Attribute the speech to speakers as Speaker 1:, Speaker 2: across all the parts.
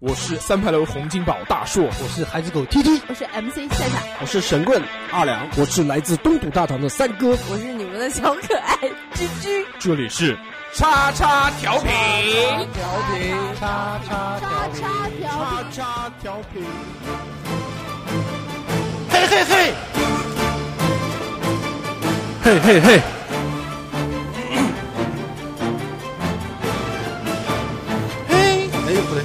Speaker 1: 我是三牌楼洪金宝大硕，
Speaker 2: 我是孩子狗 T T，
Speaker 3: 我是 MC 夏夏，
Speaker 4: 我是神棍二两，
Speaker 5: 我是来自东土大唐的三哥，
Speaker 3: 我是你们的小可爱居居。
Speaker 1: 这里是叉叉调频，
Speaker 2: 调频，叉叉
Speaker 3: 叉叉调
Speaker 2: 叉叉调频，
Speaker 4: 嘿嘿嘿，
Speaker 2: 嘿嘿嘿，
Speaker 4: 嘿，哎不对，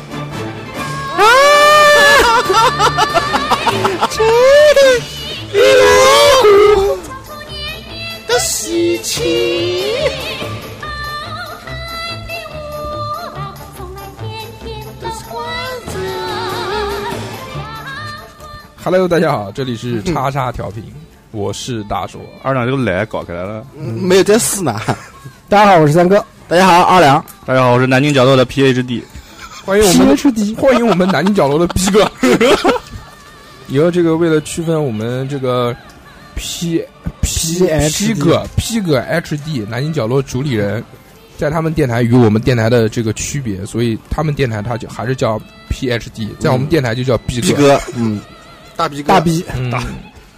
Speaker 5: 吹得一老虎的喜气。
Speaker 1: Hello，大家好，这里是叉叉调频，我是大硕。
Speaker 6: 二两这个奶搞起来了。
Speaker 4: 没有这事呢。
Speaker 5: 大家好，我是三哥。
Speaker 4: 大家好，二两，
Speaker 6: 大家好，我是南京角落的 PhD。
Speaker 1: 欢迎我们的欢迎我们南京角楼的逼哥。以后这个为了区分我们这个 P P P
Speaker 5: PHD
Speaker 1: 哥 P 哥 HD 南京角落主理人，在他们电台与我们电台的这个区别，所以他们电台他就还是叫 PHD，在我们电台就叫逼
Speaker 4: 逼
Speaker 1: 哥。
Speaker 4: 哥，嗯，大逼哥，
Speaker 5: 大逼，
Speaker 1: 嗯，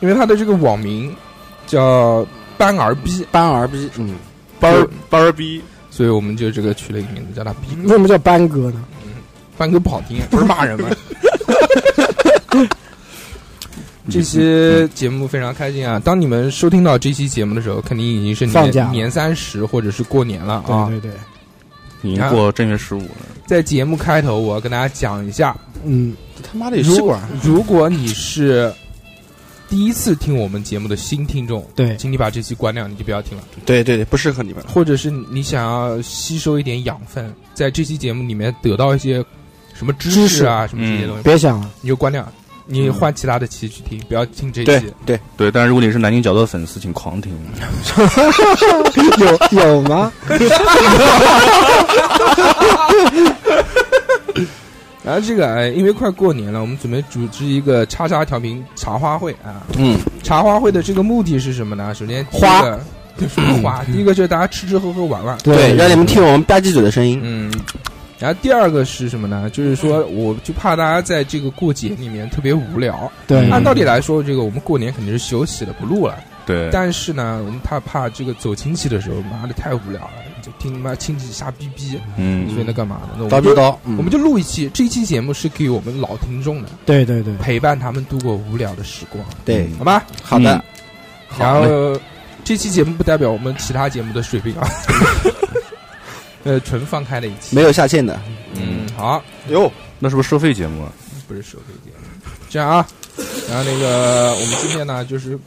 Speaker 1: 因为他的这个网名叫班儿逼，
Speaker 4: 班儿逼，嗯，
Speaker 6: 班儿班儿逼，
Speaker 1: 所以我们就这个取了一个名字叫他逼
Speaker 5: 为什么叫班哥呢？
Speaker 1: 班哥不好听，啊 不是骂人吗？这期节目非常开心啊！当你们收听到这期节目的时候，肯定已经是
Speaker 5: 放假
Speaker 1: 年
Speaker 5: 了
Speaker 1: 年三十或者是过年了啊！
Speaker 5: 对对对，
Speaker 6: 你已经过正月十五了。
Speaker 1: 在节目开头，我要跟大家讲一下，
Speaker 5: 嗯，
Speaker 4: 这他妈的有
Speaker 1: 如
Speaker 4: 吸
Speaker 1: 果
Speaker 4: 管，
Speaker 1: 如果你是第一次听我们节目的新听众，
Speaker 5: 对，
Speaker 1: 请你把这期关掉，你就不要听了。
Speaker 4: 对对对，不适合你们，
Speaker 1: 或者是你想要吸收一点养分，在这期节目里面得到一些什么知
Speaker 5: 知
Speaker 1: 识
Speaker 5: 识
Speaker 1: 啊，什么这些
Speaker 6: 嗯
Speaker 1: 东西，
Speaker 5: 别想了，
Speaker 1: 你就关掉，你换其他的期去听，不要听这一
Speaker 4: 对
Speaker 1: 期。
Speaker 4: 对，
Speaker 6: 对，但是如果你是南京角落的粉丝，请狂听。
Speaker 5: 有有吗？
Speaker 1: 然后这个哎，因为快过年了，我们准备组织一个叉叉调频茶话会啊。
Speaker 4: 嗯，
Speaker 1: 茶话会的这个目的是什么呢？首先第一
Speaker 4: 花
Speaker 1: 个，对，什么花？第一个就是大家吃吃喝喝玩玩，
Speaker 4: 对，让你们听我们吧唧嘴的声音，
Speaker 1: 嗯。然后第二个是什么呢？就是说，
Speaker 4: 嗯
Speaker 1: 我就怕大家在这个过节里面特别无聊。
Speaker 4: 嗯
Speaker 5: 对，啊
Speaker 1: 按道理来说，这个我们过年肯定是休息的，不录了。
Speaker 6: 对，
Speaker 1: 但是呢，我们怕怕这个走亲戚的时候，妈的太无聊了，就听他妈亲戚瞎逼逼，所
Speaker 6: 嗯
Speaker 1: 以那干嘛呢？那我
Speaker 4: 叨
Speaker 1: 们
Speaker 4: 逼
Speaker 1: 就
Speaker 4: 叨，嗯
Speaker 1: 我们就录一期，这一期节目是给我们老听众的，
Speaker 5: 对对嗯对，
Speaker 1: 陪伴他们度过无聊的时光，
Speaker 4: 对，
Speaker 1: 好吧？
Speaker 4: 好的，
Speaker 1: 然后这期节目不代表我们其他节目的水平 啊，呃，纯放开的一期。
Speaker 4: 没有下线的，
Speaker 1: 嗯，好，
Speaker 4: 哟，
Speaker 6: 那是不是收费节目啊？
Speaker 1: 不是收费节目，这样啊。然后那个，我们今天呢， 就是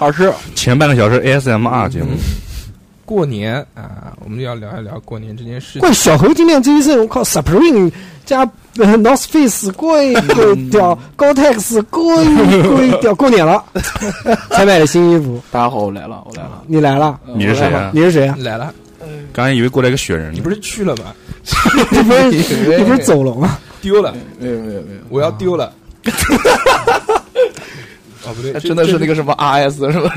Speaker 4: 老师，
Speaker 6: 前半个小时 ASMR 节目，
Speaker 1: 过年啊，我们要聊一聊过年这件事 情。
Speaker 5: 怪小猴今天这一身，我靠，Supreme 加呃 North Face，贵贵屌，Gore-Tex，贵贵屌，过年了， 才买的新衣服，
Speaker 7: 大家好，我来了，我来了。嗯
Speaker 5: 你来了，
Speaker 6: 你是谁啊？
Speaker 5: 你是 谁啊？
Speaker 1: 来了，
Speaker 6: 刚才以为过来一个雪人
Speaker 1: 你，不是去了吗？
Speaker 5: 你不是
Speaker 1: 你
Speaker 5: 你不是走啊了吗？
Speaker 1: 丢了？
Speaker 7: 没有没有没有，啊
Speaker 1: 我要丢了。哦，不对，这
Speaker 7: 真的是那个什么 RS 是吧？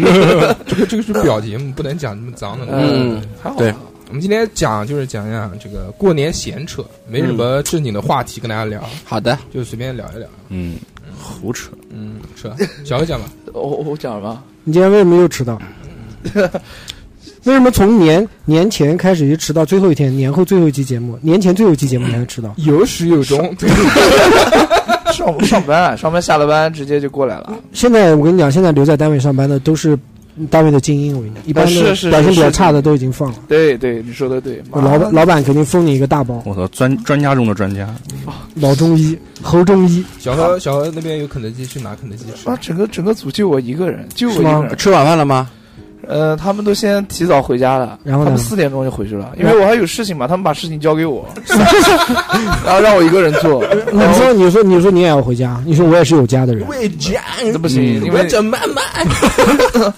Speaker 1: 这个这个是表节目，不能讲那么脏的。
Speaker 4: 嗯，
Speaker 7: 还好吧
Speaker 4: 对，
Speaker 1: 我们今天讲就是讲一讲这个过年闲扯，没什么
Speaker 7: 嗯
Speaker 1: 正经的话题跟大家聊，
Speaker 4: 好的，
Speaker 1: 就随便聊一聊。
Speaker 6: 嗯，胡扯，
Speaker 1: 嗯，扯，小何讲吧。
Speaker 7: 我我我讲什么？
Speaker 5: 你今天为什么又迟 到？为什么从年年前开始就迟到最后一天，年后最后一期节目，年前最后一期节目才能迟到？
Speaker 1: 有始有 终，
Speaker 7: 上上班啊，上班下了班直接就过来了。
Speaker 5: 现在我跟你讲，现在留在单位上班的都是单位的精英，我跟你讲，一般
Speaker 7: 呃是
Speaker 5: 的
Speaker 7: 是
Speaker 5: 表现比较
Speaker 7: 是啊
Speaker 5: 差的都已经放了。
Speaker 7: 对对，你说的对。妈
Speaker 5: 老板，老板肯定封你一个大包，
Speaker 6: 我操，专专家中的专家，
Speaker 5: 老中医、侯中 医，
Speaker 1: 小何小何那边有肯德基，去拿肯德基吃
Speaker 7: 妈，。整个整个组就我一个人，就是我一个
Speaker 5: 吗
Speaker 7: 人。
Speaker 4: 吃晚饭了吗？
Speaker 7: 呃，他们都先提早回家了，
Speaker 5: 然后
Speaker 7: 他
Speaker 5: 呢嗯
Speaker 7: 们？四点钟就回去了，因为我还有事情嘛，他们把事情交给我，然后让我一个人做。
Speaker 5: 你
Speaker 7: 然后
Speaker 5: 说，你说，你说你也要回家，你说我也是有家的人，
Speaker 1: 喂讲，
Speaker 7: 那不行，因
Speaker 1: 我
Speaker 7: 为
Speaker 1: 叫妈 妈，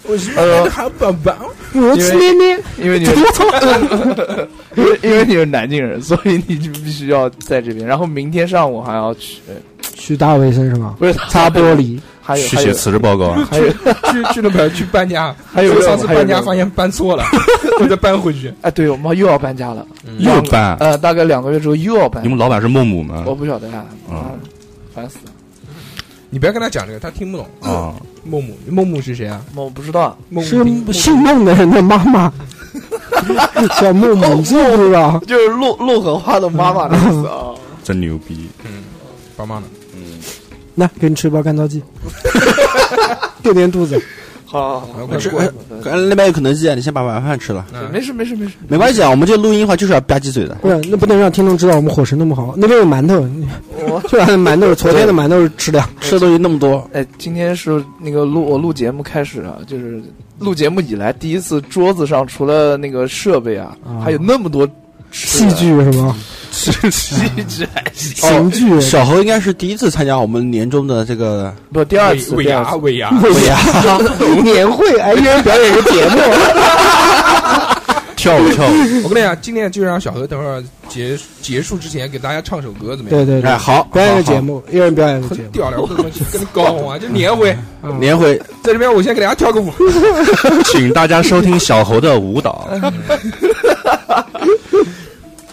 Speaker 1: 我是
Speaker 7: 呃，
Speaker 1: 好宝宝。
Speaker 5: 我吃面面，
Speaker 7: 因为你
Speaker 5: 我操！
Speaker 7: 因为因为你是南京人，所以你就必须要在这边。然后明天上午还要去呃
Speaker 5: 去打扫卫生是吗？
Speaker 7: 不是
Speaker 5: 擦玻璃，
Speaker 7: 还有
Speaker 6: 去
Speaker 7: 还
Speaker 6: 写
Speaker 7: 有
Speaker 6: 辞职报告啊，
Speaker 7: 还有
Speaker 1: 去去那边去搬家，
Speaker 7: 还有
Speaker 1: 我
Speaker 7: 这
Speaker 1: 上
Speaker 7: 种
Speaker 1: 次
Speaker 7: 还有
Speaker 1: 搬
Speaker 7: 这
Speaker 1: 家
Speaker 7: 种
Speaker 1: 发现搬错了， 我再搬回去。
Speaker 7: 哎，对我们又要搬家了，
Speaker 6: 又搬。
Speaker 7: 呃，大概两个月之后又要搬
Speaker 6: 你，们老板是孟母吗？
Speaker 7: 我不晓得呀，
Speaker 6: 嗯
Speaker 7: 啊，烦死了，
Speaker 1: 你别跟他讲这个，他听不懂。
Speaker 6: 啊，
Speaker 1: 梦木，梦木是谁啊？
Speaker 7: 我不知道，
Speaker 1: 梦木
Speaker 5: 是
Speaker 1: 丁梦木
Speaker 5: 姓孟的人的妈 妈，叫孟母，知不知道？
Speaker 7: 就是陆陆和花的妈妈的意思 啊。
Speaker 6: 真牛逼！
Speaker 1: 帮忙的。
Speaker 5: 来，给你吃一包干燥 剂，垫垫肚子。
Speaker 7: 好好好，
Speaker 1: 我是
Speaker 7: 过
Speaker 4: 可能那边有肯德基啊，你先把晚饭吃了，
Speaker 1: 嗯，
Speaker 7: 没事没事没事，
Speaker 4: 没关系啊，我们这录音的话就是要吧唧嘴的。
Speaker 5: 不是，那不能让听众知道我们伙食那么好。那边有馒头，
Speaker 7: 我
Speaker 5: 就把馒 头，昨天的馒头是吃的。
Speaker 4: 吃的东西那么多，
Speaker 7: 哎，今天是那个录我录节目开始啊，就是录节目以来第一次，桌子上除了那个设备啊，
Speaker 5: 啊
Speaker 7: 还有那么多吃
Speaker 5: 戏
Speaker 7: 的
Speaker 5: 剧是吗？
Speaker 7: 戏剧，
Speaker 5: 刑具，
Speaker 4: 小侯应该是第一次参加我们年终的这个
Speaker 7: 不第二次
Speaker 1: 尾尾
Speaker 7: 第二
Speaker 1: 牙，
Speaker 7: 次
Speaker 1: 尾牙，
Speaker 5: 尾牙年会，哎，一人表演一个节目。
Speaker 6: 跳舞 跳舞，
Speaker 1: 我跟你讲，今天就让小何等会儿结结束之前给大家唱首歌，怎么样？
Speaker 5: 对对
Speaker 4: 哎
Speaker 5: 对，
Speaker 4: 好
Speaker 5: 表演一个
Speaker 4: 好好
Speaker 5: 节目，一人表演一个节
Speaker 1: 很
Speaker 5: 目。
Speaker 1: 屌的，我跟你说跟你搞啊，就年会，
Speaker 5: 嗯
Speaker 4: 年会，
Speaker 1: 在这边我先给大家跳个舞。
Speaker 6: 请大家收听小侯的舞蹈。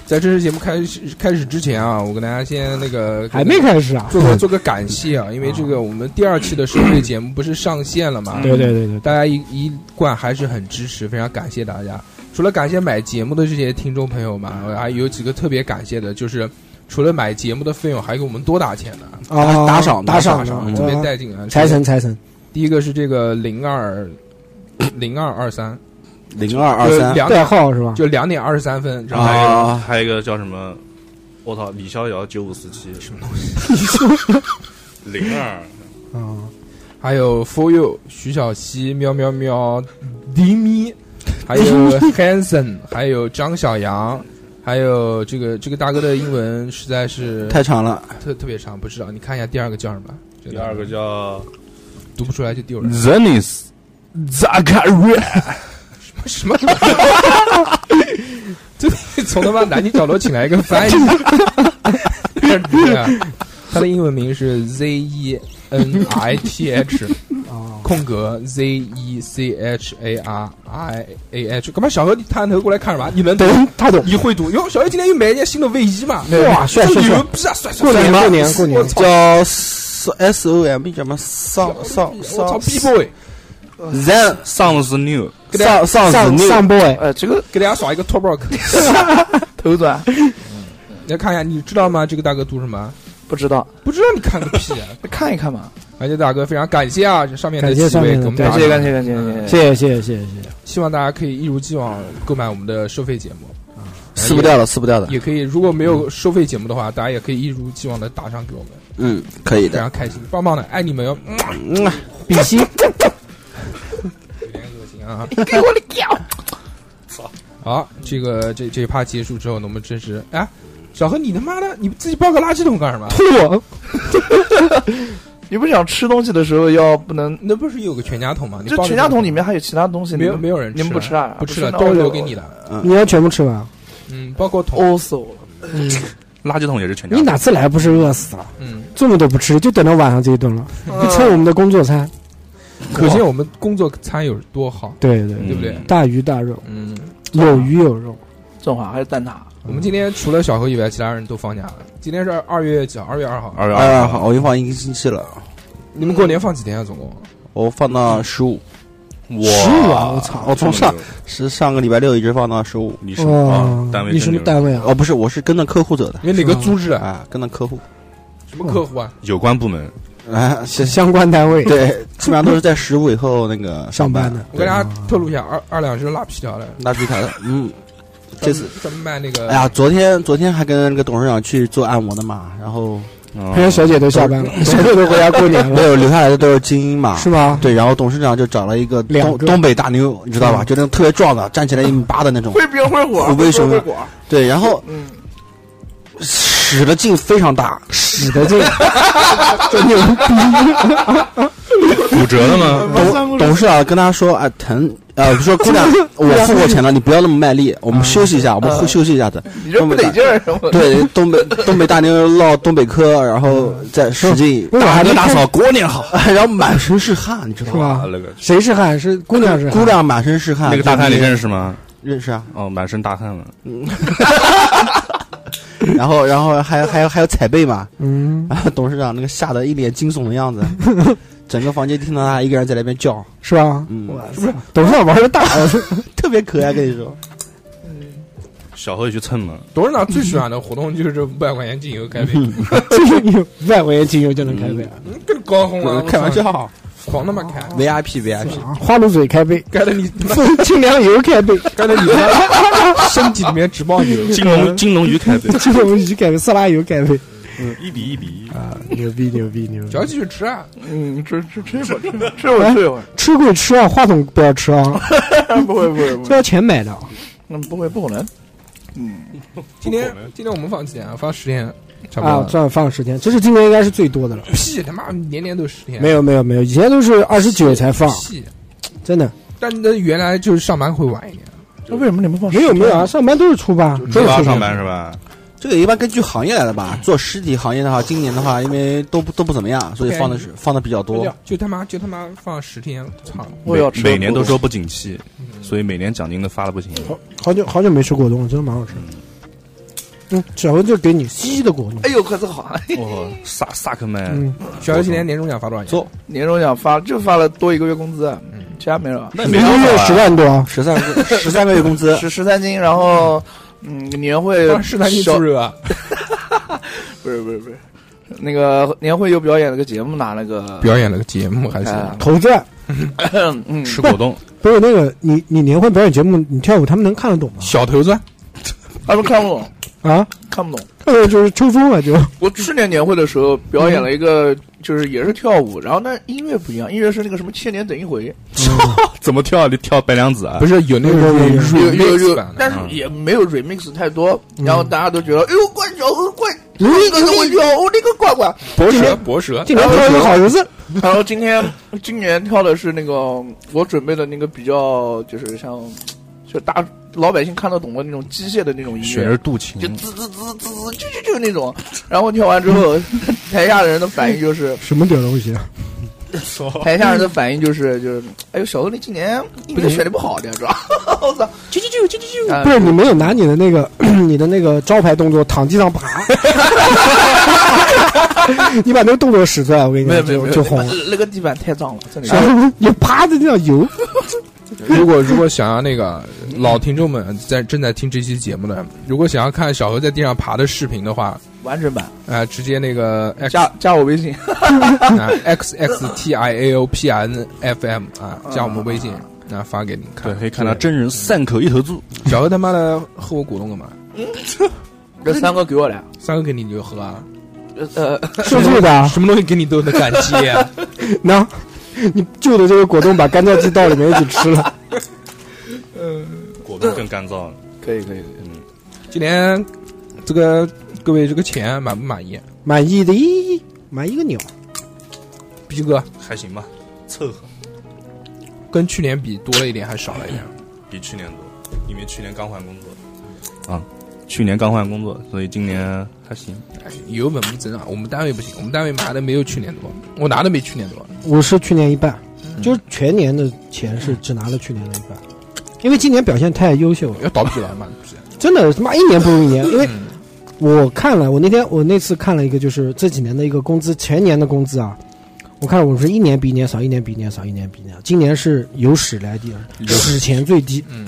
Speaker 1: 在正式节目开始开始之前啊，我跟大家先那个
Speaker 5: 还没开始啊？
Speaker 1: 做个做个感谢啊，因为这个我们第二期的收费节目不是上线了嘛？
Speaker 4: 啊
Speaker 5: 嗯对对对对，
Speaker 1: 大家一一贯还是很支持，非常感谢大家。除了感谢买节目的这些听众朋友们，我还有几个特别感谢的，就是除了买节目的费用，还给我们多打钱的，
Speaker 5: 啊，
Speaker 4: 打赏
Speaker 5: 打
Speaker 4: 打赏
Speaker 5: 的
Speaker 1: 这边
Speaker 5: 啊
Speaker 1: 带
Speaker 4: 嗯
Speaker 1: 进来。
Speaker 5: 财神财神，
Speaker 1: 第一个是这个零二零二二三
Speaker 4: 零二二三
Speaker 1: 两
Speaker 5: 代号是吧？
Speaker 1: 就两点二十三分，然后还有
Speaker 4: 啊，
Speaker 6: 还有一个叫什么？我操，李逍遥九五四七什么东西？ 零二
Speaker 5: 啊，
Speaker 1: 还有 For You、徐小溪、喵喵喵、迪咪，还有 Hanson，还有张小杨，还有这个这个大哥的英文实在是
Speaker 4: 太长了，
Speaker 1: 特特别长，不知道。你看一下第二个叫什么？这
Speaker 6: 第二个叫
Speaker 1: 读不出来就丢人。
Speaker 6: Zenis Zakaria，
Speaker 1: 什么？ 这从他妈南京角落请来一个翻译，对啊， 他的英文名是 Z E N I T H，空
Speaker 5: 哦
Speaker 1: 格 Z E C H A R I A H。干嘛小何你探头过来看什么？你能读？
Speaker 5: 懂他懂。
Speaker 1: 你会读？哟，小何今天又买一件新的卫衣嘛？
Speaker 5: 哇，帅
Speaker 1: 这
Speaker 5: 帅
Speaker 1: 理
Speaker 5: 帅
Speaker 1: 由！不是啊，帅帅
Speaker 5: 过
Speaker 1: 帅！
Speaker 5: 年
Speaker 4: 什
Speaker 5: 过
Speaker 4: 么
Speaker 5: 年过年，
Speaker 4: 叫 S S O M 叫什么上上
Speaker 1: 我操
Speaker 4: 上
Speaker 1: ，B boy，
Speaker 4: ，Zen
Speaker 6: 上是 New，
Speaker 5: 上上上上 boy，
Speaker 4: 哎
Speaker 7: 呃，这 个
Speaker 1: 给大家耍一个 top rock。
Speaker 7: 头转
Speaker 1: 来看一下，你知道吗？这个大哥读什么？
Speaker 7: 不知道，
Speaker 1: 不知道你看个屁啊！
Speaker 7: 看一看嘛。
Speaker 1: 感谢大哥，非常感谢啊！这上面的
Speaker 5: 感谢
Speaker 1: 几
Speaker 5: 上
Speaker 1: 位
Speaker 5: 面
Speaker 1: 给
Speaker 5: 的
Speaker 1: 我们
Speaker 5: 对
Speaker 1: 打
Speaker 7: 感谢
Speaker 1: 赏
Speaker 7: 感谢感谢感谢，
Speaker 5: 谢谢谢谢谢谢谢谢。
Speaker 1: 希望大家可以一如既往购买我们的收费节目，啊
Speaker 4: 撕不掉了，撕不掉的，
Speaker 1: 也可以如果没有收费节目的话，大家也可以一如既往的打赏给我们，
Speaker 4: 嗯，可以
Speaker 1: 非
Speaker 4: 的，
Speaker 1: 常开心，棒棒的，爱你们哟，嗯
Speaker 4: 嗯，
Speaker 5: 比心，
Speaker 1: 有点恶心啊！给我的好，这个这这一趴结束之后呢，我们正式哎，小何，你他妈的你自己抱个垃圾桶干什么？
Speaker 5: 我
Speaker 7: 你不是想吃东西的时候要不能？
Speaker 1: 那不是有个全家桶吗？你
Speaker 7: 这
Speaker 1: 抱着
Speaker 7: 全家桶里面还有其他东西，
Speaker 1: 没
Speaker 7: 你
Speaker 1: 有
Speaker 7: 们
Speaker 1: 没有人吃
Speaker 7: 你
Speaker 1: 啊，
Speaker 7: 们不吃啊？
Speaker 1: 不吃了，
Speaker 7: 那
Speaker 1: 都
Speaker 7: 我哦
Speaker 1: 留给你了，
Speaker 5: 你要全部吃完。啊
Speaker 1: 嗯，包括桶，
Speaker 7: 呕死我了。
Speaker 6: 垃圾桶也是全家
Speaker 4: 嗯
Speaker 5: 你哪次来不是饿死了？
Speaker 1: 嗯，
Speaker 5: 这么都不吃，就等到晚上这一顿了。
Speaker 4: 嗯
Speaker 5: 你蹭我们的工作餐，
Speaker 1: 可见我们工作餐有多好，
Speaker 5: 对
Speaker 4: 嗯
Speaker 5: 对，
Speaker 1: 对不对？
Speaker 5: 大鱼大肉，
Speaker 1: 嗯。
Speaker 5: 有鱼有肉。
Speaker 7: 正华还是蛋挞？
Speaker 1: 我们今天除了小何以外，其他人都放假了。今天是二月几号？二月二号。啊
Speaker 6: 二月
Speaker 4: 哎，
Speaker 6: 二
Speaker 4: 好，
Speaker 6: 号，
Speaker 4: 我已经放一个星期了，
Speaker 1: 你们过年放几天啊？总共？
Speaker 4: 我放到十五，
Speaker 6: 我
Speaker 5: 十五啊！我操！
Speaker 4: 我从上
Speaker 6: 这么牛
Speaker 4: 是上个礼拜六一直放到十五，
Speaker 6: 你什么
Speaker 5: 哦
Speaker 6: 啊，单位？
Speaker 5: 你什么单位啊？
Speaker 4: 哦，不是，我是跟着客户走的，
Speaker 1: 因为哪个组织啊？
Speaker 4: 啊，跟着客户，
Speaker 1: 什么客户啊？
Speaker 6: 有关部门
Speaker 4: 啊，是
Speaker 5: 相关单位
Speaker 4: 对，基本上都是在十五以后那个
Speaker 5: 上班
Speaker 4: 班
Speaker 5: 的，。
Speaker 1: 我给大家透露一下，二二两是拉皮条的，
Speaker 4: 拉皮条的，嗯，这
Speaker 1: 专
Speaker 4: 次，
Speaker 1: 专门卖那个。
Speaker 4: 哎呀，昨天昨天还跟那个董事长去做按摩的嘛，然后
Speaker 6: 啊
Speaker 5: 人家 小姐都下班了，小姐都回家过年
Speaker 4: 没
Speaker 5: 了，
Speaker 4: 有留下来的都是精英嘛，
Speaker 5: 是吗？
Speaker 4: 对，然后董事长就找了一个
Speaker 5: 两
Speaker 4: 东
Speaker 5: 个
Speaker 4: 东北大妞，你知道吧？
Speaker 5: 嗯
Speaker 4: 就那种特别壮的，站起来一米八的那种。
Speaker 7: 会冰会火，
Speaker 4: 我为什么
Speaker 7: 会冰会火？
Speaker 4: 对，然后
Speaker 7: 嗯，
Speaker 4: 使的劲非常大，
Speaker 5: 使得劲，真牛逼！
Speaker 6: 骨折了吗？
Speaker 4: 董董事长跟他说啊，疼，呃，说姑娘，我付过钱了，你不要那么卖力，我们休息一下，我们会休息一下子。
Speaker 7: 你这不得劲儿什 么？
Speaker 4: 对，东北东北大妞唠东北嗑，然后
Speaker 6: 嗯
Speaker 4: 再使劲，
Speaker 5: 我还没
Speaker 6: 大
Speaker 5: 看
Speaker 6: 嫂，过年好！
Speaker 4: 然后满身是汗，你知道
Speaker 5: 是
Speaker 4: 吗？
Speaker 5: 吧？
Speaker 6: 啊那个
Speaker 5: 谁是汉？是姑娘是汉
Speaker 4: 姑娘满身是汗，
Speaker 6: 那个大汉你
Speaker 4: 就是
Speaker 6: 认识吗？
Speaker 4: 认识啊？
Speaker 6: 哦，满身大汗了。
Speaker 4: 然后然后还有还有还有踩背嘛，
Speaker 5: 嗯，
Speaker 4: 然后董事长那个吓得一脸惊悚的 样子，整个房间听到他一个人在那边叫，
Speaker 5: 是吧？
Speaker 4: 嗯，
Speaker 5: 董事长玩的大，
Speaker 4: 特别可爱，跟你说，
Speaker 6: 小何也去蹭嘛，
Speaker 1: 董事长最喜欢的活动就是五百块钱进油开杯，
Speaker 5: 就是你五百块钱进油就能开杯啊
Speaker 1: 更高红了，
Speaker 4: 开玩笑
Speaker 1: 狂他妈开，
Speaker 4: ，VIP VIP，
Speaker 5: 啊！花露水开杯，
Speaker 1: 开的你他妈
Speaker 5: 清凉油开杯，
Speaker 1: 开的你他妈身体里面直冒油。
Speaker 6: 金龙金龙鱼开杯，
Speaker 5: 这种鱼开杯，色拉油开杯
Speaker 6: 一比一比一。
Speaker 5: 啊！ 牛逼牛逼牛
Speaker 1: 只！要继续吃啊！
Speaker 7: 嗯，吃吃吃一会儿，吃一会儿，吃一会儿，
Speaker 5: 吃归吃啊，话筒不要吃 啊，
Speaker 7: 不会不会不
Speaker 5: 这
Speaker 7: 会，
Speaker 5: 要钱买的啊。
Speaker 7: 嗯，不会不可能。
Speaker 1: 今天今天我们放几天啊？放十天，差不
Speaker 5: 啊，
Speaker 1: 多。
Speaker 5: 这样放十天，这是今年应该是最多的了。
Speaker 1: 屁他妈年年都十天，
Speaker 5: 没有没有没有，以前都是 二十九才放，
Speaker 1: 屁。
Speaker 5: 真的
Speaker 1: 但那原来就是上班会晚一点，
Speaker 7: 那为什么你们放
Speaker 5: 没有没有啊，上班都是初八，
Speaker 6: 初
Speaker 5: 都是
Speaker 6: 八
Speaker 5: 初
Speaker 6: 上班是吧？
Speaker 4: 这个一般根据行业来的
Speaker 6: 嗯
Speaker 4: 吧。做实体行业的话，今年的话，因为都不都不怎么样，所以放的是放的比较多。
Speaker 1: 就他妈就他妈放十天，操！
Speaker 7: 我要吃
Speaker 6: 每每年都说不景气，所以每年奖金都发的不行。
Speaker 5: 好好久好久没吃果冻了，真的蛮好吃的。嗯，小红就给你稀的果冻。
Speaker 7: 哎呦，快这个好啊！
Speaker 6: 哦，萨萨克曼，
Speaker 5: 嗯，
Speaker 1: 小刘今年年终奖发多少钱？
Speaker 4: 做
Speaker 7: 年终奖发就发了多一个月工资，嗯其他没了。
Speaker 6: 那也
Speaker 5: 一
Speaker 6: 没
Speaker 5: 个
Speaker 6: 办
Speaker 5: 月十
Speaker 6: 法啊，
Speaker 5: 万多啊，
Speaker 4: 十三个十三个月工 资，
Speaker 7: 十十三斤，然后嗯，年 会
Speaker 1: 当时他去
Speaker 7: 小
Speaker 1: 猪肉啊，
Speaker 7: 不是不是不是，那个年会有表演了个节目，拿了个
Speaker 1: 表演了个节目还是
Speaker 7: 啊
Speaker 5: 头钻。
Speaker 7: 嗯，
Speaker 6: 吃果冻，
Speaker 5: 不是那个，你你年会表演节目，你跳舞他们能看得懂吗？
Speaker 1: 小头钻，
Speaker 7: 他们看不懂，
Speaker 5: 啊，
Speaker 7: 看不懂。
Speaker 5: 看着就是抽风了就。
Speaker 7: 我去年年会的时候表演了一个，就是也是跳舞，然后那音乐不一样，音乐是那个什么《千年等一回》，
Speaker 6: 怎么跳？你跳白娘子啊？
Speaker 1: 不是有啊那
Speaker 5: 有
Speaker 1: 个
Speaker 5: 有有
Speaker 7: 有有
Speaker 1: remix
Speaker 7: 有
Speaker 1: 版，的，
Speaker 7: 但是也没有 remix 太多，然后大家都觉得，哎呦，怪小何怪，
Speaker 5: 嗯
Speaker 7: 那个我有那个怪怪。
Speaker 1: 博蛇博蛇，
Speaker 5: 今年跳一个好儿子，
Speaker 7: 然后今天今年跳的是那个我准备的那个比较就是像就大老百姓看得懂的那种机械的那种音
Speaker 6: 雪
Speaker 7: 乐
Speaker 6: 儿，渡情
Speaker 7: 就，滋滋滋滋滋，就就就那种。然后跳完之后，台下的人的反应就是，
Speaker 5: 什么屌东西啊？
Speaker 7: 台下人的反应就是 就是，哎呦，小何你今年不就选的不好的是吧？ 我操，啾啾啾啾啾啾！
Speaker 5: 不是，你没有拿你的那个 你的那个招牌动作躺地 上爬，你把那个动作使出来，我跟你
Speaker 7: 没有
Speaker 5: 讲
Speaker 7: 没有
Speaker 5: 就
Speaker 7: 没
Speaker 5: 就
Speaker 7: 有
Speaker 5: 红了。，
Speaker 7: 那个地板太脏了，真的。
Speaker 5: 然后你趴在地上游，
Speaker 1: 如果如果想要那个老听众们在正在听这期节目的，如果想要看小何在地上爬的视频的话，
Speaker 7: 完整版，
Speaker 1: 啊，直接那个 X
Speaker 7: 加加我微 信，
Speaker 1: 啊 x x t i a o p n f m 啊，加我们微信。啊，发给你们看，
Speaker 6: 对，可以看到真人散口一头猪，
Speaker 1: 小何他妈的喝我果冻干嘛？
Speaker 7: 这三个给我来。
Speaker 1: 三个给你你就喝啊，
Speaker 7: 呃，
Speaker 5: 是这的啊。
Speaker 1: 什么东西给你都能感激啊、
Speaker 5: 那，你就着这个果冻把干燥剂倒里面一起吃了。
Speaker 6: 果冻更干燥了。嗯
Speaker 7: 可以可以可以。
Speaker 1: 今年这个各位这个钱满不满意？
Speaker 5: 满意的，咦，满意个鸟！
Speaker 1: 逼哥
Speaker 6: 还行吧，凑合，
Speaker 1: 跟去年比多了一点还是少了一点？
Speaker 6: 比去年多，因为去年刚换工作。啊，去年刚换工作，所以今年还行。
Speaker 1: 哎有稳步增长，我们单位不行，我们单位拿的没有去年多，我拿的没去年多。
Speaker 5: 我是去年一半，
Speaker 7: 嗯
Speaker 5: 就是全年的钱是只拿了去年的一半，因为今年表现太优秀了，
Speaker 1: 要倒闭了，妈的！
Speaker 5: 真的他妈一年不如一年。因为我看了，我那天我那次看了一个，就是这几年的一个工资，全年的工资啊，我看了我是一年比一年少，一年比一年少，一年比一年少，今年是有史来第二，史前最低，
Speaker 1: 嗯，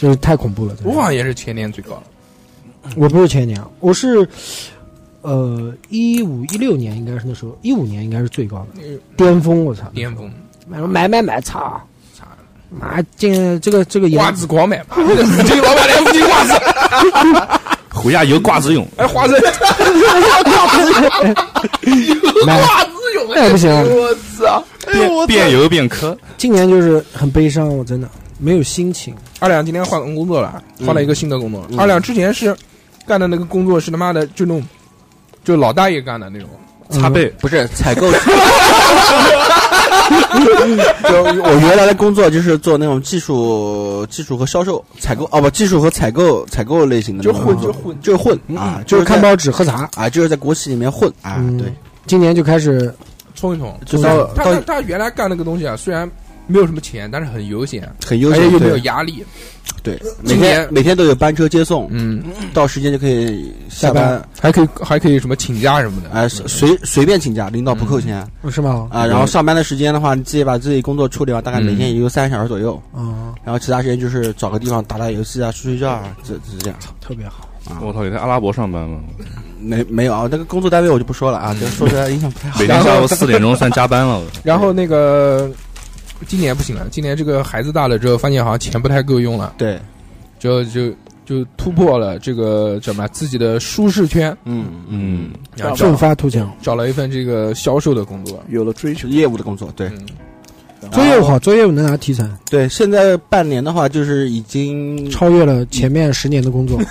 Speaker 5: 就是太恐怖了。真的
Speaker 1: 我好像也是前年最高了。
Speaker 5: 我不是前年，我是呃一五一六年应该是那时候，一五年应该是最高的
Speaker 1: 那个
Speaker 5: 巅峰。我操！
Speaker 1: 巅峰，
Speaker 5: 买买买，操！
Speaker 1: 嗯操
Speaker 5: 妈，这这个这个
Speaker 1: 瓜
Speaker 5: 颜
Speaker 1: 子狂买，妈的这个老板娘不进瓜子，
Speaker 6: 虎牙有瓜子勇，
Speaker 1: 哎，花 生，
Speaker 5: 买
Speaker 7: 哇，自由
Speaker 5: 那也不行啊
Speaker 7: 我操！哎呦，我操！
Speaker 6: 变油变磕，
Speaker 5: 今年就是很悲伤，我真的没有心情。
Speaker 1: 二两今天换工作了，换了一个新的工作。二两之前是干的那个工作是他妈的就那种，就老大爷干的那种，
Speaker 6: 擦背，
Speaker 4: 不是采购，就我原来的工作就是做那种技术、技术和销售、采购哦不，技术和采购、采购类型的那
Speaker 1: 就
Speaker 4: 种
Speaker 1: 混
Speaker 4: 工作，
Speaker 1: 就混，
Speaker 4: 就是混啊，
Speaker 5: 就是看
Speaker 4: 包
Speaker 5: 报纸喝茶。
Speaker 4: 啊，就是在国企里面混啊，
Speaker 5: 嗯
Speaker 4: 对，
Speaker 5: 今年就开始
Speaker 1: 冲一冲。
Speaker 4: 就到
Speaker 1: 他
Speaker 4: 啊到
Speaker 1: 他他原来干那个东西啊，虽然没有什么钱，但是很悠闲，
Speaker 4: 很优
Speaker 1: 而且
Speaker 4: 秀，
Speaker 1: 又哎没有
Speaker 4: 对
Speaker 1: 压力。
Speaker 4: 对，每
Speaker 1: 今
Speaker 4: 天
Speaker 1: 年
Speaker 4: 每天都有班车接送，
Speaker 1: 嗯，
Speaker 4: 到时间就可以下班
Speaker 5: 班，
Speaker 1: 还可以还可以什么请假什么的。
Speaker 4: 啊，随随便请假，领导不扣
Speaker 1: 嗯
Speaker 4: 钱
Speaker 5: 是吗？
Speaker 4: 啊。然后上班的时间的话，你自己把自己工作处理完，大概每天也就三个小时左右，
Speaker 5: 啊，
Speaker 4: 然后其他时间就是找个地方打打游戏啊、睡睡觉啊，这这这样。
Speaker 5: 特别好。
Speaker 6: 我操，也在阿拉伯上班 嘛，
Speaker 4: 没没有啊，那个工作单位我就不说了啊，这说出来影响不太好。
Speaker 6: 每天下午四点钟算加班了。我
Speaker 1: 然后那个今年不行了，今年这个孩子大了之后，发现好像钱不太够用了，
Speaker 4: 对，
Speaker 1: 就就就突破了这个叫什么自己的舒适圈，
Speaker 4: 嗯嗯，
Speaker 6: 嗯，
Speaker 1: 然后
Speaker 5: 奋
Speaker 1: 找
Speaker 5: 发图强，
Speaker 1: 找了一份这个销售的工作。
Speaker 7: 有了追
Speaker 4: 就
Speaker 7: 求
Speaker 4: 是，业务的工作，对
Speaker 1: 嗯，
Speaker 5: 做业务好，做业务能拿提成，
Speaker 4: 对。现在半年的话，就是已经
Speaker 5: 超越了前面十年的工作。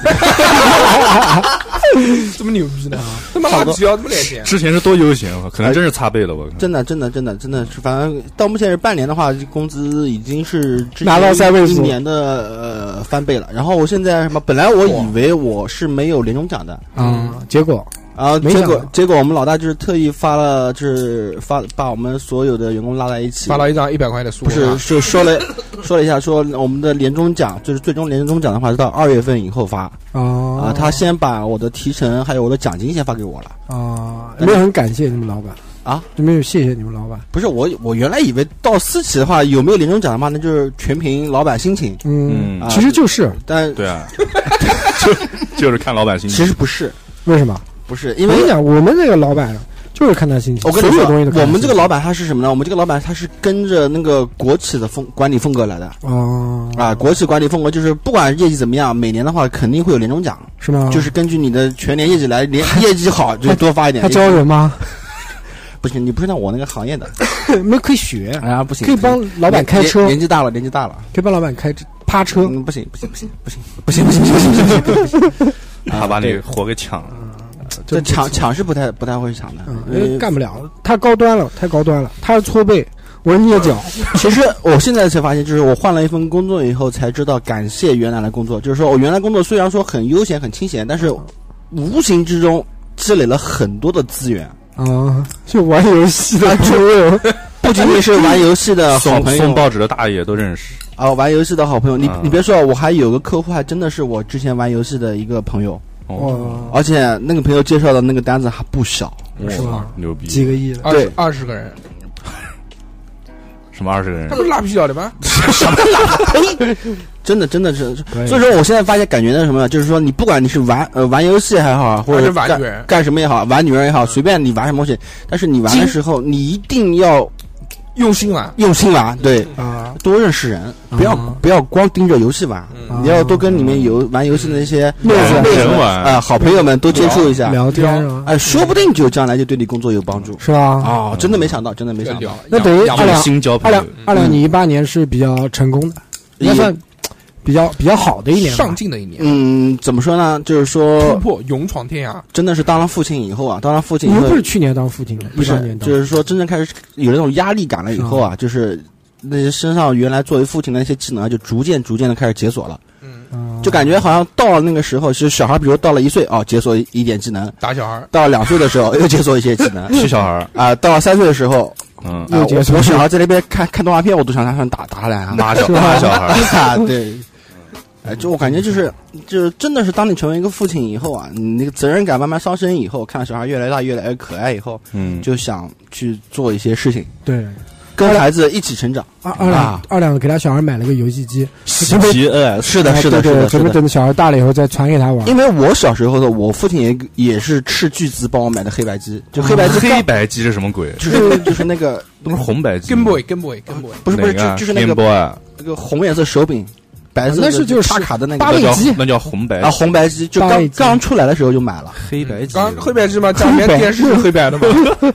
Speaker 1: 这么牛逼呢？他妈垃圾啊，这么点钱，
Speaker 6: 之前是多悠闲，我可能真是擦背了，我靠
Speaker 4: 真的真的真的真的是，反正到目前是半年的话，工资已经是之前
Speaker 5: 拿到三位
Speaker 4: 一
Speaker 5: 数
Speaker 4: 年的呃翻倍了。然后我现在什么，本来我以为我是没有年终奖的。
Speaker 5: 啊，结果
Speaker 4: 然后
Speaker 5: 没
Speaker 4: 结
Speaker 5: 想
Speaker 4: 果
Speaker 5: 到
Speaker 4: 结果我们老大就是特意发了，就是发把我们所有的员工拉在一起，
Speaker 1: 发了一张一百块钱的书，
Speaker 4: 不
Speaker 5: 啊
Speaker 4: 是，是说了 说了一下，说我们的年终奖就是最终年终奖的话，是到二月份以后发啊、
Speaker 5: 啊
Speaker 4: 他先把我的提成还有我的奖金先发给我了，
Speaker 5: 啊，没有很感谢你们老板
Speaker 4: 啊，
Speaker 5: 就没有谢谢你们老板。
Speaker 4: 不是我我原来以为到私企的话有没有年终奖的话，那就是全凭老板心情，
Speaker 5: 嗯，
Speaker 6: 嗯
Speaker 4: 啊，
Speaker 5: 其实就是
Speaker 4: 但
Speaker 6: 对啊， 就就是看老板心
Speaker 4: 其
Speaker 6: 情。
Speaker 4: 实不是
Speaker 5: 为什么？
Speaker 4: 不是，因
Speaker 5: 我
Speaker 4: 为
Speaker 5: 跟你讲，我们这个老板啊就是看他心情，
Speaker 4: 我跟你
Speaker 5: 所有
Speaker 4: 说
Speaker 5: 东西都，看他
Speaker 4: 我们
Speaker 5: 心
Speaker 4: 这
Speaker 5: 情
Speaker 4: 个老板他是什么呢？我们这个老板他是跟着那个国企的风管理风格来的。
Speaker 5: 哦
Speaker 4: 啊，国企管理风格就是不管业绩怎么样，每年的话肯定会有年终奖，
Speaker 5: 是吗？
Speaker 4: 就是根据你的全年业绩来，年业绩好就多 发一点。
Speaker 5: 他教人吗？
Speaker 4: 不行，你不是在我那个行业的。
Speaker 5: 没有可以学，
Speaker 4: 哎呀，不行，
Speaker 5: 可以帮老板开车
Speaker 4: 年，年纪大了，年纪大了，
Speaker 5: 可以帮老板开车趴车。
Speaker 4: 嗯，不行，不行，不行，不行，不行，不行，不行，不行，不行，
Speaker 6: 他把你活给抢了，
Speaker 4: 这抢抢是不太不太会抢的
Speaker 5: 嗯，， 因
Speaker 4: 因为
Speaker 5: 为干不了，太高端了，太高端了。他是搓背，我是捏脚。
Speaker 4: 其实我现在才发现，就是我换了一份工作以后才知道，感谢原来的工作。就是说我原来工作虽然说很悠闲、很清闲，但是无形之中积累了很多的资源，
Speaker 5: 啊，就玩游戏的猪 肉，
Speaker 4: 不仅仅是玩游戏的呃好
Speaker 6: 送
Speaker 4: 朋
Speaker 6: 送
Speaker 4: 友
Speaker 6: 报纸的大爷都认识。
Speaker 4: 啊，玩游戏的好朋友。你
Speaker 6: 嗯
Speaker 4: 你别说，我还有个客户，还真的是我之前玩游戏的一个朋友，
Speaker 6: 哦
Speaker 5: 哇，
Speaker 4: 而且那个朋友介绍的那个单子还不小。
Speaker 5: 是
Speaker 6: 哇
Speaker 5: 吗
Speaker 6: 牛逼！
Speaker 5: 几个亿的，
Speaker 1: 二
Speaker 4: 对
Speaker 1: 十二十个人，
Speaker 6: 什么二十个人
Speaker 1: 他？不是拉皮小的吗？
Speaker 4: 真的，真的是，
Speaker 5: 以
Speaker 4: 所以说我现在发现感觉到什么呢？就是说，你不管你是玩呃玩游戏还好啊，或
Speaker 1: 还
Speaker 4: 者
Speaker 1: 是玩
Speaker 4: 干
Speaker 1: 女人嗯
Speaker 4: 干什么也好，玩女人也好，随便你玩什么东西，但是你玩的时候，你一定要
Speaker 1: 用心玩，
Speaker 4: 用心玩，对，
Speaker 5: 啊，
Speaker 4: 多认识人，不要
Speaker 5: 啊
Speaker 4: 不要光盯着游戏玩，
Speaker 1: 嗯
Speaker 4: 你要多跟里面游玩游戏的那些
Speaker 5: 妹子
Speaker 4: 妹子
Speaker 6: 人
Speaker 4: 们
Speaker 6: 玩
Speaker 1: 嗯
Speaker 4: 啊好朋友们多接触一下，
Speaker 5: 聊天是吧？
Speaker 4: 哎，说不定就将来就对你工作有帮助
Speaker 5: 是吧？
Speaker 4: 啊！真的没想到，真的没想到
Speaker 1: 聊，，
Speaker 5: 那等于
Speaker 1: 养
Speaker 5: 二两
Speaker 6: 新交
Speaker 5: 二
Speaker 6: 朋
Speaker 5: 两
Speaker 4: 嗯
Speaker 6: 友，
Speaker 5: 二两，你一八年是比较成功的，应该
Speaker 4: 也
Speaker 5: 算比较比较好的一年吧。
Speaker 1: 上进的一年，
Speaker 4: 嗯，怎么说呢？就是
Speaker 1: 突
Speaker 4: 说，
Speaker 1: 破，勇闯天涯。
Speaker 4: 真的是当了父亲以后啊，当了父亲
Speaker 5: 你
Speaker 4: 以
Speaker 5: 又
Speaker 4: 后
Speaker 5: 不是去年当父亲的，
Speaker 4: 不
Speaker 5: 一八
Speaker 4: 是，
Speaker 5: 年当
Speaker 4: 就是说真正开始有那种压力感了以后啊，就是那些身上原来作为父亲的那些技能啊，就逐渐逐渐的开始解锁了，
Speaker 1: 嗯，
Speaker 5: 啊
Speaker 4: 就感觉好像到了那个时候，其实小孩比如到了一岁哦，解锁一点技能；
Speaker 1: 打小孩儿，
Speaker 4: 到了两岁的时候又解锁一些技 能。
Speaker 6: 是小孩儿，
Speaker 4: 啊，到了三岁的时候，
Speaker 6: 嗯，
Speaker 4: 啊
Speaker 5: 又解锁
Speaker 4: 我我小孩在那边看看动画片，我都想让他打打他啊两下。
Speaker 6: 妈小妈小 孩儿，
Speaker 4: 啊，对，哎，就我感觉就是就是真的是，当你成为一个父亲以后啊，你那个责任感慢慢上升以后，看小孩越来越大、越来越可爱以后，
Speaker 6: 嗯，
Speaker 4: 就想去做一些事情。
Speaker 5: 对。
Speaker 4: 跟孩子一起成长。
Speaker 5: 二二两
Speaker 4: 啊
Speaker 5: 二两给他小孩买了个游戏机，
Speaker 4: 是的，是的，是的，
Speaker 5: 哎对
Speaker 4: 是
Speaker 5: 对
Speaker 4: 的，是
Speaker 5: 准备
Speaker 4: 的。
Speaker 5: 等小孩大了以后再传给他玩。
Speaker 4: 因为我小时候的，我父亲也也是斥巨资帮我买的黑白机，就黑白机
Speaker 6: 哦黑白机是什么鬼？
Speaker 4: 就是就是那个
Speaker 6: 不是红白机吗，
Speaker 1: 跟
Speaker 4: 嗯
Speaker 1: boy 跟 boy 跟 boy，
Speaker 4: 不是不
Speaker 6: 哪
Speaker 4: 是
Speaker 6: 个
Speaker 4: 就
Speaker 6: 啊
Speaker 4: 就是那
Speaker 6: Game
Speaker 4: 个
Speaker 6: Boy 啊
Speaker 4: 那个红颜色手柄，白色的
Speaker 5: 那是就是
Speaker 4: 插卡的那
Speaker 5: 八
Speaker 6: 那
Speaker 5: 位
Speaker 4: 个
Speaker 5: 机
Speaker 6: 叫那叫红白
Speaker 4: 啊红白机，就
Speaker 5: 八位
Speaker 4: 刚
Speaker 5: 机
Speaker 4: 刚出来的时候就买了。
Speaker 6: 黑白
Speaker 1: 嗯
Speaker 6: 机
Speaker 1: 刚黑白机嘛，家里面电视是黑白的嘛，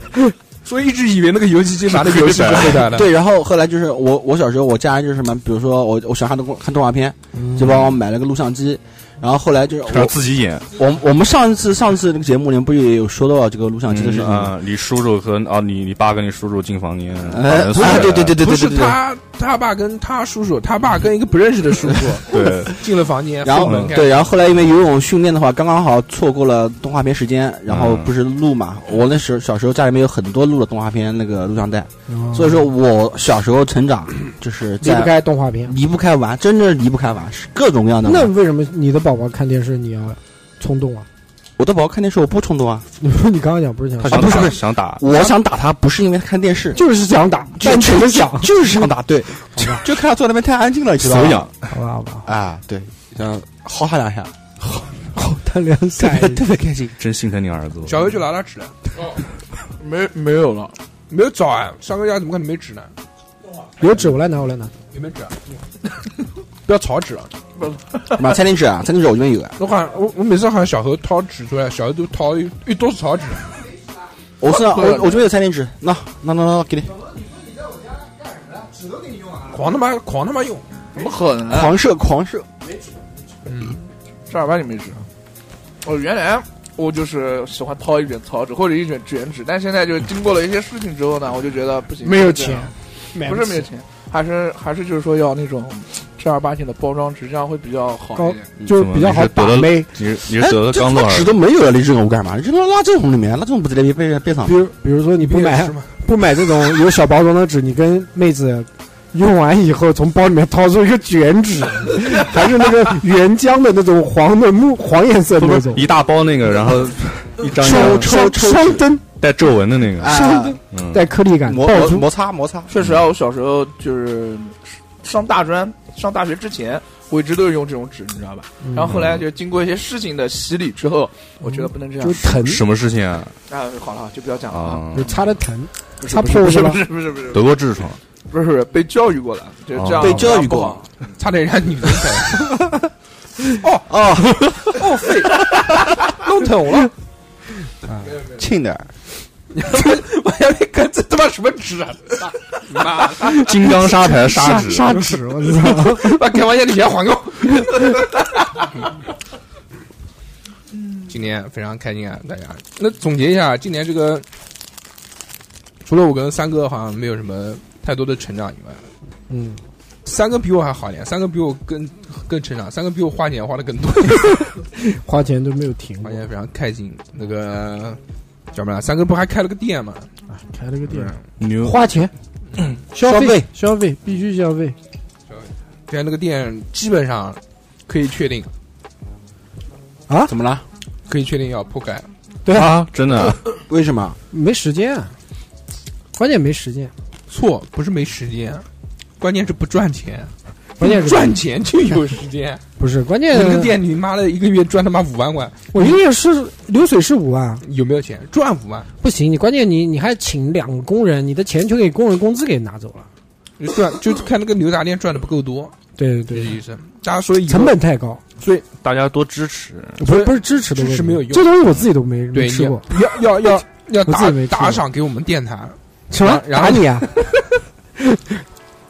Speaker 1: 所以一直以为那个游戏机拿的游戏是黑白的。
Speaker 4: 对，然后后来就是我我小时候我家人就是什么，比如说我我想看动看动画片，就帮我买了个录像机。然后后来就是
Speaker 6: 要
Speaker 4: 我啊
Speaker 6: 自己演。
Speaker 4: 我我们上一次上次那个节目，你们不也有说到这个录像机的事情吗？
Speaker 6: 啊，你叔叔和啊，你你爸跟你叔叔进房间，把
Speaker 4: 哎，
Speaker 6: 人
Speaker 4: 不
Speaker 6: 甩
Speaker 4: 是，
Speaker 6: 了
Speaker 4: 对对对对
Speaker 1: 不
Speaker 4: 对
Speaker 1: 是
Speaker 4: 对对。
Speaker 1: 他他爸跟他叔叔，他爸跟一个不认识的叔叔
Speaker 6: 对，
Speaker 4: 啊
Speaker 1: 进了房间，
Speaker 4: 然后
Speaker 1: 后门开
Speaker 4: 对，然后后来因为游泳训练的话，刚刚好错过了动画片时间，然后不是录嘛，我那时候小时候家里面有很多录的动画片那个录像带，所以说我小时候成长就是
Speaker 5: 嗯离不
Speaker 4: 在
Speaker 5: 开动画片。
Speaker 4: 离不开玩，真正离不开玩，是各种各样的
Speaker 5: 那
Speaker 4: 玩。
Speaker 5: 为什么你的宝宝看电视你要冲动啊？
Speaker 4: 我的宝宝看电视我不冲动啊，
Speaker 5: 你不是你刚刚讲不是讲
Speaker 6: 他
Speaker 4: 啊
Speaker 6: 想
Speaker 4: 不是
Speaker 6: 打
Speaker 4: 不是
Speaker 6: 想打，
Speaker 4: 我想打他不是因为他看电视，
Speaker 5: 就是想打，
Speaker 4: 就
Speaker 5: 但
Speaker 4: 是
Speaker 5: 只能 想，
Speaker 4: 就是想打，对，就看他坐那边太安静了，知道吧
Speaker 6: 手痒，
Speaker 5: 好吧好吧，
Speaker 4: 啊，对，想薅他 两下，
Speaker 5: 好谈两
Speaker 4: 特
Speaker 5: 下
Speaker 4: 别特别开心。
Speaker 6: 真心疼你儿子。
Speaker 1: 小优去拿了纸了，
Speaker 7: 哦没没有了，
Speaker 1: 没有找啊，上个月怎么可能没纸呢？
Speaker 5: 有纸我来拿我来拿，
Speaker 1: 有没有 纸啊？不要草纸啊！
Speaker 4: 妈，餐巾纸啊，餐巾纸我这边有啊，
Speaker 1: 我好像我我每次好像小何掏纸出来，小何都掏一一兜子草纸。
Speaker 4: 我身上我我这边有餐巾纸，那那那那给你，
Speaker 1: 狂他妈狂他妈用，
Speaker 7: 怎么可能？
Speaker 6: 哎
Speaker 4: 狂射狂射。
Speaker 7: 正儿八经没纸。我原来我就是喜欢掏一卷草纸或者一卷卷纸，但现在就是经过了一些事情之后呢，我就觉得不行，
Speaker 5: 没有
Speaker 7: 这
Speaker 5: 钱
Speaker 7: 样，
Speaker 5: 买
Speaker 7: 不是没有
Speaker 5: 起
Speaker 7: 钱，还是还是就是说要那种正儿八经的包装纸，这样会比较好一点。
Speaker 5: 就是比较好
Speaker 6: 怎
Speaker 5: 打
Speaker 6: 么
Speaker 5: 妹。
Speaker 6: 你是你
Speaker 4: 哎，
Speaker 6: 是得了
Speaker 4: 这
Speaker 6: 刚多
Speaker 4: 他
Speaker 6: 少
Speaker 4: 纸？都没有了，你扔我干嘛？扔到垃圾桶里面，垃圾桶不是在边边边上
Speaker 5: 比？如比如 说你不买
Speaker 1: 吗？
Speaker 5: 不买这种有小包装的纸，你跟妹子用完以后，从包里面掏出一个卷纸，还是那个原浆的那种黄的木 黄颜色的那种，
Speaker 6: 一大包那个，然 后一张一
Speaker 5: 双
Speaker 6: 张
Speaker 5: 双双灯
Speaker 6: 带皱纹的那个，
Speaker 4: 啊，
Speaker 6: 嗯，
Speaker 5: 带颗粒感，
Speaker 4: 哎摩
Speaker 5: 爆
Speaker 4: 摩
Speaker 5: 珠
Speaker 4: 摩擦摩擦，
Speaker 7: 确实啊，我小时候就是上大专、上大学之前，我一直都是用这种纸，你知道吧？然后后来就经过一些事情的洗礼之后，我觉得不能这样
Speaker 5: 就。疼，
Speaker 6: 什么事情啊？
Speaker 7: 啊，好了，就不要讲了啊。
Speaker 4: 嗯
Speaker 6: 啊
Speaker 5: 就，擦的疼，
Speaker 7: 不是
Speaker 5: 擦破
Speaker 7: 不是
Speaker 5: 了
Speaker 7: 不
Speaker 5: 吧。
Speaker 7: 是不是不是
Speaker 6: 得过痔疮，
Speaker 7: 不是不是被教育过了，就是这样
Speaker 4: 哦被教育
Speaker 7: 不
Speaker 4: 过
Speaker 7: 好。
Speaker 1: 差点让你弄疼，
Speaker 4: 哦，
Speaker 1: 弄疼我了！
Speaker 4: 轻点儿，
Speaker 1: 我还没看这他妈什么纸啊！妈，
Speaker 6: 金刚砂牌砂纸，
Speaker 5: 砂纸，我操！
Speaker 1: 把开玩笑的钱还给我。今年非常开心啊，大家。那总结一下，今年这个除了我跟三哥好像没有什么太多的成长以外，
Speaker 5: 嗯，
Speaker 1: 三哥比我还好一点，三哥比我更更成长，三哥比我花钱花的更多，
Speaker 5: 花钱都没有停
Speaker 1: 花
Speaker 5: 过，
Speaker 1: 钱非常开心。那个叫什么来？啊三哥不还开了个店嘛？
Speaker 5: 哎开了个店，
Speaker 6: 牛
Speaker 5: 花钱，
Speaker 1: 嗯
Speaker 5: 消
Speaker 4: 消
Speaker 5: 费
Speaker 4: 费，
Speaker 5: 消费必须消费。
Speaker 1: 开那个店基本上可以确定，
Speaker 4: 怎么了？
Speaker 1: 可以确定要破盖。
Speaker 5: 对啊，
Speaker 6: 啊，真的
Speaker 4: 为什么？
Speaker 5: 没时间啊，关键没时间，
Speaker 1: 错，不是没时间，关键是不赚钱。
Speaker 5: 关键是嗯
Speaker 1: 赚钱就有时 间。
Speaker 5: 不是关
Speaker 1: 你
Speaker 5: 键
Speaker 1: 那个店你妈的一个月赚他妈五万块，
Speaker 5: 我一个月是流水是五万，
Speaker 1: 有没有钱？赚五万，
Speaker 5: 不行，你关键你你还请两个工人，你的钱就给工人工资给拿走了。
Speaker 1: 你赚就看那个牛杂店赚的不够多，这
Speaker 5: 对对
Speaker 1: 是
Speaker 5: 对，
Speaker 1: 意思。大家所以以后
Speaker 5: 成本太高，
Speaker 6: 大家多支持，
Speaker 5: 不是不是支持的
Speaker 1: 支
Speaker 5: 问
Speaker 1: 持
Speaker 5: 题，
Speaker 1: 没有用
Speaker 5: 这东西我自己都没
Speaker 1: 对
Speaker 5: 没
Speaker 1: 你
Speaker 5: 吃过，
Speaker 1: 要要要要
Speaker 5: 我
Speaker 1: 打
Speaker 5: 自己没吃过
Speaker 1: 打赏给我们电台。
Speaker 5: 什么
Speaker 1: 然
Speaker 5: 打
Speaker 1: 后
Speaker 5: 你啊？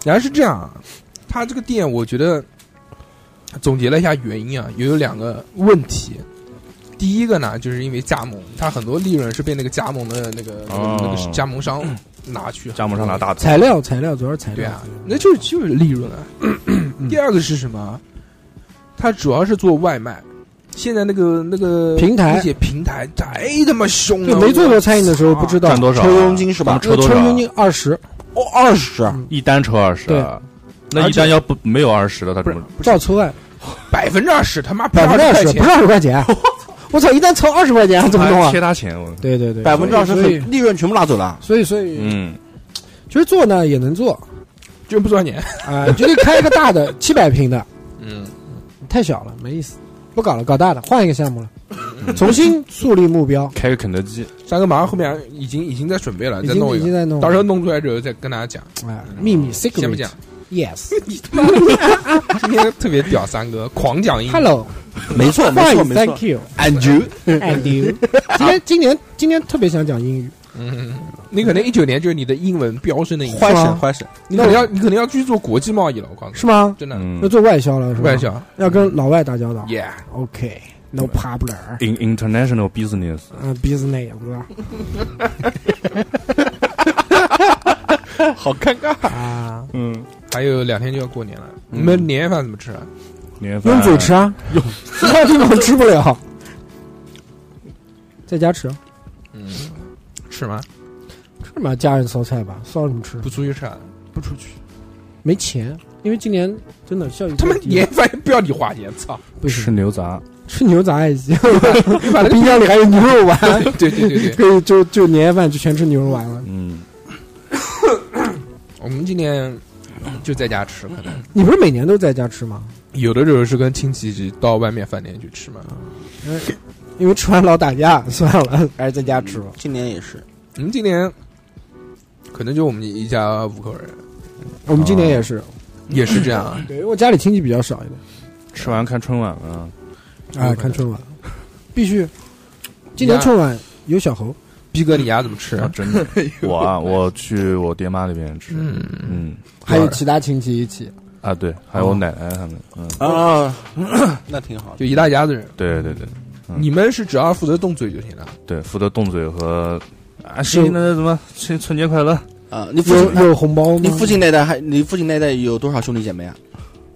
Speaker 1: 然后是这样，啊他这个店我觉得总结了一下原因啊，也有两个问题。第一个呢，就是因为加盟，他很多利润是被那个加盟的那个、那个
Speaker 6: 哦
Speaker 1: 那个加盟商
Speaker 5: 嗯
Speaker 1: 拿去，
Speaker 6: 加盟上拿大头，
Speaker 5: 材料材料主要是材
Speaker 1: 对
Speaker 5: 料
Speaker 1: 啊，，那就是就是利润啊。
Speaker 5: 嗯
Speaker 1: 第二个是什么？它主要是做外卖。现在那个那个
Speaker 5: 平台
Speaker 1: 而且平台太他妈凶
Speaker 5: 就
Speaker 1: 了。
Speaker 5: 没做过餐饮的时候
Speaker 1: 我操
Speaker 5: 不知道
Speaker 6: 赚，多少啊？
Speaker 4: 抽佣金是吧
Speaker 6: 他们抽多
Speaker 5: 抽
Speaker 6: 少
Speaker 5: 佣金
Speaker 6: 啊？
Speaker 5: 二十，
Speaker 4: 哦，二十
Speaker 1: 啊
Speaker 5: 嗯
Speaker 6: 一单抽二十啊
Speaker 5: 对，
Speaker 6: 那
Speaker 1: 而
Speaker 6: 一
Speaker 1: 且
Speaker 6: 单要不没有二十的，他怎么？
Speaker 5: 照抽啊，
Speaker 1: 百分之二十，他妈
Speaker 5: 百分之二
Speaker 1: 20%
Speaker 5: 十，
Speaker 1: 块钱
Speaker 5: 不是二十块钱， 我操！一旦抽二十块钱还怎么弄
Speaker 6: 还
Speaker 5: 啊
Speaker 6: 贴？他钱，我
Speaker 5: 对对对，
Speaker 4: 百分之二十
Speaker 5: 所以
Speaker 4: 很利润全部拿走了。
Speaker 5: 所以所以所以，
Speaker 6: 嗯，
Speaker 5: 其实做呢也能做
Speaker 1: 就不赚钱。
Speaker 5: 啊，你就得开一个大的七百平的，
Speaker 1: 嗯，
Speaker 5: 太小了，没意思，不搞了，搞大的，换一个项目了，重新树立目标，
Speaker 6: 开个肯德基，
Speaker 1: 三哥马上后面已经已经在准备了，
Speaker 5: 已
Speaker 1: 再
Speaker 5: 经
Speaker 1: 弄一
Speaker 5: 已经
Speaker 1: 个，
Speaker 5: 在弄了，
Speaker 1: 到时候弄出来之后再跟大家讲。
Speaker 5: 哎，秘密 secret，
Speaker 1: 先不讲，
Speaker 5: ，yes，hello，
Speaker 1: 今天特别屌，三哥狂讲英语。
Speaker 4: 没错，没错，没错。
Speaker 5: ，thank you
Speaker 4: And you，
Speaker 5: and you，今天今年今年特别想讲英语，
Speaker 1: 嗯，你可能一九年就是你的英文飙升的一年，
Speaker 4: 欢
Speaker 5: 是
Speaker 4: 省
Speaker 5: 吗
Speaker 4: 欢省，
Speaker 1: 你可能要你可能要去做国际贸易了，我告诉你，
Speaker 5: 是嗯吗？
Speaker 1: 真的
Speaker 6: 嗯
Speaker 5: 要做外销了是吧？
Speaker 1: 外销嗯
Speaker 5: 要跟老外打交道。
Speaker 1: ，yeah，
Speaker 5: OK，no problem。
Speaker 6: ，in international business，
Speaker 5: 嗯，business 是吧
Speaker 7: 好尴尬。
Speaker 5: 啊，
Speaker 6: 嗯，
Speaker 1: 还有两天就要过年了，
Speaker 5: 嗯
Speaker 1: 你们年夜饭怎么吃啊？
Speaker 6: 年夜 饭
Speaker 5: 用嘴吃啊，其他地方吃不了， 在家吃啊
Speaker 1: 嗯，吃吗？
Speaker 5: 嗯吃嘛，家人烧菜吧，烧什么吃？
Speaker 1: 不出去吃啊？
Speaker 5: 不出去，没钱，因为今年真的效益
Speaker 1: 他们
Speaker 5: 太低
Speaker 1: 年夜饭也不要你花钱， 操！
Speaker 5: 不
Speaker 6: 吃
Speaker 5: 行，
Speaker 6: 牛杂，
Speaker 5: 吃牛杂也 行，
Speaker 1: 你把那个
Speaker 5: 冰箱里还有牛肉丸，
Speaker 1: 对对对对，
Speaker 5: 可以就就年夜饭就全吃牛肉丸了。
Speaker 6: 嗯，
Speaker 1: 我们今年就在家吃，可能
Speaker 5: 你不是每年都在家吃吗？
Speaker 1: 有的时候是跟亲戚一起到外面饭店去吃嘛。
Speaker 5: 因为吃完老打架， 算了，还是在家吃吧。
Speaker 4: 今年也是，
Speaker 1: 我嗯们今年可能就我们一家五口人，
Speaker 5: 我们今年也是，
Speaker 1: 也是这样啊。
Speaker 5: 对，因为我家里亲戚比较少一点
Speaker 6: 吃完看春晚 啊，
Speaker 5: 啊，看春晚必须。今年春晚有小猴，
Speaker 1: 逼哥，你牙怎么吃？
Speaker 6: 真的，我啊，我去我爹妈那边吃，
Speaker 1: 嗯，
Speaker 6: 嗯，
Speaker 5: 还有其他亲戚一起。
Speaker 6: 啊对，还有我奶奶他们，嗯，
Speaker 4: 啊，那挺好
Speaker 1: 就一大家子人，
Speaker 6: 对对对嗯
Speaker 1: 你们是只要负责动嘴就行了。
Speaker 6: 对，负责动嘴和啊，行，那怎么春春节快乐？
Speaker 4: 啊。你父
Speaker 5: 有
Speaker 4: 亲，
Speaker 5: 有红包吗？
Speaker 4: 你父亲那代还，你父亲那代有多少兄弟姐妹啊？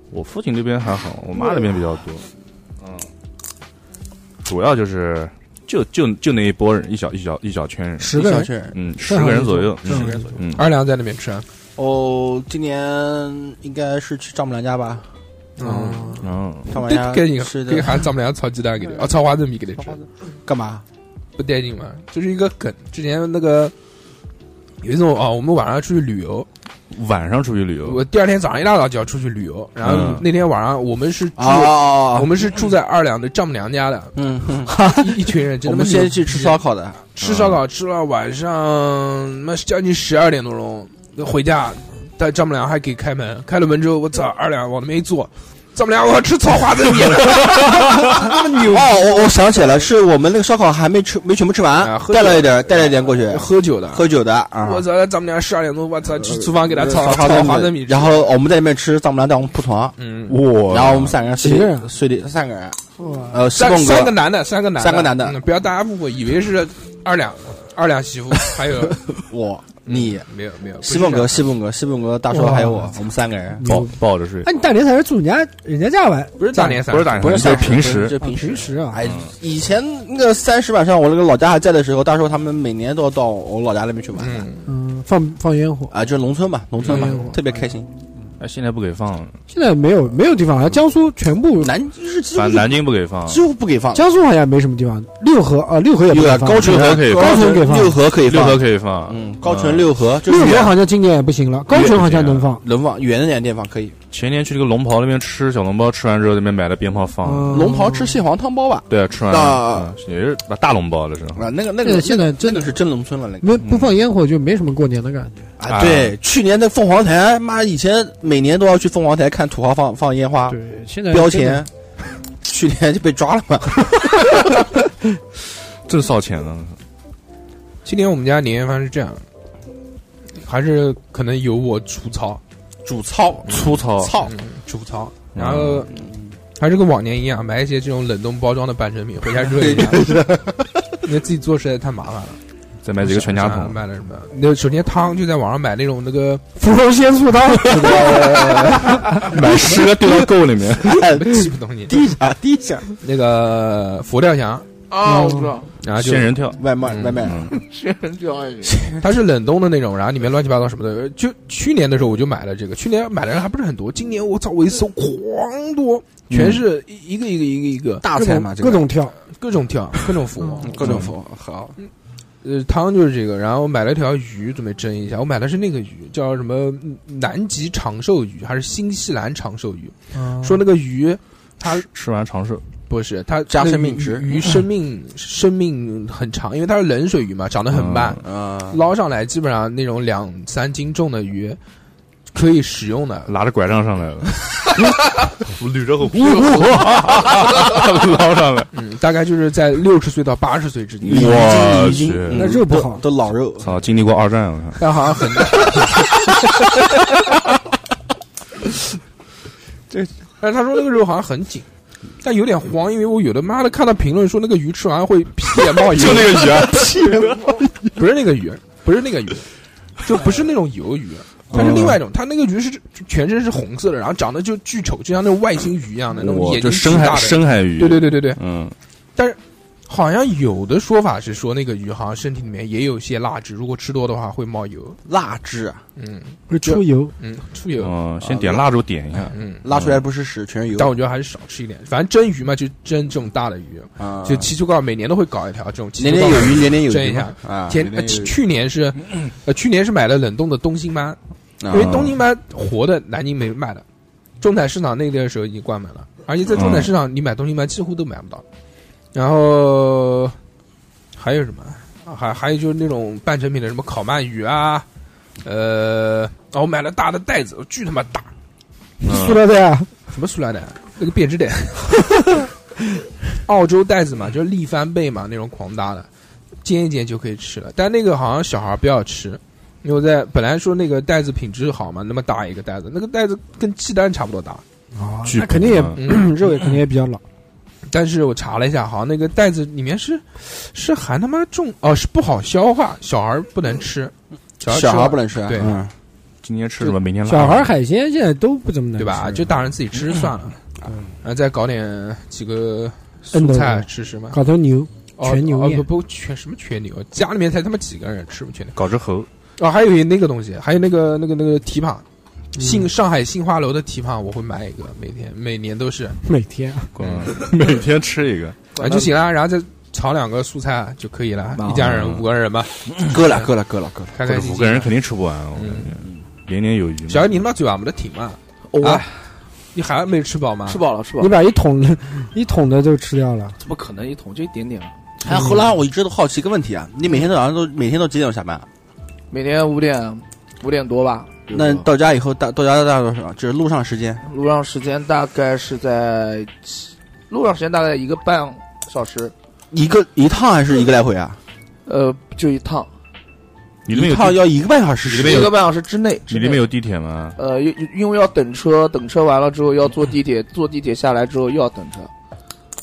Speaker 6: 我父亲这边还好，我妈那边比较多。嗯，主要就是就就就那一波人，一小一小一小圈人，
Speaker 5: 十个
Speaker 4: 小
Speaker 5: 人，
Speaker 4: 圈儿
Speaker 6: 嗯，十个人左右，
Speaker 1: 正好
Speaker 6: 嗯
Speaker 1: 一桌
Speaker 6: 嗯，
Speaker 1: 二两在那边吃啊，
Speaker 4: 哦，今年应该是去丈母娘家吧？
Speaker 1: 嗯，
Speaker 6: 嗯，
Speaker 4: 丈母
Speaker 1: 对
Speaker 4: 娘，
Speaker 1: 给你
Speaker 4: 吃的
Speaker 1: 给喊丈母娘炒鸡蛋给你，啊，炒花生米给你吃，
Speaker 4: 干嘛？
Speaker 1: 不带劲吗？就是一个梗。之前那个有一种啊，我们晚上出去旅游，
Speaker 6: 嗯晚上出去旅游
Speaker 1: 我，第二天早上一大早就要出去旅游，然后
Speaker 6: 嗯
Speaker 1: 那天晚上我们是住，
Speaker 4: 哦
Speaker 1: 我，们是住在二两的丈母娘家的，
Speaker 4: 嗯，哼
Speaker 1: 一一群人，真
Speaker 4: 我
Speaker 1: 的
Speaker 4: 们
Speaker 1: 妈牛
Speaker 4: 先去吃
Speaker 1: 逼
Speaker 4: 烧烤 的，
Speaker 1: 吃烧
Speaker 4: 嗯
Speaker 1: 烤，吃到晚上妈将近十二点多钟回家，但丈母娘还给开门，开了门之后，我操，二两往那边一坐，丈母娘我要吃炒花生米了，
Speaker 4: 哦，我我想起来了，是我们那个烧烤还没吃，没全部吃
Speaker 1: 啊
Speaker 4: 完，
Speaker 1: 喝
Speaker 4: 带
Speaker 1: 酒
Speaker 4: 了一点，带了一点过去，
Speaker 1: 喝酒的。
Speaker 4: 喝酒的啊嗯
Speaker 1: 我。操！丈母娘十二点多，我操，去厨房给她炒
Speaker 4: 炒
Speaker 1: 炒花生米吃。
Speaker 4: 然后我们在那边吃，丈母娘带我们铺床，
Speaker 1: 嗯，
Speaker 6: 哇
Speaker 4: 然后我们三个人
Speaker 5: 几
Speaker 4: 睡
Speaker 5: 个人
Speaker 4: 睡的三个人，
Speaker 5: 哇
Speaker 4: 呃，西
Speaker 1: 三
Speaker 4: 贡
Speaker 1: 三个
Speaker 4: 哥，
Speaker 1: 男的，三个男的，
Speaker 4: 三个男的
Speaker 1: 嗯不要大家误会，以为是二两二两媳妇，还有
Speaker 4: 我你，
Speaker 1: 没有没有
Speaker 4: 西凤哥，西凤哥，西凤哥，大叔
Speaker 5: 哇
Speaker 4: 还有我，我们三个人，
Speaker 6: 抱抱着睡，
Speaker 5: 哎，你大年三十住人家人家家玩，
Speaker 1: 不是大年三
Speaker 6: 不
Speaker 1: 十，
Speaker 6: 是打
Speaker 4: 不
Speaker 6: 就是是
Speaker 4: 三
Speaker 6: 平
Speaker 4: 不
Speaker 6: 时
Speaker 4: 是，平时
Speaker 5: 平。时啊，
Speaker 4: 哎，以前那个三十晚上，我那个老家还在的时候，大叔他们每年都要到我老家那边去玩
Speaker 1: 嗯，
Speaker 5: 嗯，放放烟火，
Speaker 4: 啊，就是农村嘛，农村嘛
Speaker 5: 嗯，
Speaker 4: 特别开心。
Speaker 6: 哎，现在不给放了，
Speaker 5: 现在没有没有地方，好像江苏全部，
Speaker 4: 南是几乎
Speaker 6: 反南京不给放，
Speaker 4: 几乎不给放，
Speaker 5: 江苏好像没什么地方，六合啊，六合也不
Speaker 4: 有
Speaker 5: 能
Speaker 4: 啊，
Speaker 5: 放
Speaker 4: 高淳
Speaker 6: 河
Speaker 4: 河
Speaker 6: 可以
Speaker 4: 高
Speaker 6: 放
Speaker 5: 高淳可以放
Speaker 4: 六合可以
Speaker 6: 六
Speaker 4: 放，
Speaker 6: 合可以放，
Speaker 4: 嗯，高淳六合就
Speaker 5: 六
Speaker 4: 是
Speaker 5: 合
Speaker 4: 远
Speaker 5: 好像今年也不行了，高淳好像能放，
Speaker 4: 能放，远一点地方可以。
Speaker 6: 前年去那个龙袍那边吃小笼包，吃完之后那边买的鞭炮放，
Speaker 5: 嗯
Speaker 4: 龙袍吃蟹黄汤包吧，
Speaker 6: 对，啊吃完
Speaker 4: 那
Speaker 6: 嗯也是把大笼包的时候，
Speaker 4: 啊，那个那
Speaker 5: 那个
Speaker 4: 个
Speaker 5: 现在
Speaker 4: 真
Speaker 5: 真
Speaker 4: 的
Speaker 5: 的
Speaker 4: 是真农村了那个
Speaker 5: 没不放烟火就没什么过年的感觉，
Speaker 4: 啊，对，去年的凤凰台，妈以前每年都要去凤凰台看土豪放放烟花，
Speaker 5: 对，现在
Speaker 4: 标钱， 去年就被抓了 嘛。
Speaker 6: 正烧钱呢，
Speaker 1: 今年我们家年夜饭是这样，还是可能由我出操，
Speaker 4: 主操
Speaker 6: 粗糙，
Speaker 4: 操，
Speaker 1: 嗯，主操，然后还是跟往年一样，买一些这种冷冻包装的半成品回家热一下，因为自己做实在太麻烦了。
Speaker 6: 再买几个全家桶，
Speaker 1: 买了什么？那首先汤就在网上买那种那个
Speaker 5: 芙蓉鲜醋汤，
Speaker 6: 买十个丢到沟里 面。
Speaker 1: 什么东西，
Speaker 4: 地下地下
Speaker 1: 那个佛跳墙，
Speaker 7: 啊，我知道，
Speaker 1: 然后就
Speaker 6: 仙人跳，
Speaker 4: 外卖
Speaker 1: 嗯
Speaker 4: 外卖，
Speaker 7: 仙人跳而已。
Speaker 1: 它是冷冻的那种，然后里面乱七八糟什么的。就去年的时候我就买了这个，去年买的人还不是很多，今年我操，我一搜狂多，全是一一个一个一个一个
Speaker 4: 大
Speaker 5: 各
Speaker 4: 菜嘛，
Speaker 5: 种
Speaker 4: 这
Speaker 5: 各
Speaker 4: 个
Speaker 5: 种跳，
Speaker 1: 各种跳，各种服务。
Speaker 4: 各种服
Speaker 7: 嗯
Speaker 4: 好，
Speaker 7: 哦
Speaker 1: 呃，汤就是这个，然后买了条鱼准备蒸一下。我买的是那个鱼，叫什么嗯南极长寿鱼还是新西兰长寿鱼？
Speaker 4: 嗯
Speaker 1: 说那个鱼它
Speaker 6: 吃完长寿，
Speaker 1: 不是它
Speaker 4: 加
Speaker 1: 那个
Speaker 4: 生命
Speaker 1: 鱼
Speaker 4: 值
Speaker 1: 鱼生命 生命很长，因为它是冷水鱼嘛，长得很慢，
Speaker 4: 嗯，
Speaker 1: 捞上来基本上那种两三斤重的鱼可以食用的。
Speaker 6: 拿着拐杖上来了，捋 着后屁股 捞上来，
Speaker 1: 嗯，大概就是在六十岁到八十岁之间，
Speaker 6: 我
Speaker 4: 已经
Speaker 6: 去，
Speaker 4: 嗯
Speaker 5: 那肉不好
Speaker 4: 都都老肉，
Speaker 6: 操，经历过二战，我看
Speaker 1: 但好像很 难。对，但是他说那个肉好像很紧，但有点黄，因为我有的妈的看到评论说那个鱼吃完会屁眼冒油，
Speaker 6: 就那个鱼啊，
Speaker 1: 不是那个鱼，不是那个鱼，就不是那种鱿 鱼，它是另外一种。它那个鱼是全身是红色的，然后长得就巨丑，就像那种外星鱼一样的那种
Speaker 6: 我
Speaker 1: 眼
Speaker 6: 就
Speaker 1: 睛巨
Speaker 6: 深海
Speaker 1: 大的。
Speaker 6: 深海鱼，
Speaker 1: 对对，对对对，
Speaker 6: 嗯，
Speaker 1: 好像有的说法是说那个鱼好像身体里面也有一些蜡质，如果吃多的话会冒油。
Speaker 4: 蜡质啊
Speaker 1: 嗯
Speaker 5: 会出油，
Speaker 1: 嗯，出油。
Speaker 6: 嗯，先点蜡烛点一下，
Speaker 1: 嗯，
Speaker 4: 拉出来不是屎，全是油啊
Speaker 1: 但我觉得还是少吃一点。反正蒸鱼嘛，就蒸这种大的鱼，
Speaker 4: 啊
Speaker 1: 就七秋膏每年都会搞一条这种七
Speaker 4: 年
Speaker 1: 秋
Speaker 4: 年
Speaker 1: 膏
Speaker 4: 有余，年年有
Speaker 1: 蒸一
Speaker 4: 余
Speaker 1: 下
Speaker 4: 嘛啊，
Speaker 1: 前
Speaker 4: 年
Speaker 1: 呃
Speaker 4: 年有
Speaker 1: 去
Speaker 4: 余
Speaker 1: 去年是，呃去年是买了冷冻的东星斑，
Speaker 4: 啊
Speaker 1: 因为东京班活的南京没卖的，中彩市场那个时候已经关门了，而且在
Speaker 4: 啊
Speaker 1: 中彩市场你买东京班几乎都买不到。然后还有什么？啊还还有就是那种半成品的，什么烤鳗鱼啊，呃，然后买了大的袋子，巨他妈大，
Speaker 4: 嗯
Speaker 5: 塑料袋啊，
Speaker 1: 什么塑料袋，那个编织袋，澳洲袋子嘛，就是立帆贝嘛，那种狂大的，煎一煎就可以吃了。但那个好像小孩不要吃，因为我在本来说那个袋子品质好嘛，那么大一个袋子，那个袋子跟鸡蛋差不多大。
Speaker 5: 哦
Speaker 4: 嗯
Speaker 6: 巨
Speaker 5: 那肯定也
Speaker 6: 补啊
Speaker 5: 肉也肯定也比较老，
Speaker 1: 但是我查了一下，好像那个袋子里面是是含他妈重哦，是不好消化，小孩不能吃，
Speaker 4: 小
Speaker 1: 吃
Speaker 4: 孩
Speaker 1: 完
Speaker 4: 不能吃啊，
Speaker 1: 对
Speaker 4: 嗯
Speaker 6: 今天吃什么，明天拉
Speaker 5: 小孩海鲜现在都不怎么能
Speaker 1: 对吧？
Speaker 5: 吃
Speaker 1: 就大人自己吃算了，
Speaker 4: 嗯
Speaker 1: 然后再搞点几个
Speaker 5: 摁
Speaker 1: 蔬
Speaker 5: 豆
Speaker 1: 菜
Speaker 5: 腐
Speaker 1: 吃吃嘛。
Speaker 5: 搞头牛，
Speaker 1: 哦
Speaker 5: 全牛
Speaker 1: 哦
Speaker 5: 宴
Speaker 1: 不不全什么全牛，家里面才他妈几个人吃不全牛
Speaker 6: 搞只猴，
Speaker 1: 哦，还有一那个东西，还有那个那个那个蹄膀，
Speaker 5: 嗯
Speaker 1: 新上海杏花楼的蹄膀，我会买一个，每天每年都是
Speaker 5: 每天啊
Speaker 6: 嗯每天吃一个，
Speaker 1: 啊就行了，然后再炒两个蔬菜就可以了，一家人五个人嘛，
Speaker 4: 够了够了够了够了，
Speaker 1: 开
Speaker 6: 或
Speaker 1: 开
Speaker 6: 者
Speaker 1: 心心。
Speaker 6: 五个人肯定吃不完，啊我感
Speaker 1: 嗯
Speaker 6: 觉年年有余嘛。
Speaker 1: 小孩你他妈嘴巴没得停嘛？啊，你还没吃饱吗？
Speaker 7: 吃饱了，吃饱
Speaker 5: 你
Speaker 7: 了，
Speaker 5: 把一桶一桶的 都吃掉了，
Speaker 7: 怎么可能一桶就一点点？
Speaker 4: 哎，后来我一直都好奇一个问题啊，你每天都早上都每天都几点钟下班啊？
Speaker 7: 每天五点五点多吧。
Speaker 4: 那到家以后大到家大概多少？就是路上时间
Speaker 7: 路上时间大概是在七路上时间大概一个半小时，
Speaker 4: 一个一趟还是一个来回啊？
Speaker 7: 呃，就一趟，
Speaker 6: 你那边
Speaker 4: 一
Speaker 6: 有
Speaker 4: 趟
Speaker 6: 地
Speaker 4: 要一个半小时时
Speaker 6: 没
Speaker 4: 间
Speaker 6: 有
Speaker 7: 一个半小时之内。之
Speaker 6: 你
Speaker 7: 内
Speaker 6: 那边有地铁吗？
Speaker 7: 呃，因因为要等车，等车完了之后要坐地铁，坐地铁下来之后又要等车。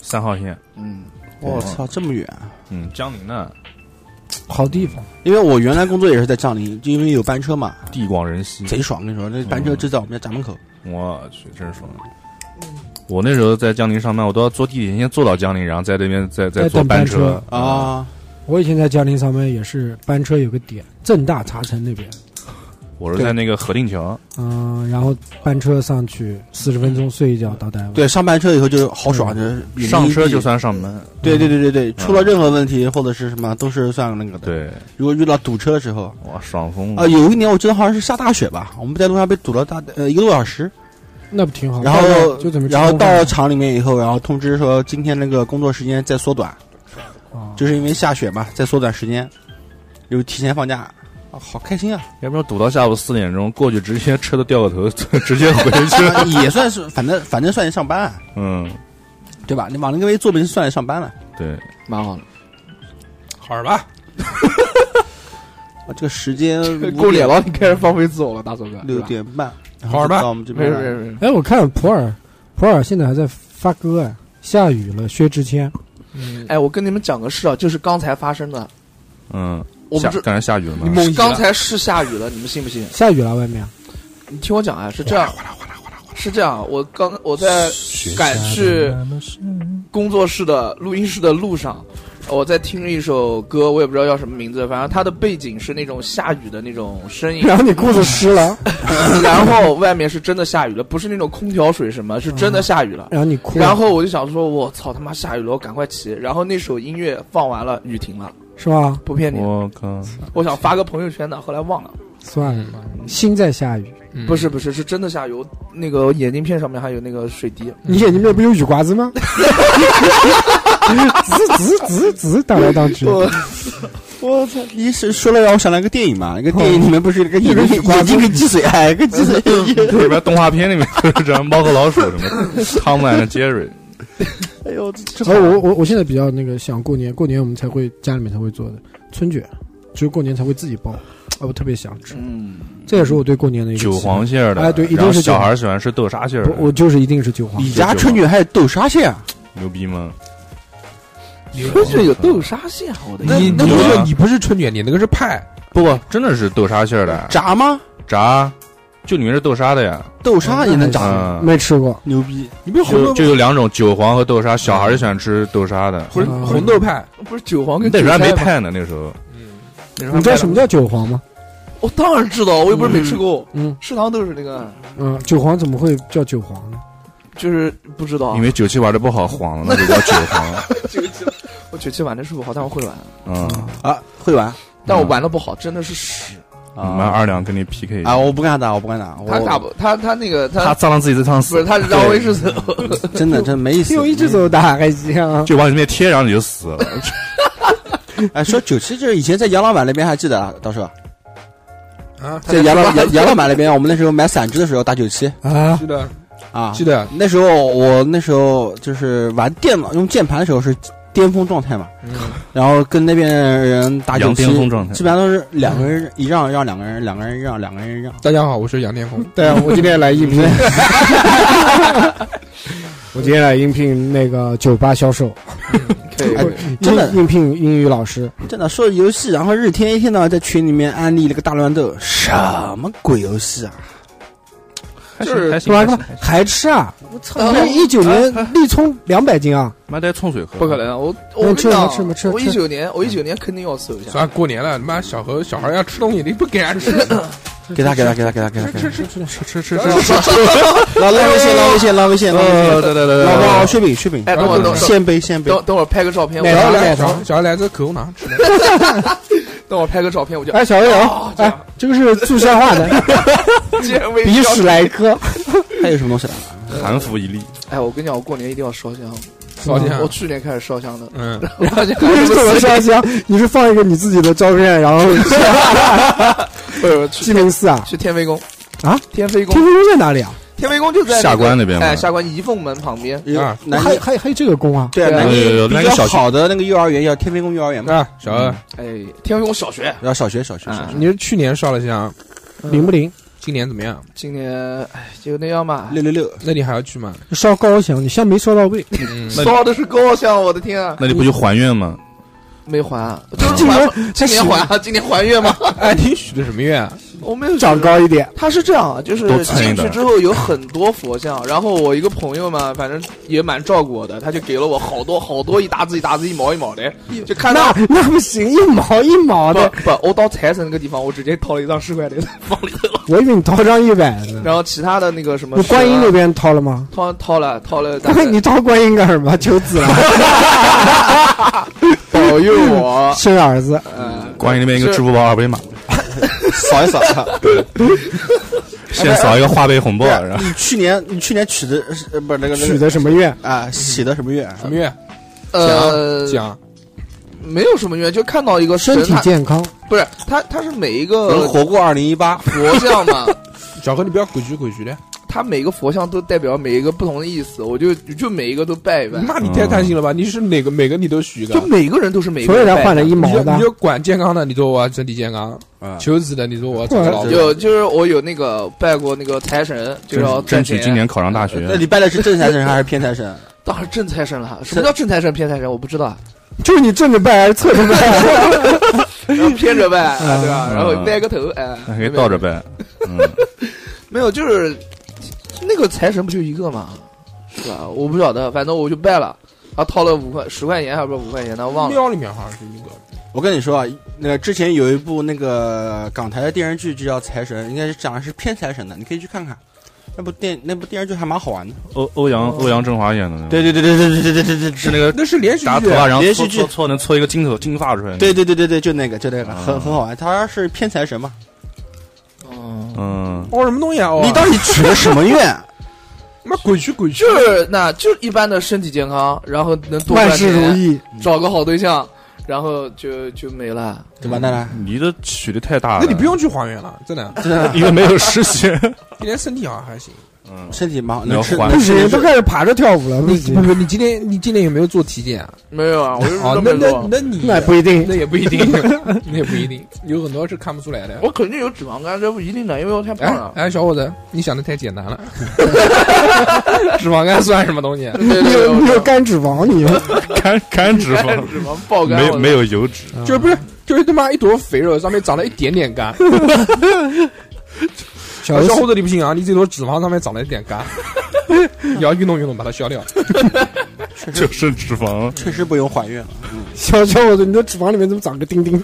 Speaker 6: 三号线，
Speaker 7: 嗯，
Speaker 4: 我操，这么远啊！
Speaker 6: 嗯，江宁的
Speaker 5: 好地方，
Speaker 4: 因为我原来工作也是在江宁，就因为有班车嘛，
Speaker 6: 地广人稀，
Speaker 4: 贼爽！跟你说，
Speaker 6: 嗯
Speaker 4: 那班车就在我们家家门口。
Speaker 6: 我去，真爽。我那时候在江宁上班，我都要坐地铁先坐到江宁，然后在那边再
Speaker 5: 再
Speaker 6: 坐
Speaker 5: 等班
Speaker 6: 车
Speaker 5: 车。
Speaker 4: 啊，
Speaker 5: 我以前在江宁上班也是班车有个点，正大茶城那边，
Speaker 6: 我是在那个河定桥，
Speaker 5: 嗯，然后班车上去四十分钟睡一觉到单位，
Speaker 4: 对，上班车以后就好爽，就是远离
Speaker 6: 嗯上车就
Speaker 4: 地。
Speaker 6: 算嗯上
Speaker 5: 嗯
Speaker 6: 班。
Speaker 4: 对对对对对，出了任何问题或者是什么都是算那个的。，
Speaker 6: 对，
Speaker 4: 如果遇到堵车的时候，
Speaker 6: 哇，爽疯
Speaker 4: 啊，
Speaker 6: 了！
Speaker 4: 有一年我记得好像是下大雪吧，我们在路上被堵了大呃一个多小时，
Speaker 5: 那不挺
Speaker 6: 哦
Speaker 5: 好？
Speaker 4: 然后
Speaker 5: 就准备吃
Speaker 4: 然后
Speaker 5: 中饭
Speaker 4: 到厂里面以后，然后通知说今天那个工作时间再缩短，
Speaker 6: 哦
Speaker 5: 啊
Speaker 4: 就是因为下雪嘛，再缩短时间，又提前放假，啊好开心啊！
Speaker 6: 要不然堵到下午四点钟过去，直接车都掉个头， 直接回 去。
Speaker 4: 啊也算是，反正反正算是上班啊，
Speaker 6: 嗯，
Speaker 4: 对吧？你往那个位坐，不就算是上班了？
Speaker 6: 对，
Speaker 7: 蛮好的。
Speaker 1: 好了吧？
Speaker 4: 啊，这个时间
Speaker 7: 够脸了，你开始放飞自我了，大左哥。
Speaker 4: 六
Speaker 7: 对吧，
Speaker 4: 点半，然
Speaker 1: 好
Speaker 4: 后
Speaker 1: 好
Speaker 4: 就
Speaker 1: 办
Speaker 4: 到我们这
Speaker 7: 没
Speaker 4: 边
Speaker 7: 事
Speaker 4: 来
Speaker 7: 没事没事。
Speaker 5: 哎，我看普洱，普洱现在还在发歌啊，下雨了，薛之谦，
Speaker 1: 嗯，
Speaker 7: 哎，我跟你们讲个事啊，就是刚才发生的，
Speaker 6: 嗯，
Speaker 7: 我
Speaker 6: 下
Speaker 7: 们这
Speaker 6: 刚才下雨了吗？
Speaker 1: 梦遗了
Speaker 7: 刚才是下雨了，你们信不信？
Speaker 5: 下雨了外面，
Speaker 7: 你听我讲啊，是这样，是这样，我刚我在赶去工作室的录音室的路上，我在听一首歌，我也不知道叫什么名字，反正它的背景是那种下雨的那种声音，
Speaker 5: 然后你裤子湿了，
Speaker 7: 然后外面是真的下雨了，不是那种空调水什么，是真的下雨了。
Speaker 5: 然后你哭了，
Speaker 7: 然后我就想说，我操他妈下雨了，我赶快骑。然后那首音乐放完了，雨停了，
Speaker 5: 是吧？
Speaker 7: 不骗你，
Speaker 6: 我靠！
Speaker 7: 我想发个朋友圈的，后来忘了。
Speaker 5: 算了吧，心在下雨，
Speaker 1: 嗯
Speaker 7: 不是不是，是真的下雨，我那个我眼镜片上面还有那个水滴。
Speaker 5: 你眼睛里面不有雨刮子吗？直直直直荡来荡去，
Speaker 7: 我
Speaker 4: 我操！你是说了让我想到一个电影嘛？一个电影里面不是那个眼睛眼睛跟鸡嘴，哎，跟鸡嘴一样。
Speaker 6: 里边动画片里面就是这样，猫和老鼠什么的，汤姆 and Jerry，
Speaker 4: 哎呦，这
Speaker 5: 而我我我现在比较那个想过年，过年我们才会家里面才会做的春卷，只有过年才会自己包，啊，我特别想吃。
Speaker 7: 嗯，
Speaker 5: 这也是我对过年的一个期
Speaker 6: 韭
Speaker 5: 待
Speaker 6: 黄馅儿的，
Speaker 5: 哎对一定
Speaker 6: 然后
Speaker 5: 是韭
Speaker 6: 小孩喜欢吃豆沙馅儿
Speaker 5: 不，
Speaker 6: 的，
Speaker 5: 我就是一定是韭黄
Speaker 4: 你。家春卷还有豆沙馅啊？
Speaker 6: 牛逼吗？
Speaker 7: 春卷有豆沙馅，我的
Speaker 6: 那
Speaker 1: 你那不
Speaker 6: 有
Speaker 1: 是
Speaker 6: 啊
Speaker 1: 你不是春卷，你那个是派，
Speaker 6: 不不，真的是豆沙馅儿的，
Speaker 4: 炸吗？
Speaker 6: 炸，就里面是豆沙的呀，
Speaker 4: 豆
Speaker 5: 嗯
Speaker 4: 沙也能炸？
Speaker 6: 啊，
Speaker 5: 没吃过，
Speaker 4: 牛逼！
Speaker 1: 你不是红
Speaker 6: 就
Speaker 1: 豆
Speaker 6: 就有两种，韭黄和豆沙，小孩儿就喜欢吃豆沙的，
Speaker 1: 不是
Speaker 5: 啊
Speaker 1: 红豆派，
Speaker 7: 不是韭黄跟
Speaker 6: 那时候还没
Speaker 7: 韭菜吗，
Speaker 6: 派呢，那时候
Speaker 7: 那时候还
Speaker 5: 你知道
Speaker 7: 没
Speaker 5: 什么
Speaker 7: 派
Speaker 5: 叫韭黄吗？
Speaker 7: 我当然知道，我又不是没吃过，
Speaker 5: 嗯
Speaker 7: 食堂都是那个，
Speaker 5: 嗯，韭黄怎么会叫韭黄呢？
Speaker 7: 就是不知道
Speaker 6: 因。为九七玩的不好，黄了，那 就叫韭黄，
Speaker 7: 我觉得这玩的是不好，但我会玩，
Speaker 6: 嗯，
Speaker 4: 啊，会玩
Speaker 7: 但我玩的不好，真的是屎。
Speaker 6: 你们二两跟你 PK 一下
Speaker 7: 哎
Speaker 4: 啊！我不跟他打，我不跟他打，我
Speaker 7: 他打不，他他那个
Speaker 6: 他
Speaker 7: 他
Speaker 6: 脏了自己再烫
Speaker 7: 不是
Speaker 6: 死，
Speaker 7: 他是让威士走，
Speaker 4: 真的真没意 思。
Speaker 5: 就一直走打还行啊。
Speaker 6: 就往你面贴，然后你就死了。
Speaker 4: 哎，说九七就是以前在杨老板那边还记得啊，到时候
Speaker 1: 啊
Speaker 4: 在杨老杨杨老板那边，我们那时候买散支的时候打九七
Speaker 5: 啊，
Speaker 1: 记得
Speaker 4: 啊
Speaker 1: 记。得，
Speaker 4: 那时候我那时候就是玩电脑用键盘的时候是巅峰状态嘛， 然后跟那边人打九
Speaker 6: 羊
Speaker 4: 七
Speaker 6: 巅，峰状态
Speaker 4: 基本上都是两个人一让让两个人，两个人让两个人让。
Speaker 1: 大家好，我是杨天红，
Speaker 5: 对，啊我今天来应聘， 我今天来应聘那个酒吧销售，
Speaker 7: 可以
Speaker 4: 哎
Speaker 7: 可以
Speaker 4: 真的
Speaker 5: 应应聘英语老师。
Speaker 4: 真的说游戏，然后日天一天到晚在群里面安利那个大乱斗，什么鬼游戏啊？
Speaker 7: 就是
Speaker 6: 还
Speaker 5: 说完
Speaker 6: 行，还
Speaker 5: 了
Speaker 6: 行，
Speaker 5: 还吃啊？我操！
Speaker 7: 啊
Speaker 5: 那一九 年力冲两百斤啊！
Speaker 6: 妈带冲水喝，
Speaker 7: 不可。能。啊我
Speaker 5: 嗯
Speaker 7: 我跟你
Speaker 5: 吃
Speaker 7: 讲
Speaker 5: 吃吃吃，
Speaker 7: 我一九年我一九年肯定要瘦一下。
Speaker 1: 算过年了，他妈小何小孩要吃东西，你不给他吃，
Speaker 4: 给他，给他，给他，给他，给他，给
Speaker 5: 吃吃吃吃吃！
Speaker 4: 他！拉拉微信，拉微信，拉微信，拉微
Speaker 6: 呃，
Speaker 4: 信。
Speaker 6: 对对对
Speaker 4: 老
Speaker 6: 对，
Speaker 4: 包，馅饼，馅饼，
Speaker 7: 哎，等我等等
Speaker 4: 鲜杯，鲜杯。
Speaker 7: 等等会儿拍个照片，
Speaker 5: 买
Speaker 1: 小
Speaker 5: 了
Speaker 1: 孩
Speaker 7: 我
Speaker 1: 来
Speaker 5: 买
Speaker 1: 小
Speaker 5: 了
Speaker 1: 孩小孩来这口红糖吃的，
Speaker 7: 等我拍个照片我就
Speaker 5: 哎，小朋友，哎，这个是助消化的
Speaker 7: 见微
Speaker 5: 鼻
Speaker 7: 笑
Speaker 5: 屎来 颗，
Speaker 4: 还有什么东西啊来了？
Speaker 6: 韩服一粒，
Speaker 7: 哎，我跟你讲，我过年一定要烧香。
Speaker 1: 烧香
Speaker 7: 我去年开始烧香 的，
Speaker 1: 嗯，
Speaker 7: 然后就
Speaker 5: 你是怎 么烧香？你是放一个你自己的照片，然后
Speaker 7: 不是去
Speaker 5: 鸡鸣寺啊？
Speaker 7: 去天妃宫
Speaker 5: 啊？
Speaker 7: 天妃宫
Speaker 5: 天，宫在哪里啊？
Speaker 7: 天妃宫就在那个
Speaker 6: 下关那边吗
Speaker 7: 哎，下关仪凤门旁边。
Speaker 1: 啊
Speaker 4: 南
Speaker 5: 还
Speaker 4: 京
Speaker 5: 还还有这个宫啊？
Speaker 4: 对啊，
Speaker 7: 对啊
Speaker 4: 南
Speaker 6: 有有有
Speaker 4: 京
Speaker 6: 那
Speaker 4: 比
Speaker 6: 个
Speaker 4: 较
Speaker 6: 小区
Speaker 4: 好的那个幼儿园叫天妃宫幼儿园嘛，
Speaker 1: 啊，小何，
Speaker 7: 哎，天妃宫小学。
Speaker 4: 然后小学小学小
Speaker 7: 啊
Speaker 4: 学，
Speaker 1: 你是去年烧了香，
Speaker 5: 灵不灵？
Speaker 1: 今年怎么样？
Speaker 7: 今年哎，就那样吧。
Speaker 4: 六六六，
Speaker 1: 那你还要去 吗？
Speaker 5: 烧高香，你香没烧到位，
Speaker 1: 嗯，
Speaker 7: 烧的是高香，我的天啊！
Speaker 6: 那你不就还愿吗？
Speaker 7: 没还啊，就是还，今年还啊，今年还愿吗？
Speaker 1: 哎，你许的什么愿啊？
Speaker 7: 我没有
Speaker 5: 长。高一点。
Speaker 7: 他是这样啊，就是
Speaker 6: 多蹭一
Speaker 7: 进去
Speaker 6: 点
Speaker 7: 之后有很多佛像，然后我一个朋友嘛，反正也蛮照顾我的，他就给了我好多好多一沓子一沓子一毛一毛的，就看到
Speaker 5: 那那不行，一毛一毛
Speaker 7: 不
Speaker 5: 的，
Speaker 7: 不，我到财神那个地方，我直接掏了一张十块的放里头，
Speaker 5: 我以为你掏张一百呢。
Speaker 7: 然后其他的那个什么
Speaker 5: 你观音那
Speaker 7: 边
Speaker 5: 边掏了吗？
Speaker 7: 掏掏了掏了，啊大 概
Speaker 5: 你掏观音干什么？求子啊了，，
Speaker 7: 保佑我
Speaker 5: 生儿子。
Speaker 7: 嗯，
Speaker 6: 关于那边一个支付宝二维码，
Speaker 7: 哎
Speaker 4: 扫一扫。
Speaker 6: 先扫一个花呗红包，
Speaker 7: 啊
Speaker 6: 然后
Speaker 4: 你去年你去年取的是呃不是那个那个
Speaker 5: 许的什么愿？
Speaker 4: 啊？写的什么愿？
Speaker 1: 什么愿？
Speaker 7: 呃，
Speaker 1: 讲，
Speaker 7: 没有什么愿，就看到一个
Speaker 5: 身
Speaker 7: 呃神
Speaker 5: 体
Speaker 7: 他
Speaker 5: 健康，
Speaker 7: 不是他他是每一
Speaker 4: 能
Speaker 7: 个
Speaker 4: 活过二零一八？
Speaker 7: 佛像嘛，
Speaker 1: 小何你不要鬼虚鬼虚的，
Speaker 7: 他每个佛像都代表每一个不同的意思，我就就每一个都拜一拜，
Speaker 1: 那你太贪心了吧？你是哪个每个你都许一个
Speaker 7: 就？每个人都是每个
Speaker 5: 所以
Speaker 7: 人
Speaker 5: 才
Speaker 7: 拜
Speaker 5: 换
Speaker 7: 的
Speaker 5: 了一
Speaker 1: 你
Speaker 5: 毛
Speaker 1: 就
Speaker 5: 的
Speaker 1: 你。就管健康的，你说我要身体健康；
Speaker 4: 啊，
Speaker 1: 求子的，你说我要找个老婆。
Speaker 7: 哦有就是我有那个拜过那个财神，就要啊
Speaker 6: 争争取今年考上大
Speaker 4: 那
Speaker 6: 学。
Speaker 4: 你拜的是正财神还是偏财神？
Speaker 7: 当然正财神了，什么叫正财神偏财神我不知道啊，
Speaker 5: 就是你正着拜还是侧着拜？
Speaker 7: 然后偏着拜，啊对吧？
Speaker 6: 嗯
Speaker 7: 然后带个头，哎，
Speaker 6: 还可以倒着呗，嗯，
Speaker 7: 没有，就是那个财神不就一个嘛，是吧？我不晓得，反正我就拜了，他掏了五块十块钱，还不是五块钱，他忘了。
Speaker 1: 庙里面好像是一个，
Speaker 4: 我跟你说啊，那个之前有一部那个港台的电视剧就叫《财神》，应该是讲的是偏财神的，你可以去看看。那部电那部电视剧还蛮好玩的。
Speaker 6: 欧欧阳欧阳震华演的那个，
Speaker 4: 对对对对对对对对，
Speaker 6: 是那个
Speaker 1: 那是连续
Speaker 6: 打头啊
Speaker 1: 剧。
Speaker 6: 发，然后
Speaker 4: 连续
Speaker 6: 搓
Speaker 4: 剧
Speaker 6: 搓搓能搓一个金头金发出来。
Speaker 4: 对，对对对对，就那个就那个，很
Speaker 6: 啊
Speaker 4: 很好玩。他是偏财神嘛？
Speaker 7: 嗯，
Speaker 6: 嗯，
Speaker 1: 哦，什么东西啊？哦，
Speaker 4: 你到底许了什么愿？
Speaker 1: 妈鬼虚鬼虚
Speaker 7: 就。是那就是一般的身体健康，然后能多
Speaker 5: 万
Speaker 7: 赚
Speaker 5: 事如
Speaker 7: 钱，
Speaker 5: 意，
Speaker 7: 找个好对象，然后就就没了。
Speaker 4: 就完蛋了。
Speaker 6: 你的曲的太大了，
Speaker 1: 那你不用去还原了，真 的，
Speaker 6: 因为没有实现。
Speaker 1: 今天身体好像还行。
Speaker 4: 身体蛮好，
Speaker 6: 你要
Speaker 4: 能吃
Speaker 6: 还
Speaker 5: 不
Speaker 4: 能
Speaker 5: 行，
Speaker 4: 吃
Speaker 5: 都开始爬着跳舞了，不
Speaker 1: 你
Speaker 5: 行
Speaker 1: 不。是你今天你今天有没有做体检啊？
Speaker 7: 没有啊，我就是
Speaker 1: 哦那
Speaker 7: 这，么
Speaker 1: 那
Speaker 7: 做。
Speaker 1: 那你
Speaker 5: 那也不一定
Speaker 1: 那，也不一定， 那也不一定，有很多是看不出来的。
Speaker 7: 我肯定有脂肪肝，这不一定的，因为我太胖
Speaker 1: 哎
Speaker 7: 了。
Speaker 1: 哎，小伙子，你想的太简单了， 脂肪肝算什么东西？啊
Speaker 7: 对对
Speaker 5: 你
Speaker 7: 对，
Speaker 5: 有
Speaker 7: 我
Speaker 5: 你有
Speaker 7: 知道
Speaker 5: 肝脂肪， 你
Speaker 6: 干干脂
Speaker 7: 肝
Speaker 6: 肪，
Speaker 7: 脂肪爆肝，
Speaker 6: 没
Speaker 7: 我
Speaker 6: 有没有油脂，
Speaker 1: 就是不是就是他妈一坨肥肉，上面长了一点点肝。
Speaker 5: 小
Speaker 1: 小伙子，你不行啊！你这坨脂肪上面长了一点 肝，你要运动运动，把它消掉。
Speaker 6: 就剩脂肪，
Speaker 4: 确实不用还原了。
Speaker 5: 小小伙子，你的脂肪里面怎么长个钉钉？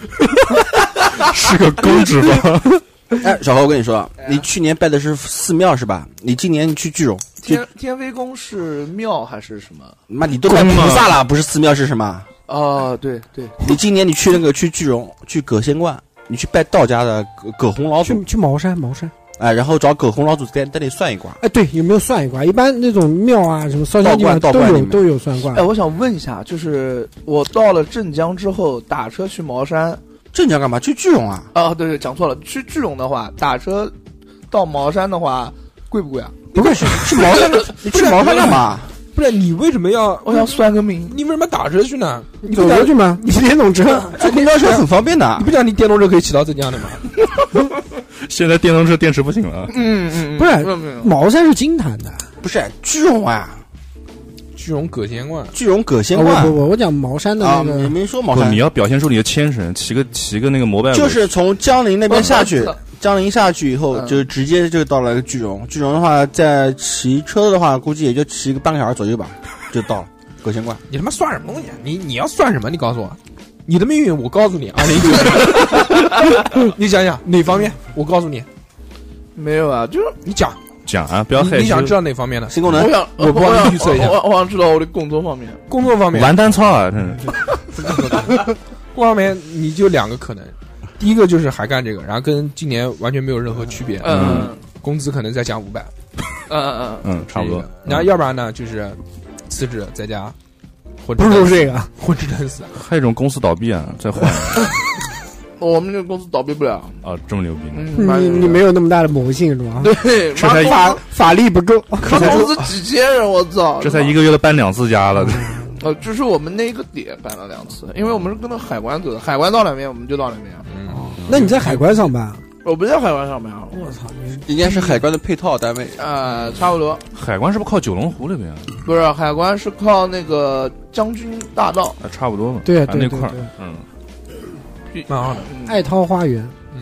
Speaker 6: 是个公脂肪。
Speaker 4: 哎，小何，我跟你说，你去年拜的是寺庙是吧？你今年去聚拢，
Speaker 7: 天天妃宫是庙还是什么？
Speaker 4: 妈你都拜菩萨了，不是寺庙是什么？
Speaker 7: 哦，对对，
Speaker 4: 你今年你去那个去聚拢，去葛仙观，你去拜道家的葛葛洪老祖，
Speaker 5: 去去茅山，茅山。
Speaker 4: 哎，然后找葛洪老祖带带你算一卦。
Speaker 5: 哎，对，有没有算一卦？一般那种庙啊，什么烧香地方都
Speaker 4: 道观道观里
Speaker 5: 有
Speaker 4: 面
Speaker 5: 都有算卦
Speaker 7: 哎，。我想问一下，就是我到了镇江之后，打车去茅山，
Speaker 4: 这你要干嘛？去聚拢啊？
Speaker 7: 啊，对对，讲错了，去句容的话，打车到茅山的话，贵不贵啊？
Speaker 4: 不是去去茅山， 你去茅山干嘛？
Speaker 1: 不是你为什么要？
Speaker 7: 我想算个命，
Speaker 1: 你为什么打车去呢？你
Speaker 5: 走
Speaker 1: 不
Speaker 5: 过
Speaker 1: 讲
Speaker 5: 去吗？你电动车，
Speaker 4: 坐公交车很方便的
Speaker 1: 你。不讲你电动车可以骑到浙江的吗？
Speaker 6: 现在电动车电池不行了，
Speaker 7: 嗯嗯
Speaker 5: 不是
Speaker 7: 没有没有，
Speaker 5: 茅山是金坛的。
Speaker 4: 不是聚拢啊，
Speaker 1: 聚龙葛仙观，
Speaker 4: 聚拢葛仙
Speaker 5: 哦，
Speaker 4: 观
Speaker 5: 不不，我讲茅山的
Speaker 4: 啊，
Speaker 5: 那
Speaker 4: 你
Speaker 5: 个，
Speaker 4: 没说茅
Speaker 6: 不，
Speaker 4: 山
Speaker 6: 你，要表现出你的精神，骑个骑个那个摩拜，
Speaker 4: 就是从江哦陵那边下去
Speaker 7: 我操。
Speaker 4: 江陵下去以后，
Speaker 7: 嗯
Speaker 4: 就直接就到了句容。句容的话，在骑车的话，估计也就骑个半个小时左右吧， 就到了葛仙观。
Speaker 1: 你他妈算什么东西啊？你你要算什么？你告诉我，你的命运我告诉你， 二零一九，你想想哪方面？我告诉你，
Speaker 7: 没有啊，就是
Speaker 1: 你讲，
Speaker 6: 讲啊，不要
Speaker 1: 你
Speaker 6: 害
Speaker 1: 你想知
Speaker 6: 羞。
Speaker 1: 道哪方面的？
Speaker 4: 新功能
Speaker 7: 我，想
Speaker 1: 我帮你
Speaker 7: 想
Speaker 1: 预测一下
Speaker 7: 我我我想知道我的工作方面，
Speaker 1: 工作方面，
Speaker 6: 完蛋操啊！真是
Speaker 1: 工作方面你就两个可能，第一个就是还干这个，然后跟今年完全没有任何区别，
Speaker 7: 嗯
Speaker 1: 工资可能再加五百，
Speaker 7: 嗯嗯
Speaker 6: 嗯，差不多
Speaker 1: 这个。然后
Speaker 6: 嗯
Speaker 1: 要不然呢，就是辞职在家混吃
Speaker 5: 不是
Speaker 1: 等
Speaker 5: 说
Speaker 1: 死，
Speaker 5: 这个，
Speaker 1: 混吃等死。
Speaker 6: 还有一种公司倒闭啊，再换
Speaker 7: 嗯，我们这个公司倒闭不了，
Speaker 6: 啊，这么牛逼呢？
Speaker 7: 嗯，
Speaker 5: 你你没有那么大的魔性是吧？
Speaker 7: 对，
Speaker 6: 这
Speaker 7: 妈
Speaker 6: 才
Speaker 7: 公
Speaker 5: 法法力不够，
Speaker 7: 他公司几千人，我操！
Speaker 6: 这才一个月都搬两次家了，
Speaker 7: 呃，就是我们那个点搬了两次，因为我们是跟着海关走的，海关到哪边我们就到哪边。
Speaker 1: 嗯，
Speaker 5: 那你在海关上班？
Speaker 7: 我不在海关上班啊，我
Speaker 5: 操！
Speaker 4: 应该是海关的配套单位。
Speaker 7: 呃，差不多，
Speaker 6: 海关是不是靠九龙湖那边啊？
Speaker 7: 不是海关是靠那个将军大道，
Speaker 6: 啊差不多嘛。
Speaker 5: 对
Speaker 6: 啊
Speaker 5: 对
Speaker 6: 那
Speaker 5: 对
Speaker 6: 块儿
Speaker 5: 对，
Speaker 6: 嗯，
Speaker 1: 蛮好的。
Speaker 7: 嗯
Speaker 5: 爱涛花园，
Speaker 1: 嗯，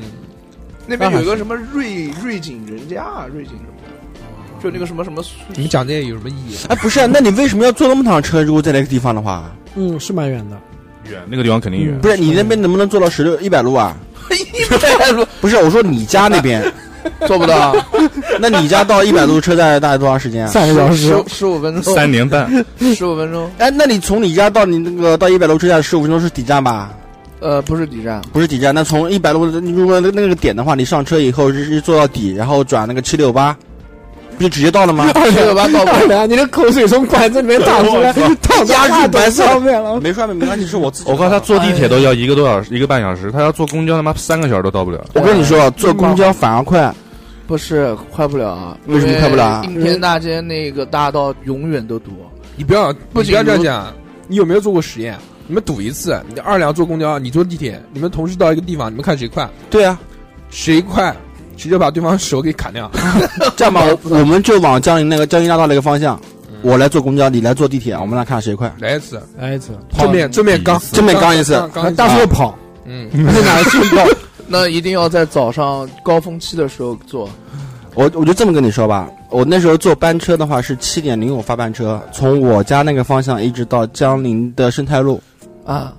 Speaker 7: 那边有一个什么瑞瑞景人家啊，瑞景什么的，就那个什么什么苏
Speaker 6: 嗯
Speaker 1: 你们讲这些有什么意义？
Speaker 4: 哎，不是啊，那你为什么要坐那么长车？如果在那个地方的话，
Speaker 5: 嗯，是蛮远的。
Speaker 6: 远那个地方肯定远
Speaker 5: 嗯。
Speaker 4: 不是你那边能不能坐到十六一百路啊？
Speaker 7: 一百路，
Speaker 4: 不是，我说你家那 边，
Speaker 7: 做不到，
Speaker 4: 啊那你家到一百路车站大概多长时间啊？
Speaker 5: 三个小时
Speaker 7: 十，十五分钟，
Speaker 6: 哎三年半，
Speaker 7: 十五分钟，
Speaker 4: 哎，那你从你家到你那个到一百路车站十五分钟是底站吧？
Speaker 7: 呃，不是底站，
Speaker 4: 不是底站，那从一百路你如果那那个点的话，你上车以后是是坐到底，然后转那个七六八，不就直接到了吗？
Speaker 7: 十六班到不
Speaker 5: 大梁，你的口水从管子里面淌出来，淌到
Speaker 4: 压
Speaker 5: 话
Speaker 4: 住白
Speaker 5: 筒
Speaker 4: 色
Speaker 5: 上面了。
Speaker 4: 没说没关系，是我自己。
Speaker 6: 我靠，他坐地铁都要一个多小时，一个半小时，他要坐公交他妈三个小时都到不了。
Speaker 4: 我跟你
Speaker 7: 嗯
Speaker 4: 说，坐公交反而快，
Speaker 7: 不是快不了啊？
Speaker 4: 为什么快不了啊
Speaker 7: 因为应天大街那个大道永远都堵，
Speaker 1: 你不要，
Speaker 7: 不
Speaker 1: 不
Speaker 7: 仅
Speaker 1: 不要这样讲。你有没有做过实验？你们赌一次，你二两坐公交，你坐地铁，你们同时到一个地方，你们看谁快，
Speaker 4: 对啊，
Speaker 1: 谁快，谁就把对方手给砍掉。
Speaker 4: 这样吧，我我们就往江陵那个江陵大道那个方向，
Speaker 7: 嗯
Speaker 4: 我来坐公交，你来坐地铁，我们俩看谁快。
Speaker 1: 来一次，
Speaker 5: 来一次，
Speaker 1: 正面正面刚，
Speaker 4: 正面刚一次
Speaker 1: 刚一次
Speaker 5: 哎大叔又跑，
Speaker 1: 嗯，
Speaker 4: 那哪去到？
Speaker 7: 那一定要在早上高峰期的时候做，
Speaker 4: 我我就这么跟你说吧，我那时候坐班车的话是七点零五发班车，从我家那个方向一直到江陵的生态路，
Speaker 7: 啊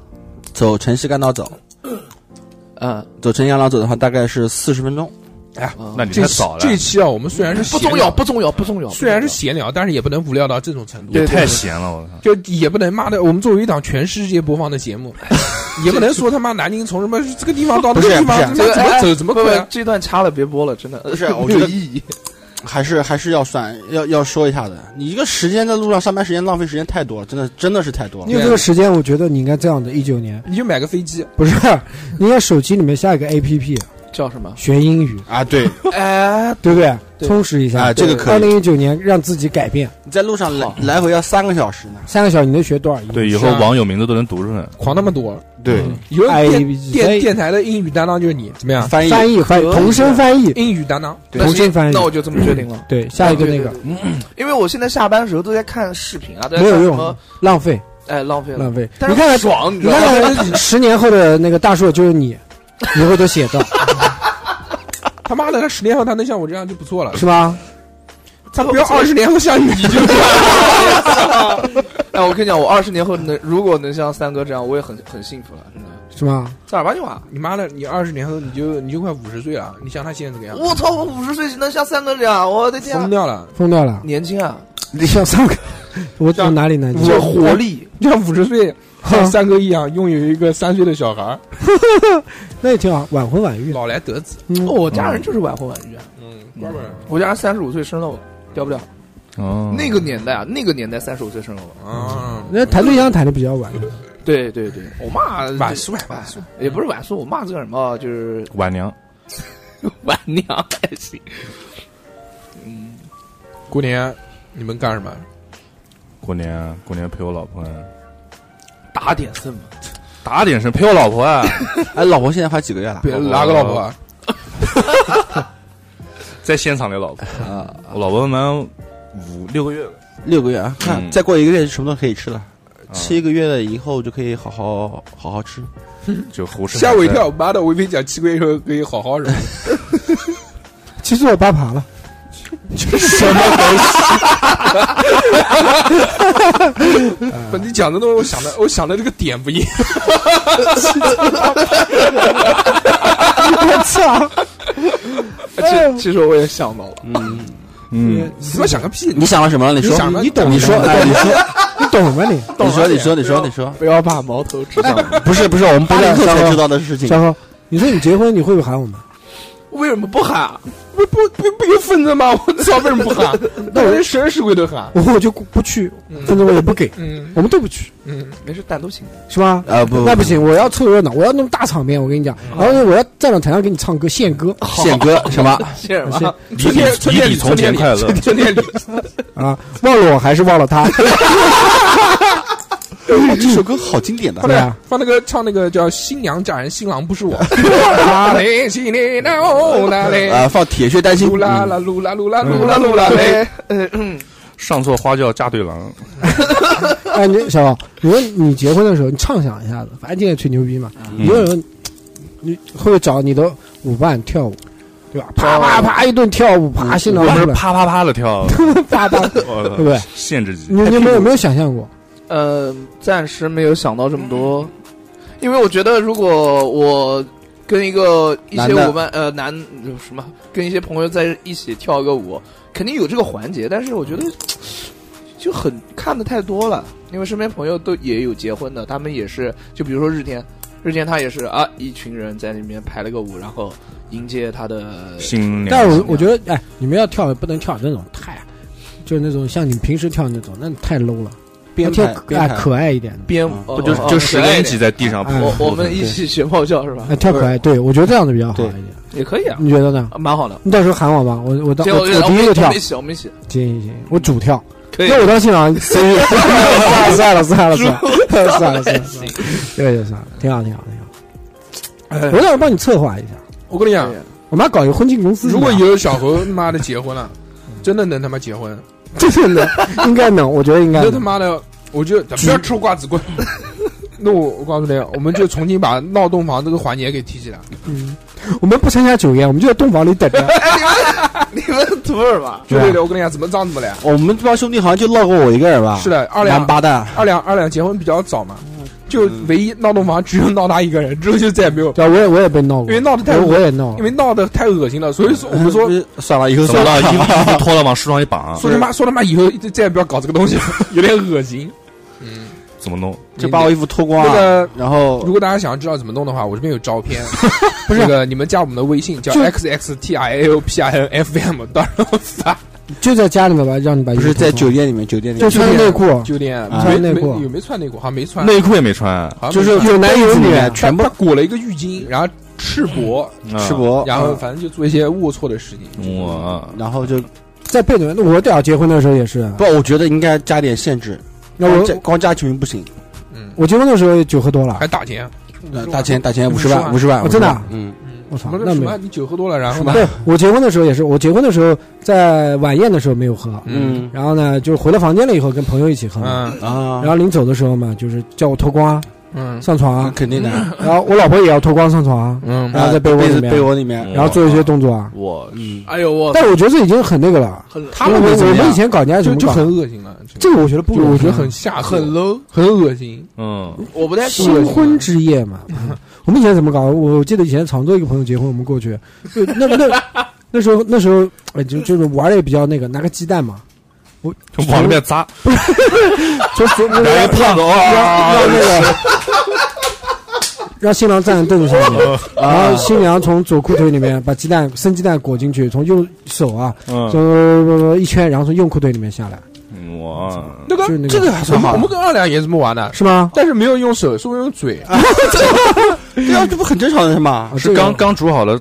Speaker 4: 走城西干道走，
Speaker 7: 啊，
Speaker 4: 走城西干道走的话大概是四十分钟。
Speaker 7: 啊
Speaker 4: 嗯
Speaker 6: 那你
Speaker 1: 这
Speaker 6: 太
Speaker 1: 期
Speaker 6: 早了，
Speaker 1: 这期啊，我们虽然是
Speaker 7: 不
Speaker 1: 闲
Speaker 7: 重
Speaker 1: 聊
Speaker 7: 要，不重要，不重要，
Speaker 1: 虽然是闲聊，但是也不能无聊到这种程度。
Speaker 6: 也
Speaker 7: 对对
Speaker 6: 太
Speaker 7: 对
Speaker 6: 闲了，我操！
Speaker 1: 就也不能妈的，我们作为一档全世界播放的节 目，也不能说他妈南京从什么这个地方到那
Speaker 4: 不
Speaker 1: 个
Speaker 4: 是
Speaker 1: 地方，
Speaker 4: 不
Speaker 1: 怎么
Speaker 7: 这个
Speaker 1: 怎么
Speaker 7: 哎
Speaker 1: 走怎么
Speaker 7: 不不
Speaker 1: 快啊，
Speaker 7: 这段掐了别播了，真的
Speaker 4: 呃不是我
Speaker 7: 没有
Speaker 4: 觉得
Speaker 7: 意义。
Speaker 4: 还是还是要算，要要说一下的。你一个时间在路上上班时间浪费时间太多了，真的真的是太多了
Speaker 5: 你。有这个时间，我觉得你应该这样的：一九年
Speaker 1: 你就买个飞机，
Speaker 5: 不是，你应该手机里面下一个 APP？
Speaker 7: 叫什么
Speaker 5: 学英语，
Speaker 4: 啊，对，
Speaker 7: 哎，
Speaker 5: 对不对？
Speaker 7: 对
Speaker 5: 充实一下。
Speaker 4: 啊，这个可
Speaker 5: 二
Speaker 4: 以。
Speaker 5: 零一九年让自己改变，
Speaker 4: 你在路上来
Speaker 7: 好
Speaker 4: 来回要三个小时呢。
Speaker 5: 三个小时你能学多少英语？
Speaker 6: 对，以后网友名字都能读出来。嗯
Speaker 1: 狂那么多，
Speaker 4: 对，
Speaker 1: 哎以后 电
Speaker 5: IABG
Speaker 1: 电电台的英语担当就是你，怎么样？
Speaker 4: 翻译
Speaker 5: 翻译翻译
Speaker 7: 可以
Speaker 5: 同声翻译，
Speaker 1: 英语担当，
Speaker 4: 对
Speaker 5: 同声翻译嗯
Speaker 7: 那。我就这么决定了。
Speaker 5: 对，下一个那个
Speaker 7: 对，对对因为我现在下班的时候都在看视频啊，都在
Speaker 5: 没有
Speaker 7: 看什
Speaker 5: 用
Speaker 7: 么，
Speaker 5: 浪费
Speaker 7: 哎，浪费了
Speaker 5: 浪。费。你
Speaker 7: 但是
Speaker 5: 看看
Speaker 7: 很爽，你知
Speaker 5: 你
Speaker 7: 道吗？
Speaker 5: 看看十年后的那个大硕就是你，以后都写到
Speaker 1: 他妈的，他十年后他能像我这样就不错了，
Speaker 5: 是吧？
Speaker 1: 他不要二十年后像你就。
Speaker 7: 哎，我跟你讲，我二十年后能如果能像三哥这样，我也很很幸福了，真的。
Speaker 5: 是吧？
Speaker 7: 正儿八经啊话，
Speaker 1: 你妈的，你二十年后你就你就快五十岁了，你像他现在这个样子，
Speaker 7: 我操，我五十岁能像三哥这样，我的天啊
Speaker 1: 疯，掉了。
Speaker 5: 疯掉了，
Speaker 7: 年轻啊，
Speaker 5: 你像三个， 我
Speaker 1: 像
Speaker 5: 我哪里呢？你
Speaker 7: 这活力。
Speaker 1: 就像五十岁像三哥一样，拥有一个三岁的小孩儿，
Speaker 5: 那也挺好，晚婚晚育。
Speaker 1: 老来得子。
Speaker 5: 嗯，
Speaker 7: 我家人就是晚婚晚育啊，
Speaker 1: 嗯，哥们儿，
Speaker 7: 我家人三十五岁生了我，屌不屌？
Speaker 6: 哦，
Speaker 7: 那个年代啊，那个年代三十五岁生了我，
Speaker 1: 啊，
Speaker 5: 那谈对象谈的比较晚，
Speaker 7: 对对对，我妈
Speaker 1: 晚熟晚
Speaker 7: 晚
Speaker 1: 熟，
Speaker 7: 也不是晚说，我妈这个人嘛，就是
Speaker 6: 晚娘，
Speaker 7: 晚娘还行。
Speaker 1: 过年你们干什么？
Speaker 6: 过年过年陪我老婆啊，
Speaker 7: 打点什么？
Speaker 6: 打点声陪我老婆啊，
Speaker 4: 哎，老婆现在怀几个月了？
Speaker 1: 别拉个老婆啊，
Speaker 6: 在现场的老婆啊，我老婆满五六个月了，
Speaker 4: 六个月啊，看
Speaker 6: 嗯
Speaker 4: 再过一个月什么都可以吃了。
Speaker 6: 啊
Speaker 4: 七个月了以后就可以好好好好吃。
Speaker 6: 就胡适
Speaker 1: 吓我一跳！妈的，我以为讲七个月以后可以好好什么？
Speaker 5: 其实我爸爬了，
Speaker 1: 不，你讲的东西，我想的，我想的这个点不一 样。
Speaker 5: 我操！
Speaker 7: 哎其其实我也想到了，
Speaker 4: 嗯，
Speaker 6: 嗯，
Speaker 1: 你他妈想个屁！
Speaker 4: 你想了什么？你
Speaker 1: 你
Speaker 4: 说，
Speaker 1: 想了，
Speaker 5: 你懂
Speaker 4: 你说，哎，你说，
Speaker 5: 你懂吗你？
Speaker 4: 你说，你说，你说，你说，
Speaker 7: 不要把矛头指向我。
Speaker 4: 不是不是，我们八零
Speaker 5: 不
Speaker 4: 后
Speaker 5: 是
Speaker 4: 才知道的事情。
Speaker 5: 小何，你说你结婚你会不会喊我们？
Speaker 7: 为什么不喊啊？
Speaker 1: 不不不不有分的吗？我操，为什么不喊？那我连生日会都喊。
Speaker 5: 我我就不去，
Speaker 1: 嗯
Speaker 5: 反正我也不给，
Speaker 1: 嗯
Speaker 5: 我们都不去，
Speaker 1: 嗯，
Speaker 7: 没事，单独行。
Speaker 5: 是吧？
Speaker 4: 啊不，
Speaker 5: 那不行，我要凑热闹，我要弄大场面。我跟你讲，然后我要站到台上给你唱歌献歌
Speaker 4: 宪哥什么？
Speaker 7: 谢谢
Speaker 5: 谢谢
Speaker 7: 吧。
Speaker 6: 离
Speaker 1: 嗯春
Speaker 6: 你
Speaker 1: 天春
Speaker 6: 离
Speaker 1: 天
Speaker 6: 你
Speaker 1: 里
Speaker 6: 从前快乐，
Speaker 1: 春天里
Speaker 5: 啊！忘了我还是忘了他，
Speaker 4: 哦 这首歌好经典的
Speaker 1: 放
Speaker 5: 对
Speaker 1: 那
Speaker 5: 啊
Speaker 1: 个放那个唱那个叫《新娘嫁人，新郎不是 我》。 啦嘞， 新哦年到啦嘞，
Speaker 4: 啊，放《铁血丹心
Speaker 1: 噜》啦
Speaker 4: 嗯
Speaker 1: 啦噜啦噜啦
Speaker 7: 噜
Speaker 1: 噜
Speaker 7: 啦
Speaker 1: 啦
Speaker 7: 噜
Speaker 1: 噜
Speaker 7: 啦
Speaker 1: 啦嘞。
Speaker 7: 嘞，嗯嗯，
Speaker 6: 上错花轿嫁对郎，
Speaker 5: 哎，你小王，你说你结婚的时候，你畅想一下子，反正今天吹牛逼嘛，你有人，你会不会找你的舞伴跳舞，对吧？啪啪啪一顿跳舞，啪新郎
Speaker 6: 我
Speaker 5: 出
Speaker 6: 是
Speaker 5: 来，
Speaker 6: 啪啪啪的跳，
Speaker 5: 啪啪，对
Speaker 6: 我
Speaker 5: 不对？
Speaker 6: 限制级
Speaker 5: 你你有没有有没有想 象过？
Speaker 7: 呃，暂时没有想到这么多，因为我觉得如果我跟一个一些
Speaker 4: 男的
Speaker 7: 舞伴呃男什么，跟一些朋友在一起跳个舞，肯定有这个环节，但是我觉得就很看的太多了，因为身边朋友都也有结婚的，他们也是，就比如说日天，日天他也是啊，一群人在里面排了个舞，然后迎接他的
Speaker 6: 新娘。
Speaker 5: 但是我我觉得，哎，你们要跳不能跳那种太，就是那种像你平时跳那种，那太 low 了，
Speaker 4: 编
Speaker 5: 跳
Speaker 4: 排编
Speaker 5: 哎
Speaker 4: 排
Speaker 5: 可爱一点的，
Speaker 7: 编，呃
Speaker 4: 嗯
Speaker 7: 不
Speaker 6: 不就就十个人嗯挤在地上
Speaker 5: 哎
Speaker 6: 跑
Speaker 7: 我我们一起学猫叫是吧
Speaker 5: 哎？跳可爱，对我觉得这样子比较好
Speaker 4: 对
Speaker 5: 一点，
Speaker 7: 也可以啊，
Speaker 5: 你觉得呢？
Speaker 7: 啊蛮好的。
Speaker 5: 你到时候喊我吧，我我到
Speaker 7: 结
Speaker 5: 我
Speaker 7: 果
Speaker 5: 我第一个跳
Speaker 7: 我们一，起，我们一起，
Speaker 5: 行行行，我主跳。
Speaker 7: 可以。
Speaker 5: 那我当新郎随意，算了算了算了算了算了算了
Speaker 7: 行
Speaker 5: 算了，这个就算了，挺好挺好挺好。我让我帮你策划一下，
Speaker 1: 我跟你讲
Speaker 7: 对，
Speaker 5: 我们要搞一个婚庆公司。
Speaker 1: 如果有小猴他妈的结婚了，真的能他妈结婚，
Speaker 5: 这个能，应该能，我觉得应该
Speaker 1: 那他
Speaker 5: 能。
Speaker 1: 妈的我就不要吃瓜子棍。那我我告诉你，我们就重新把闹洞房这个环节给提起来，
Speaker 5: 嗯我们不参加酒宴，我们就在洞房里等着。
Speaker 7: 你们图尔吧，
Speaker 1: 就为了我跟你讲怎么脏怎么来。
Speaker 4: 我们这帮兄弟好像就落过我一个人吧？
Speaker 1: 是，的，二两
Speaker 4: 王八蛋。
Speaker 1: 二两二两结婚比较早嘛，就唯一闹洞房只有闹他一个人，之后就再也没有，
Speaker 5: 对啊，我也我也被闹
Speaker 1: 因
Speaker 5: 过
Speaker 1: 为，闹得太
Speaker 5: 我我也闹
Speaker 1: 因
Speaker 5: 了。
Speaker 1: 为闹得太恶心了，所以说我们说
Speaker 4: 呃算了，以后
Speaker 6: 怎么 了？
Speaker 4: 算了。
Speaker 6: 衣服衣服脱了往树上一绑，
Speaker 1: 说他妈说他妈以后就再也不要搞这个东西了，有点恶心。
Speaker 6: 怎么弄？
Speaker 4: 就把我衣服脱光
Speaker 1: 那
Speaker 4: 了，
Speaker 1: 个。
Speaker 4: 然后
Speaker 1: 如果大家想要知道怎么弄的话，我这边有照 片，不哦是那个你们加我们的微信叫
Speaker 5: 就
Speaker 1: x x t i a o p i n f m，到时候发
Speaker 5: 就在家里面吧，让你把衣
Speaker 4: 不
Speaker 5: 服
Speaker 4: 是在
Speaker 5: 脱
Speaker 4: 酒店里面，酒店里
Speaker 5: 光就
Speaker 4: 面
Speaker 5: 穿内裤，
Speaker 1: 酒店
Speaker 4: 啊
Speaker 1: 没
Speaker 5: 穿内
Speaker 1: 没
Speaker 5: 裤
Speaker 1: 有没穿内裤？好像没穿，
Speaker 6: 内裤也没穿，啊
Speaker 1: 好像
Speaker 4: 就
Speaker 1: 没
Speaker 4: 是
Speaker 1: 穿
Speaker 5: 有男有女啊
Speaker 4: 被子里面全部
Speaker 1: 他他裹了一个浴巾，然后赤膊，
Speaker 4: 赤
Speaker 6: 啊。
Speaker 4: 膊，
Speaker 1: 然后反正就做一些龌龊的事情。
Speaker 6: 嗯我
Speaker 4: 然后就
Speaker 5: 在被子。那我屌结婚的时候也是，啊
Speaker 4: 不，我觉得应该加点限制，
Speaker 5: 那
Speaker 4: 光
Speaker 5: 我
Speaker 4: 加光加群不行，
Speaker 1: 嗯，
Speaker 5: 我结婚的时候酒喝多了
Speaker 1: 还，打钱，啊
Speaker 4: 呃打钱打钱
Speaker 1: 五
Speaker 4: 五
Speaker 1: 十
Speaker 4: 十
Speaker 1: 万
Speaker 4: 万五十万，
Speaker 5: 哦真的啊
Speaker 4: 50万嗯，
Speaker 1: 嗯，
Speaker 5: 我操
Speaker 1: 什么
Speaker 5: 那
Speaker 1: 什
Speaker 5: 没
Speaker 1: 么？你酒喝多了，然后呢？
Speaker 5: 对我结婚的时候也是，我结婚的时候在晚宴的时候没有喝，
Speaker 1: 嗯
Speaker 5: 然后呢就是回了房间了以后跟朋友一起喝嘛，
Speaker 1: 嗯
Speaker 4: 啊
Speaker 5: 然，后临走的时候嘛就是叫我脱光啊
Speaker 1: 嗯
Speaker 5: 上床
Speaker 4: 那
Speaker 5: 啊，
Speaker 4: 肯定的，
Speaker 5: 然后我老婆也要脱光上床啊，
Speaker 1: 嗯
Speaker 5: 然后在被窝里
Speaker 4: 子
Speaker 5: 面
Speaker 4: 被窝里面，
Speaker 5: 然后做一些动作啊，
Speaker 7: 我，
Speaker 4: 嗯，
Speaker 7: 哎呦我，
Speaker 5: 但我觉得这已经很那个了。
Speaker 7: 很冷
Speaker 1: 他嗯
Speaker 5: 我
Speaker 1: 们会
Speaker 5: 我
Speaker 1: 怎么
Speaker 5: 们以
Speaker 1: 样？
Speaker 5: 前搞人家
Speaker 1: 就
Speaker 5: 怎么
Speaker 1: 就
Speaker 5: 搞？
Speaker 1: 很恶心了，
Speaker 5: 这个我觉得不
Speaker 1: 就
Speaker 5: 容易，
Speaker 1: 我觉得很下
Speaker 7: 很
Speaker 1: 很
Speaker 7: low，
Speaker 1: 很恶心。
Speaker 6: 嗯，
Speaker 7: 我不太
Speaker 1: 是
Speaker 7: 行
Speaker 5: 新婚之夜嘛。我们以前怎么搞？我记得以前常州一个朋友结婚，我们过去，就那那那时候那时候哎就就是玩的也比较那个，拿个鸡蛋嘛，
Speaker 6: 往里面砸，
Speaker 5: 就是让
Speaker 6: 来一胖子哦哇！
Speaker 5: 让那个让新郎站在凳子上 面，
Speaker 4: 啊
Speaker 5: 然后新娘从左裤腿里面把鸡蛋生鸡蛋裹进去，从右手啊，
Speaker 6: 嗯，
Speaker 5: 从一圈，然后从右裤腿里面下来，
Speaker 6: 我
Speaker 1: 那个
Speaker 5: 就是那个
Speaker 1: 这个还
Speaker 4: 是好
Speaker 1: 我们跟二两也这么玩的，
Speaker 5: 是吗？
Speaker 1: 但是没有用手，是用嘴。
Speaker 4: 对啊，这不很正常的事吗
Speaker 5: 啊？
Speaker 6: 是刚刚煮好的，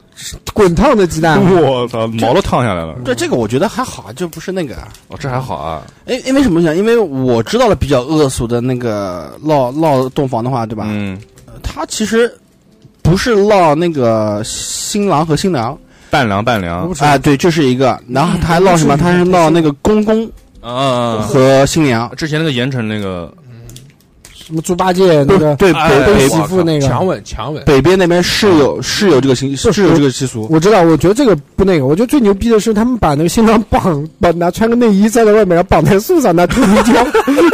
Speaker 5: 滚烫的鸡
Speaker 4: 嗯
Speaker 5: 蛋，啊
Speaker 6: 我操，毛都烫下来了。
Speaker 4: 对这个我觉得还好，就不是那个。
Speaker 6: 哦，这还好啊，
Speaker 4: 哎因因为什么讲？因为我知道了比较恶俗的那个闹闹洞房的话，对吧？
Speaker 6: 嗯，
Speaker 4: 他其实不是闹那个新郎和新娘
Speaker 6: 伴郎伴娘
Speaker 5: 我不嗯知道
Speaker 4: 啊、对，这是一个。然后他还闹什么？他是闹那个公公
Speaker 6: 啊，
Speaker 4: 和新娘。
Speaker 5: 嗯
Speaker 6: 之前那个盐城那个
Speaker 5: 什么猪八戒那个
Speaker 4: 对
Speaker 6: 哎嗯
Speaker 4: 北
Speaker 5: 背
Speaker 6: 我
Speaker 5: 媳妇
Speaker 6: 靠
Speaker 5: 那个
Speaker 1: 强吻，强吻，
Speaker 4: 北边那边是有是有这个习
Speaker 5: 是
Speaker 4: 是有这个习俗，
Speaker 5: 我知道，我觉得这个不那个，我觉得最牛逼的是他们把那个新郎绑绑拿穿个内衣站在外面，然后绑在树上，拿秃驴胶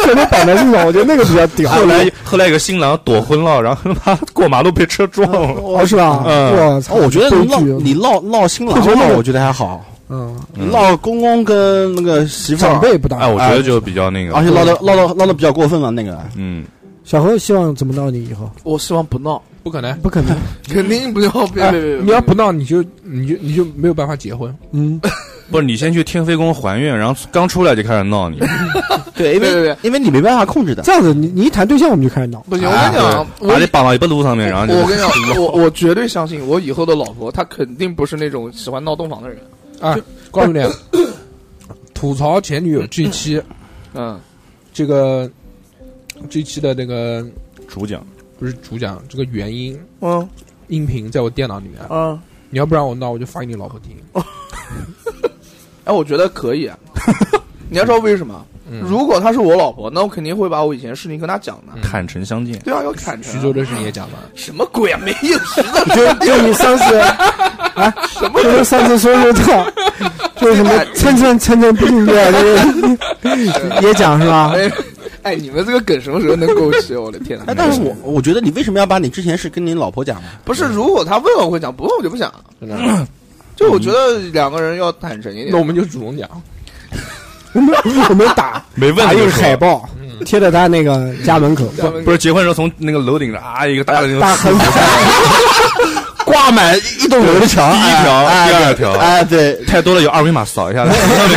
Speaker 5: 全都绑在树上，我觉得那个比较屌。
Speaker 6: 后来后来有个新郎躲婚了，然后他妈过马路被车撞了。
Speaker 5: 哦是吧？
Speaker 6: 嗯
Speaker 5: 我操！
Speaker 4: 哦，我觉得
Speaker 5: 悲
Speaker 4: 闹
Speaker 5: 剧
Speaker 4: 你闹闹新郎
Speaker 5: 我觉得
Speaker 4: 闹
Speaker 5: 那个
Speaker 4: 我觉得还好，
Speaker 5: 嗯，
Speaker 6: 嗯
Speaker 4: 闹公公跟那个媳妇儿
Speaker 5: 长，辈不大
Speaker 6: 哎，。我觉得就比较那个
Speaker 4: 而，且闹得闹得闹得比较过分了那个。
Speaker 6: 嗯，
Speaker 5: 小何希望怎么闹你以后？
Speaker 7: 我希望不闹，
Speaker 1: 不可能。
Speaker 5: 不可能，
Speaker 7: 肯定不要，别
Speaker 1: 哎
Speaker 7: 别别，
Speaker 1: 你要不闹，你就你就你就没有办法结婚。
Speaker 5: 嗯，
Speaker 6: 不是你先去天妃宫还愿，然后刚出来就开始闹你，
Speaker 4: 对，因
Speaker 7: 对对
Speaker 4: 为
Speaker 7: 对
Speaker 4: 因为你没办法控制的。
Speaker 5: 这样子你你一谈对象我们就开始 闹，
Speaker 7: 不行，我跟你讲，
Speaker 6: 把
Speaker 7: 我
Speaker 6: 你绑到一个路上面，然后就
Speaker 7: 我跟你讲，我我绝对相信，我以后的老婆她肯定不是那种喜欢闹洞房的人。
Speaker 1: 啊告诉你， 吐槽前女友这一期
Speaker 7: 嗯，
Speaker 1: 这个这一期的那个
Speaker 6: 主讲，
Speaker 1: 不是主讲，这个原因
Speaker 7: 嗯
Speaker 1: 音频在我电脑里面。
Speaker 7: 嗯，
Speaker 1: 你要不让我闹，我就发给你老婆听。
Speaker 7: 哎，我觉得可以啊。你要知道为什么？
Speaker 1: 嗯
Speaker 7: 如果她是我老婆，那我肯定会把我以前的事情跟她讲的。
Speaker 6: 坦诚相见，
Speaker 7: 对啊，要坦诚啊。
Speaker 1: 徐州的事你也讲了，
Speaker 7: 什么鬼啊？没有徐州
Speaker 5: 就就你上次啊， 就是上次说说套，就是 什么蹭蹭蹭蹭不进去啊，就是也讲是吧？
Speaker 7: 哎哎，你们这个梗什么时候能过去？我的天哪！
Speaker 4: 哎，但是我我觉得你为什么要把你之前事跟你老婆讲呢？
Speaker 7: 不是，如果她问我会讲，不问我就不讲。
Speaker 1: 真的。
Speaker 7: 就我觉得两个人要坦诚一
Speaker 1: 那我
Speaker 7: 点。
Speaker 1: 们就主动讲，
Speaker 5: 我们我们打
Speaker 6: 没问
Speaker 5: 打
Speaker 6: 题
Speaker 5: 一
Speaker 6: 就
Speaker 5: 个
Speaker 6: 说
Speaker 5: 海报
Speaker 7: 嗯
Speaker 5: 贴在他那个家门口，
Speaker 7: 咱们
Speaker 6: 不是结婚的时候从那个楼顶上啊一个大的那个
Speaker 5: 大横
Speaker 4: 挂满一栋楼的墙，
Speaker 6: 啊第一条
Speaker 4: 哎
Speaker 6: 第二条
Speaker 4: 哎，哎对，
Speaker 6: 太多了，有二维码扫 一下，上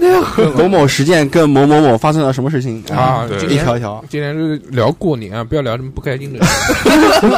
Speaker 6: 面
Speaker 4: 某某实践跟某某某发生了什么事情
Speaker 1: 啊
Speaker 6: 对
Speaker 4: 一条一条，
Speaker 1: 今天就是聊过年啊，不要聊什么不开心的事。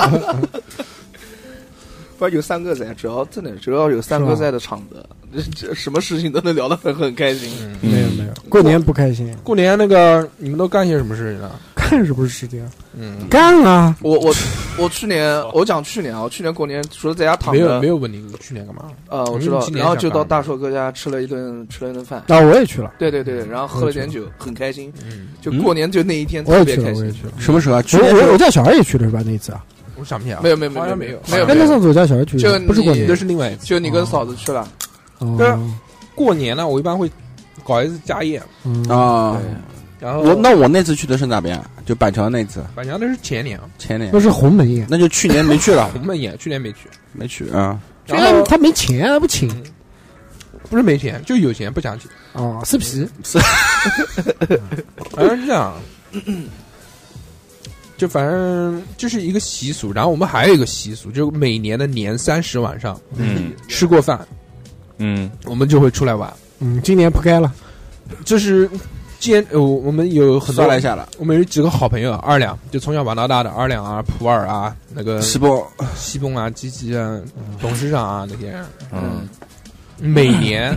Speaker 7: 不是有三个在，只要真的只要有三个在的场子，这这什么事情都能聊得很很开心。
Speaker 5: 没有没有，过年不开心，
Speaker 1: 过年那个你们都干些什么事情啊呢？
Speaker 5: 看是不是事情？
Speaker 1: 嗯，
Speaker 5: 干啊！
Speaker 7: 我我我去年我讲去年啊，我去年过年除了在家躺
Speaker 1: 没有
Speaker 7: 着
Speaker 1: 没，有问你去年干嘛？
Speaker 7: 呃，我
Speaker 1: 嗯
Speaker 7: 知道
Speaker 1: 今，年
Speaker 7: 然后
Speaker 1: 想
Speaker 7: 就
Speaker 1: 干
Speaker 7: 到
Speaker 1: 嘛
Speaker 7: 大硕哥家吃了一顿吃了一顿饭，
Speaker 5: 啊，我也去了，
Speaker 7: 对对对，然后喝了点酒，很开心。
Speaker 1: 嗯，
Speaker 7: 就过年就那一天
Speaker 5: 我也
Speaker 7: 特别
Speaker 5: 去
Speaker 7: 开
Speaker 5: 了，我也
Speaker 7: 心。
Speaker 5: 去了。
Speaker 4: 什么时候啊？去
Speaker 5: 我
Speaker 4: 年
Speaker 5: 我我家小孩也去了是吧？那一次啊，
Speaker 1: 我想不起来了，
Speaker 7: 没有没有没
Speaker 1: 好
Speaker 7: 有
Speaker 1: 像
Speaker 7: 没
Speaker 1: 没有
Speaker 7: 有没有
Speaker 5: 哎，
Speaker 7: 没
Speaker 5: 那
Speaker 7: 有，
Speaker 5: 上次我家小孩去
Speaker 7: 就
Speaker 5: 不是过
Speaker 7: 你啊
Speaker 5: 年
Speaker 1: 那，是另外一次。
Speaker 7: 就你跟嫂子去了，
Speaker 5: 哦，
Speaker 1: 过年呢，我一般会搞一次家宴，
Speaker 5: 嗯
Speaker 4: 啊，
Speaker 1: 然后
Speaker 4: 我那我那次去的是哪边啊？就板桥那次，
Speaker 1: 板桥那是前年，啊，
Speaker 4: 前年
Speaker 5: 那，是鸿门宴，
Speaker 4: 那就去年没去了，
Speaker 1: 鸿门宴，去年没去。
Speaker 4: 没去啊。
Speaker 5: 这
Speaker 1: 然后
Speaker 5: 他没钱啊不请，
Speaker 1: 嗯不是没钱，就有钱不想 去。
Speaker 5: 哦，撕皮，
Speaker 1: 反正是这样，就反正就是一个习俗。然后我们还有一个习俗，就是每年的年三十晚上
Speaker 6: 嗯
Speaker 1: 吃过饭，
Speaker 6: 嗯
Speaker 1: 我们就会出来玩。
Speaker 5: 嗯，今年不该了，
Speaker 1: 就是兼呃，我我们有很多
Speaker 4: 算了一，下了，
Speaker 1: 我们有几个好朋友，二两就从小玩到大的二两啊、普洱啊、那个
Speaker 4: 西蹦
Speaker 1: 西蹦啊、鸡鸡啊、董事长啊那些人，
Speaker 6: 嗯
Speaker 1: 每年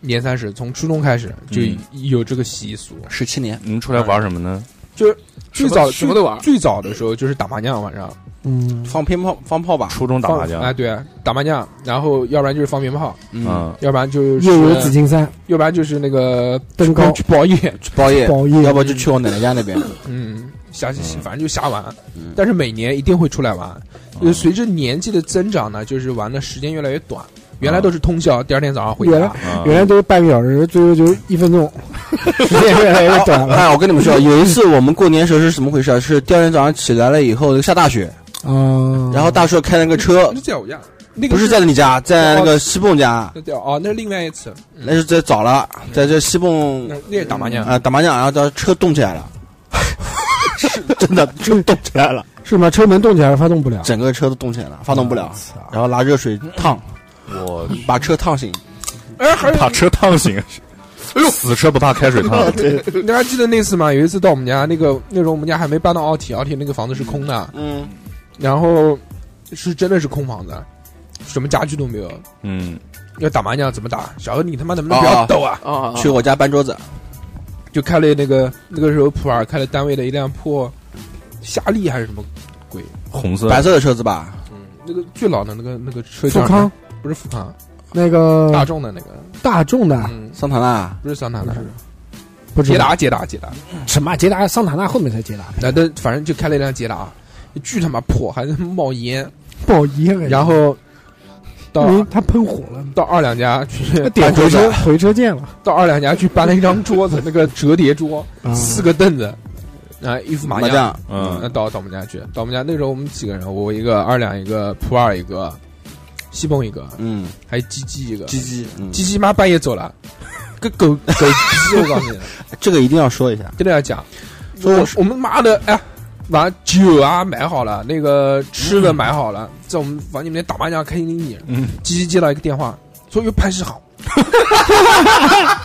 Speaker 1: 年三十从初中开始就
Speaker 6: 嗯
Speaker 1: 有这个习俗。
Speaker 4: 十七年，
Speaker 6: 你们出来玩什么呢？
Speaker 1: 最早
Speaker 7: 什么都玩
Speaker 1: 最早的时候就是打麻将，晚上
Speaker 5: 嗯，
Speaker 4: 放鞭炮放炮吧，
Speaker 6: 初中打
Speaker 1: 放
Speaker 6: 麻将
Speaker 1: 啊，，对啊，打麻将，然后要不然就是放鞭炮，
Speaker 6: 嗯，
Speaker 1: 要不然就是
Speaker 5: 夜游紫金山、
Speaker 1: 要不然就是那个
Speaker 5: 登高
Speaker 1: 去包夜，
Speaker 4: 去包夜，
Speaker 5: 宝夜，
Speaker 4: 要不就去我奶奶家那边，
Speaker 1: 嗯，瞎
Speaker 6: 嗯
Speaker 1: 反正就瞎玩
Speaker 4: 嗯，
Speaker 1: 但是每年一定会出来玩。
Speaker 6: 嗯
Speaker 1: 呃随着年纪的增长呢，就是玩的时间越来越短，原来都是通宵，第二天早上回
Speaker 5: 原
Speaker 1: 家
Speaker 5: 来。
Speaker 6: 嗯
Speaker 5: 原来都是半个小时，最后就一分 钟，时间越来越 短了
Speaker 4: 哎，我跟你们说，有一次我们过年时候是怎么回事啊？是第二天早上起来了以后下大雪，
Speaker 5: 啊。
Speaker 4: 然后大叔开了个车
Speaker 1: 不是，在我家，那个
Speaker 4: 不是在你家，在那个西蹦家，
Speaker 1: 那叫哦，那是另外一次，
Speaker 4: 那是在早了，在这西蹦
Speaker 1: 那那也打麻将。
Speaker 4: 啊打麻将，然后到车冻起来了，是真的车冻起来了，
Speaker 5: 是吗？车门动起来了，发动不了，
Speaker 4: 整个车都冻起来了，发动不了，
Speaker 5: 操
Speaker 4: 然后拿热水烫，
Speaker 6: 我
Speaker 4: 把车烫醒。
Speaker 1: 哎，还有
Speaker 6: 把车烫醒，哎呦，死车不怕开水烫，
Speaker 1: 你还记得那次吗？有一次到我们家，那个那时候我们家还没搬到奥体，奥体那个房子是空的，
Speaker 4: 嗯，
Speaker 1: 然后是真的是空房子，什么家具都没有。
Speaker 6: 嗯，
Speaker 1: 要打麻将怎么打？小何，你他妈能不能不要
Speaker 4: 哦
Speaker 1: 抖啊？
Speaker 7: 啊，
Speaker 4: 去我家搬桌子，
Speaker 1: 就开了那个那个时候普洱开了单位的一辆破夏利还是什么，
Speaker 6: 红色
Speaker 4: 白色的车子吧，
Speaker 1: 那个最老的那个那个车
Speaker 5: 富
Speaker 1: 叫什么
Speaker 5: 康
Speaker 1: 不是富康，
Speaker 5: 那个
Speaker 1: 大众的那个，
Speaker 5: 大众的
Speaker 1: 嗯，
Speaker 4: 桑塔纳，
Speaker 1: 不是桑塔纳，
Speaker 5: 不知
Speaker 1: 捷
Speaker 5: 道
Speaker 1: 达捷达捷达，
Speaker 5: 什么捷达，桑塔纳后面才捷达，
Speaker 1: 那的反正就开了一辆捷达，啊巨他妈破，还在冒烟，
Speaker 5: 爆烟了。
Speaker 1: 然后到
Speaker 5: 嗯他喷火了，
Speaker 1: 到二两家去
Speaker 5: 他 点
Speaker 1: 搬
Speaker 5: 回
Speaker 1: 桌
Speaker 5: 车啊
Speaker 1: 子，
Speaker 5: 回车键了。
Speaker 1: 到二两家去搬了一张桌子，那个折叠桌，
Speaker 5: 啊
Speaker 1: 四个凳子，啊，一副麻
Speaker 4: 麻
Speaker 1: 将。
Speaker 4: 将，
Speaker 1: 那
Speaker 6: 嗯
Speaker 1: 到到我们家去，到我们家那时候我们几个人，我一个二两一个普洱一个，西蹦一个，
Speaker 4: 嗯，
Speaker 1: 还有鸡鸡一个，
Speaker 4: 鸡鸡，嗯
Speaker 1: 鸡鸡妈半夜走了，跟狗狗鸡， 我告诉你，
Speaker 4: 这个一定要说一下，
Speaker 1: 真的要讲，
Speaker 4: 说
Speaker 1: 我我们妈的哎。把酒啊买好了，那个吃的买好了，在我们房间里面打麻将，开心淋漓。
Speaker 6: 嗯，
Speaker 1: 鸡鸡接到一个电话，说有潘石航，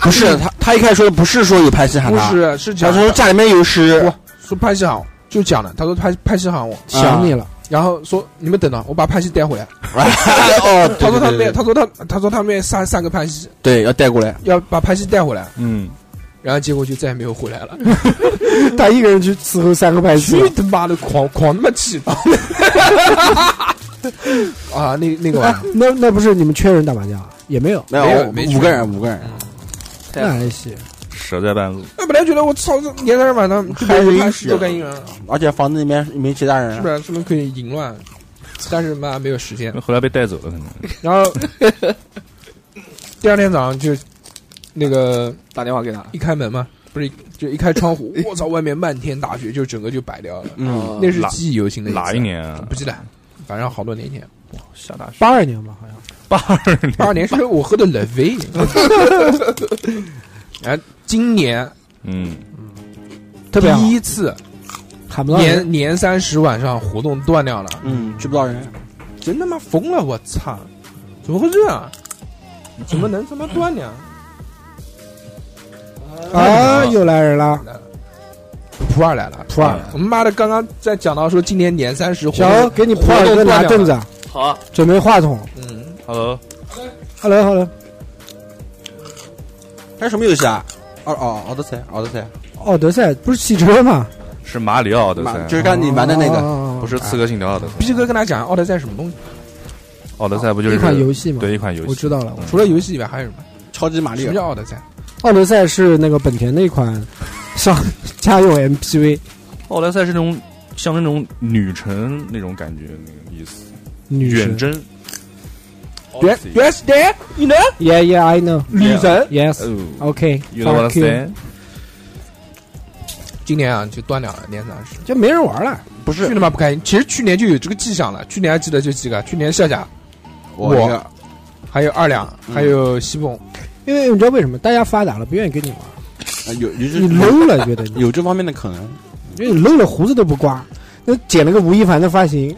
Speaker 4: 不是他，他一开始说的不是说有拍戏喊
Speaker 1: 不
Speaker 4: 他，
Speaker 1: 是是
Speaker 4: 他
Speaker 1: 讲
Speaker 4: 说家里面有尸，
Speaker 1: 说潘石航就讲了，他说潘潘石航我，
Speaker 4: 啊
Speaker 5: 想你了，
Speaker 1: 然后说你们等着，我把潘西带回来。
Speaker 4: 哦，
Speaker 1: 他说他
Speaker 4: 对对
Speaker 1: 妹，他说他他说他妹三三个潘西，
Speaker 4: 对，要带过来，
Speaker 1: 要把潘西带回来，
Speaker 6: 嗯，
Speaker 1: 然后结果就再也没有回来了。
Speaker 5: 他一个人去伺候三个派系
Speaker 1: 去，他妈的狂狂他妈 气！啊，那那个玩
Speaker 4: 哎
Speaker 1: 意儿
Speaker 5: 那那不是你们缺人打麻将啊？也没有，
Speaker 4: 没
Speaker 1: 没有
Speaker 4: 有
Speaker 1: 没去
Speaker 4: 五个人，五个人，
Speaker 7: 太
Speaker 5: 那还行。
Speaker 6: 蛇在半路，
Speaker 1: 我哎本来觉得我操，这年三十晚上
Speaker 4: 还是
Speaker 1: 潘
Speaker 4: 一
Speaker 1: 西
Speaker 4: 起
Speaker 1: 都干一人，
Speaker 4: 而且房子里面也没其他人
Speaker 1: 嗯是不，是？是不是可以淫乱？但是妈没有实 现。
Speaker 6: 后来被带走了，可能
Speaker 1: 然后 第二天早上就那个
Speaker 7: 打电话给他，
Speaker 1: 一开门嘛，不是就一开窗户，我操，外面漫天大雪，就整个就白掉了。
Speaker 4: 嗯，
Speaker 1: 那是
Speaker 6: 哪
Speaker 1: 记忆犹新的次
Speaker 6: 哪一？年啊
Speaker 1: 不？记得，反正好多年前。
Speaker 6: 下大雪，
Speaker 5: 八二年吧，好像
Speaker 6: 八二年，
Speaker 1: 八二年是我喝的冷威。哎，今年
Speaker 6: 嗯，
Speaker 5: 特别好
Speaker 1: 第，一次
Speaker 5: 喊不到人。
Speaker 1: 年年三十晚上活动断掉了，
Speaker 4: 嗯，聚不到人，
Speaker 1: 真他妈疯了！我操，怎么会这样？怎么能他妈断呢？
Speaker 5: 啊，又来人了，
Speaker 1: 普洱来了，
Speaker 5: 普洱。
Speaker 1: 我们妈的刚刚在讲到说今年年三十活
Speaker 5: 小欧，
Speaker 1: 动，
Speaker 5: 给你普洱哥拿凳子，
Speaker 7: 好啊，
Speaker 5: 准备话筒。
Speaker 1: 嗯，
Speaker 6: Hello，
Speaker 5: Hello Hello，
Speaker 4: 还有什么游戏啊？哦哦，奥德赛，奥德赛，
Speaker 5: 奥德赛不是汽车吗？哦
Speaker 6: 是马里奥的
Speaker 4: 马
Speaker 6: 赛，啊
Speaker 4: 就是刚才你玩的那个，
Speaker 8: 哦
Speaker 5: 个
Speaker 6: 不是《刺客信条》的
Speaker 1: 逼哥跟他讲奥德赛什么东西？
Speaker 6: 奥德赛，不就是
Speaker 5: 一款游戏吗？
Speaker 6: 对一款游
Speaker 5: 我
Speaker 6: 戏？嗯
Speaker 5: 知道了。
Speaker 1: 除了游戏以外还有什么？
Speaker 4: 超级马里
Speaker 1: 什么
Speaker 4: 奥，
Speaker 1: 叫奥德赛？
Speaker 5: 奥德赛是那个本田的一款上家用 MPV
Speaker 6: 奥德赛是那种像那种女神那种感觉，那个意思，
Speaker 5: 女
Speaker 6: 远
Speaker 5: 神。
Speaker 6: 征。
Speaker 1: 原
Speaker 6: Odyssey
Speaker 1: 原是的，你能
Speaker 5: Yeah yeah I know
Speaker 1: 女神？
Speaker 5: yes
Speaker 6: 哦
Speaker 5: OK
Speaker 6: ，You know what I'm
Speaker 5: fuck you
Speaker 6: saying？
Speaker 1: 今年啊就断两了，年三十。
Speaker 5: 就没人玩了。
Speaker 4: 不
Speaker 1: 巨
Speaker 4: 是
Speaker 1: 他妈
Speaker 4: 啊
Speaker 1: 不开心！其实去年就有这个迹象了，去年还记得就几个，去年夏夏
Speaker 4: 我一个
Speaker 1: 还有二两，还有西蹦，
Speaker 5: 因为你知道为什么大家发达了不愿意跟你玩，
Speaker 4: 啊有就是
Speaker 5: 你 low 了觉得你，
Speaker 4: 有这方面的可能。
Speaker 5: 因为你 low 了胡子都不刮，那剪了个吴亦凡的发型，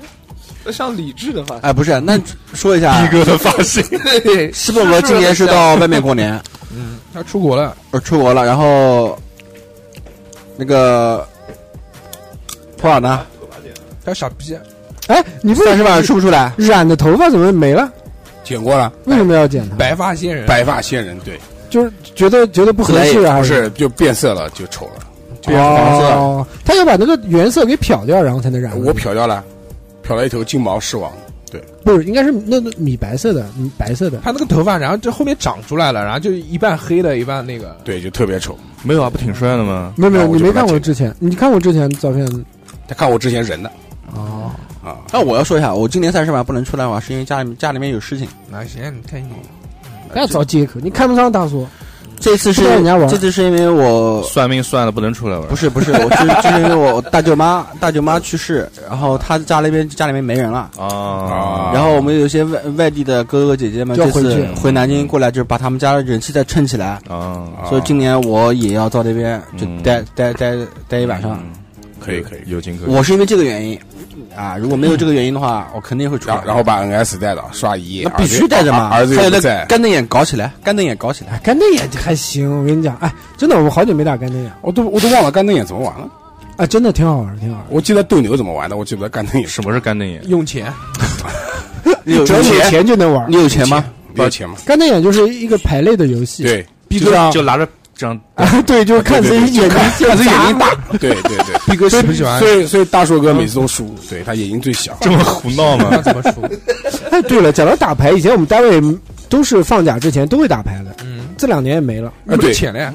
Speaker 7: 像理智的发
Speaker 4: 哎，不是，那说一下，
Speaker 6: 哥的发型，
Speaker 7: 型，
Speaker 4: 西伯伯今年 是到外面过 年，
Speaker 1: 嗯，他出国了，
Speaker 4: 呃，出国了，然后那个普洱呢？
Speaker 1: 他傻逼，
Speaker 5: 哎，你为
Speaker 4: 三
Speaker 5: 什
Speaker 4: 十
Speaker 5: 么
Speaker 4: 万出不出来？
Speaker 5: 染的头发怎么没了？
Speaker 8: 剪过了，
Speaker 5: 为什么要剪它？
Speaker 1: 白发仙人，
Speaker 8: 白发仙人，对，
Speaker 5: 就是觉得觉得不合适啊，还
Speaker 8: 不是就变色了，就丑了，
Speaker 4: 黄色
Speaker 5: 哦，他要把那个原色给漂掉，然后才能染。
Speaker 8: 我漂掉了，漂了一头金毛狮王，
Speaker 5: 不是，应该是那那米白色的，米白色的。
Speaker 1: 他那个头发，然后这后面长出来了，然后就一半黑的，一半那个，
Speaker 8: 对，就特别丑。
Speaker 6: 没有啊，不挺帅的吗？
Speaker 5: 没有没有，
Speaker 8: 那我
Speaker 5: 你
Speaker 8: 就
Speaker 5: 没
Speaker 8: 不太
Speaker 5: 看我
Speaker 8: 清楚
Speaker 5: 之前，你看我之前照片
Speaker 8: 他看我之前人的
Speaker 5: 哦，
Speaker 8: 啊，
Speaker 4: 那哎我要说一下，我今年三十晚不能出来玩，是因为家里面家里面有事情。
Speaker 1: 那行，你看你
Speaker 5: 不要找借口，你看不上大叔，
Speaker 4: 这次是
Speaker 5: 不带人家玩
Speaker 4: 这次是因为我
Speaker 6: 算命算的不能出来玩
Speaker 4: 不，是不是，我就是就是因为我大舅妈大舅妈去世，然后她家那边家里面没人了。
Speaker 6: 啊，
Speaker 4: 然后我们有一些外外地的哥哥姐姐们，
Speaker 5: 就
Speaker 4: 这
Speaker 5: 要回
Speaker 4: 次
Speaker 5: 去
Speaker 4: 回南京过来，就是把他们家的人气再撑起来。
Speaker 6: 啊，
Speaker 4: 所以今年我也要到那边就
Speaker 6: 嗯
Speaker 4: 待待待待一晚上。
Speaker 6: 嗯
Speaker 8: 可以可以。
Speaker 6: 有情可原。
Speaker 4: 我是因为这个原因啊，如果没有这个原因的话，我肯定会出来
Speaker 8: 然。后然后把 NS 带到刷一夜，
Speaker 4: 那必须带着嘛，
Speaker 8: 儿子
Speaker 4: 还有
Speaker 8: 也
Speaker 4: 那
Speaker 8: 不在，
Speaker 4: 干瞪眼搞起来，干瞪眼搞起来。
Speaker 5: 哎，干瞪眼还行，我跟你讲，哎，真的，我好久没打干瞪眼，
Speaker 8: 我都我都忘了干瞪眼怎么玩了。
Speaker 5: 啊，真的挺好玩，挺好玩。
Speaker 8: 我记得斗牛怎么玩的，我记不得干瞪眼。
Speaker 6: 什么是干瞪眼？
Speaker 1: 用钱，
Speaker 4: 你有
Speaker 5: 只要有钱就能玩
Speaker 4: 你。有钱吗？
Speaker 8: 你有钱吗？
Speaker 5: 干瞪眼就是一个排类的游戏，
Speaker 8: 对
Speaker 5: 逼
Speaker 6: 就
Speaker 5: 哥
Speaker 6: 就拿着这样，
Speaker 5: 啊， 对，就是看谁眼睛
Speaker 8: 看这眼睛大，对对对。
Speaker 1: 毕哥喜不喜欢
Speaker 8: 所？以所以大硕哥每次都输，对他眼睛最小。
Speaker 6: 这么胡闹吗？
Speaker 1: 那怎么说？
Speaker 5: 哎，对了，讲到打牌，以前我们单位都是放假之前都会打牌的，
Speaker 1: 嗯，
Speaker 5: 这两年也没了，
Speaker 1: 那
Speaker 8: 对
Speaker 1: 不浅了呀，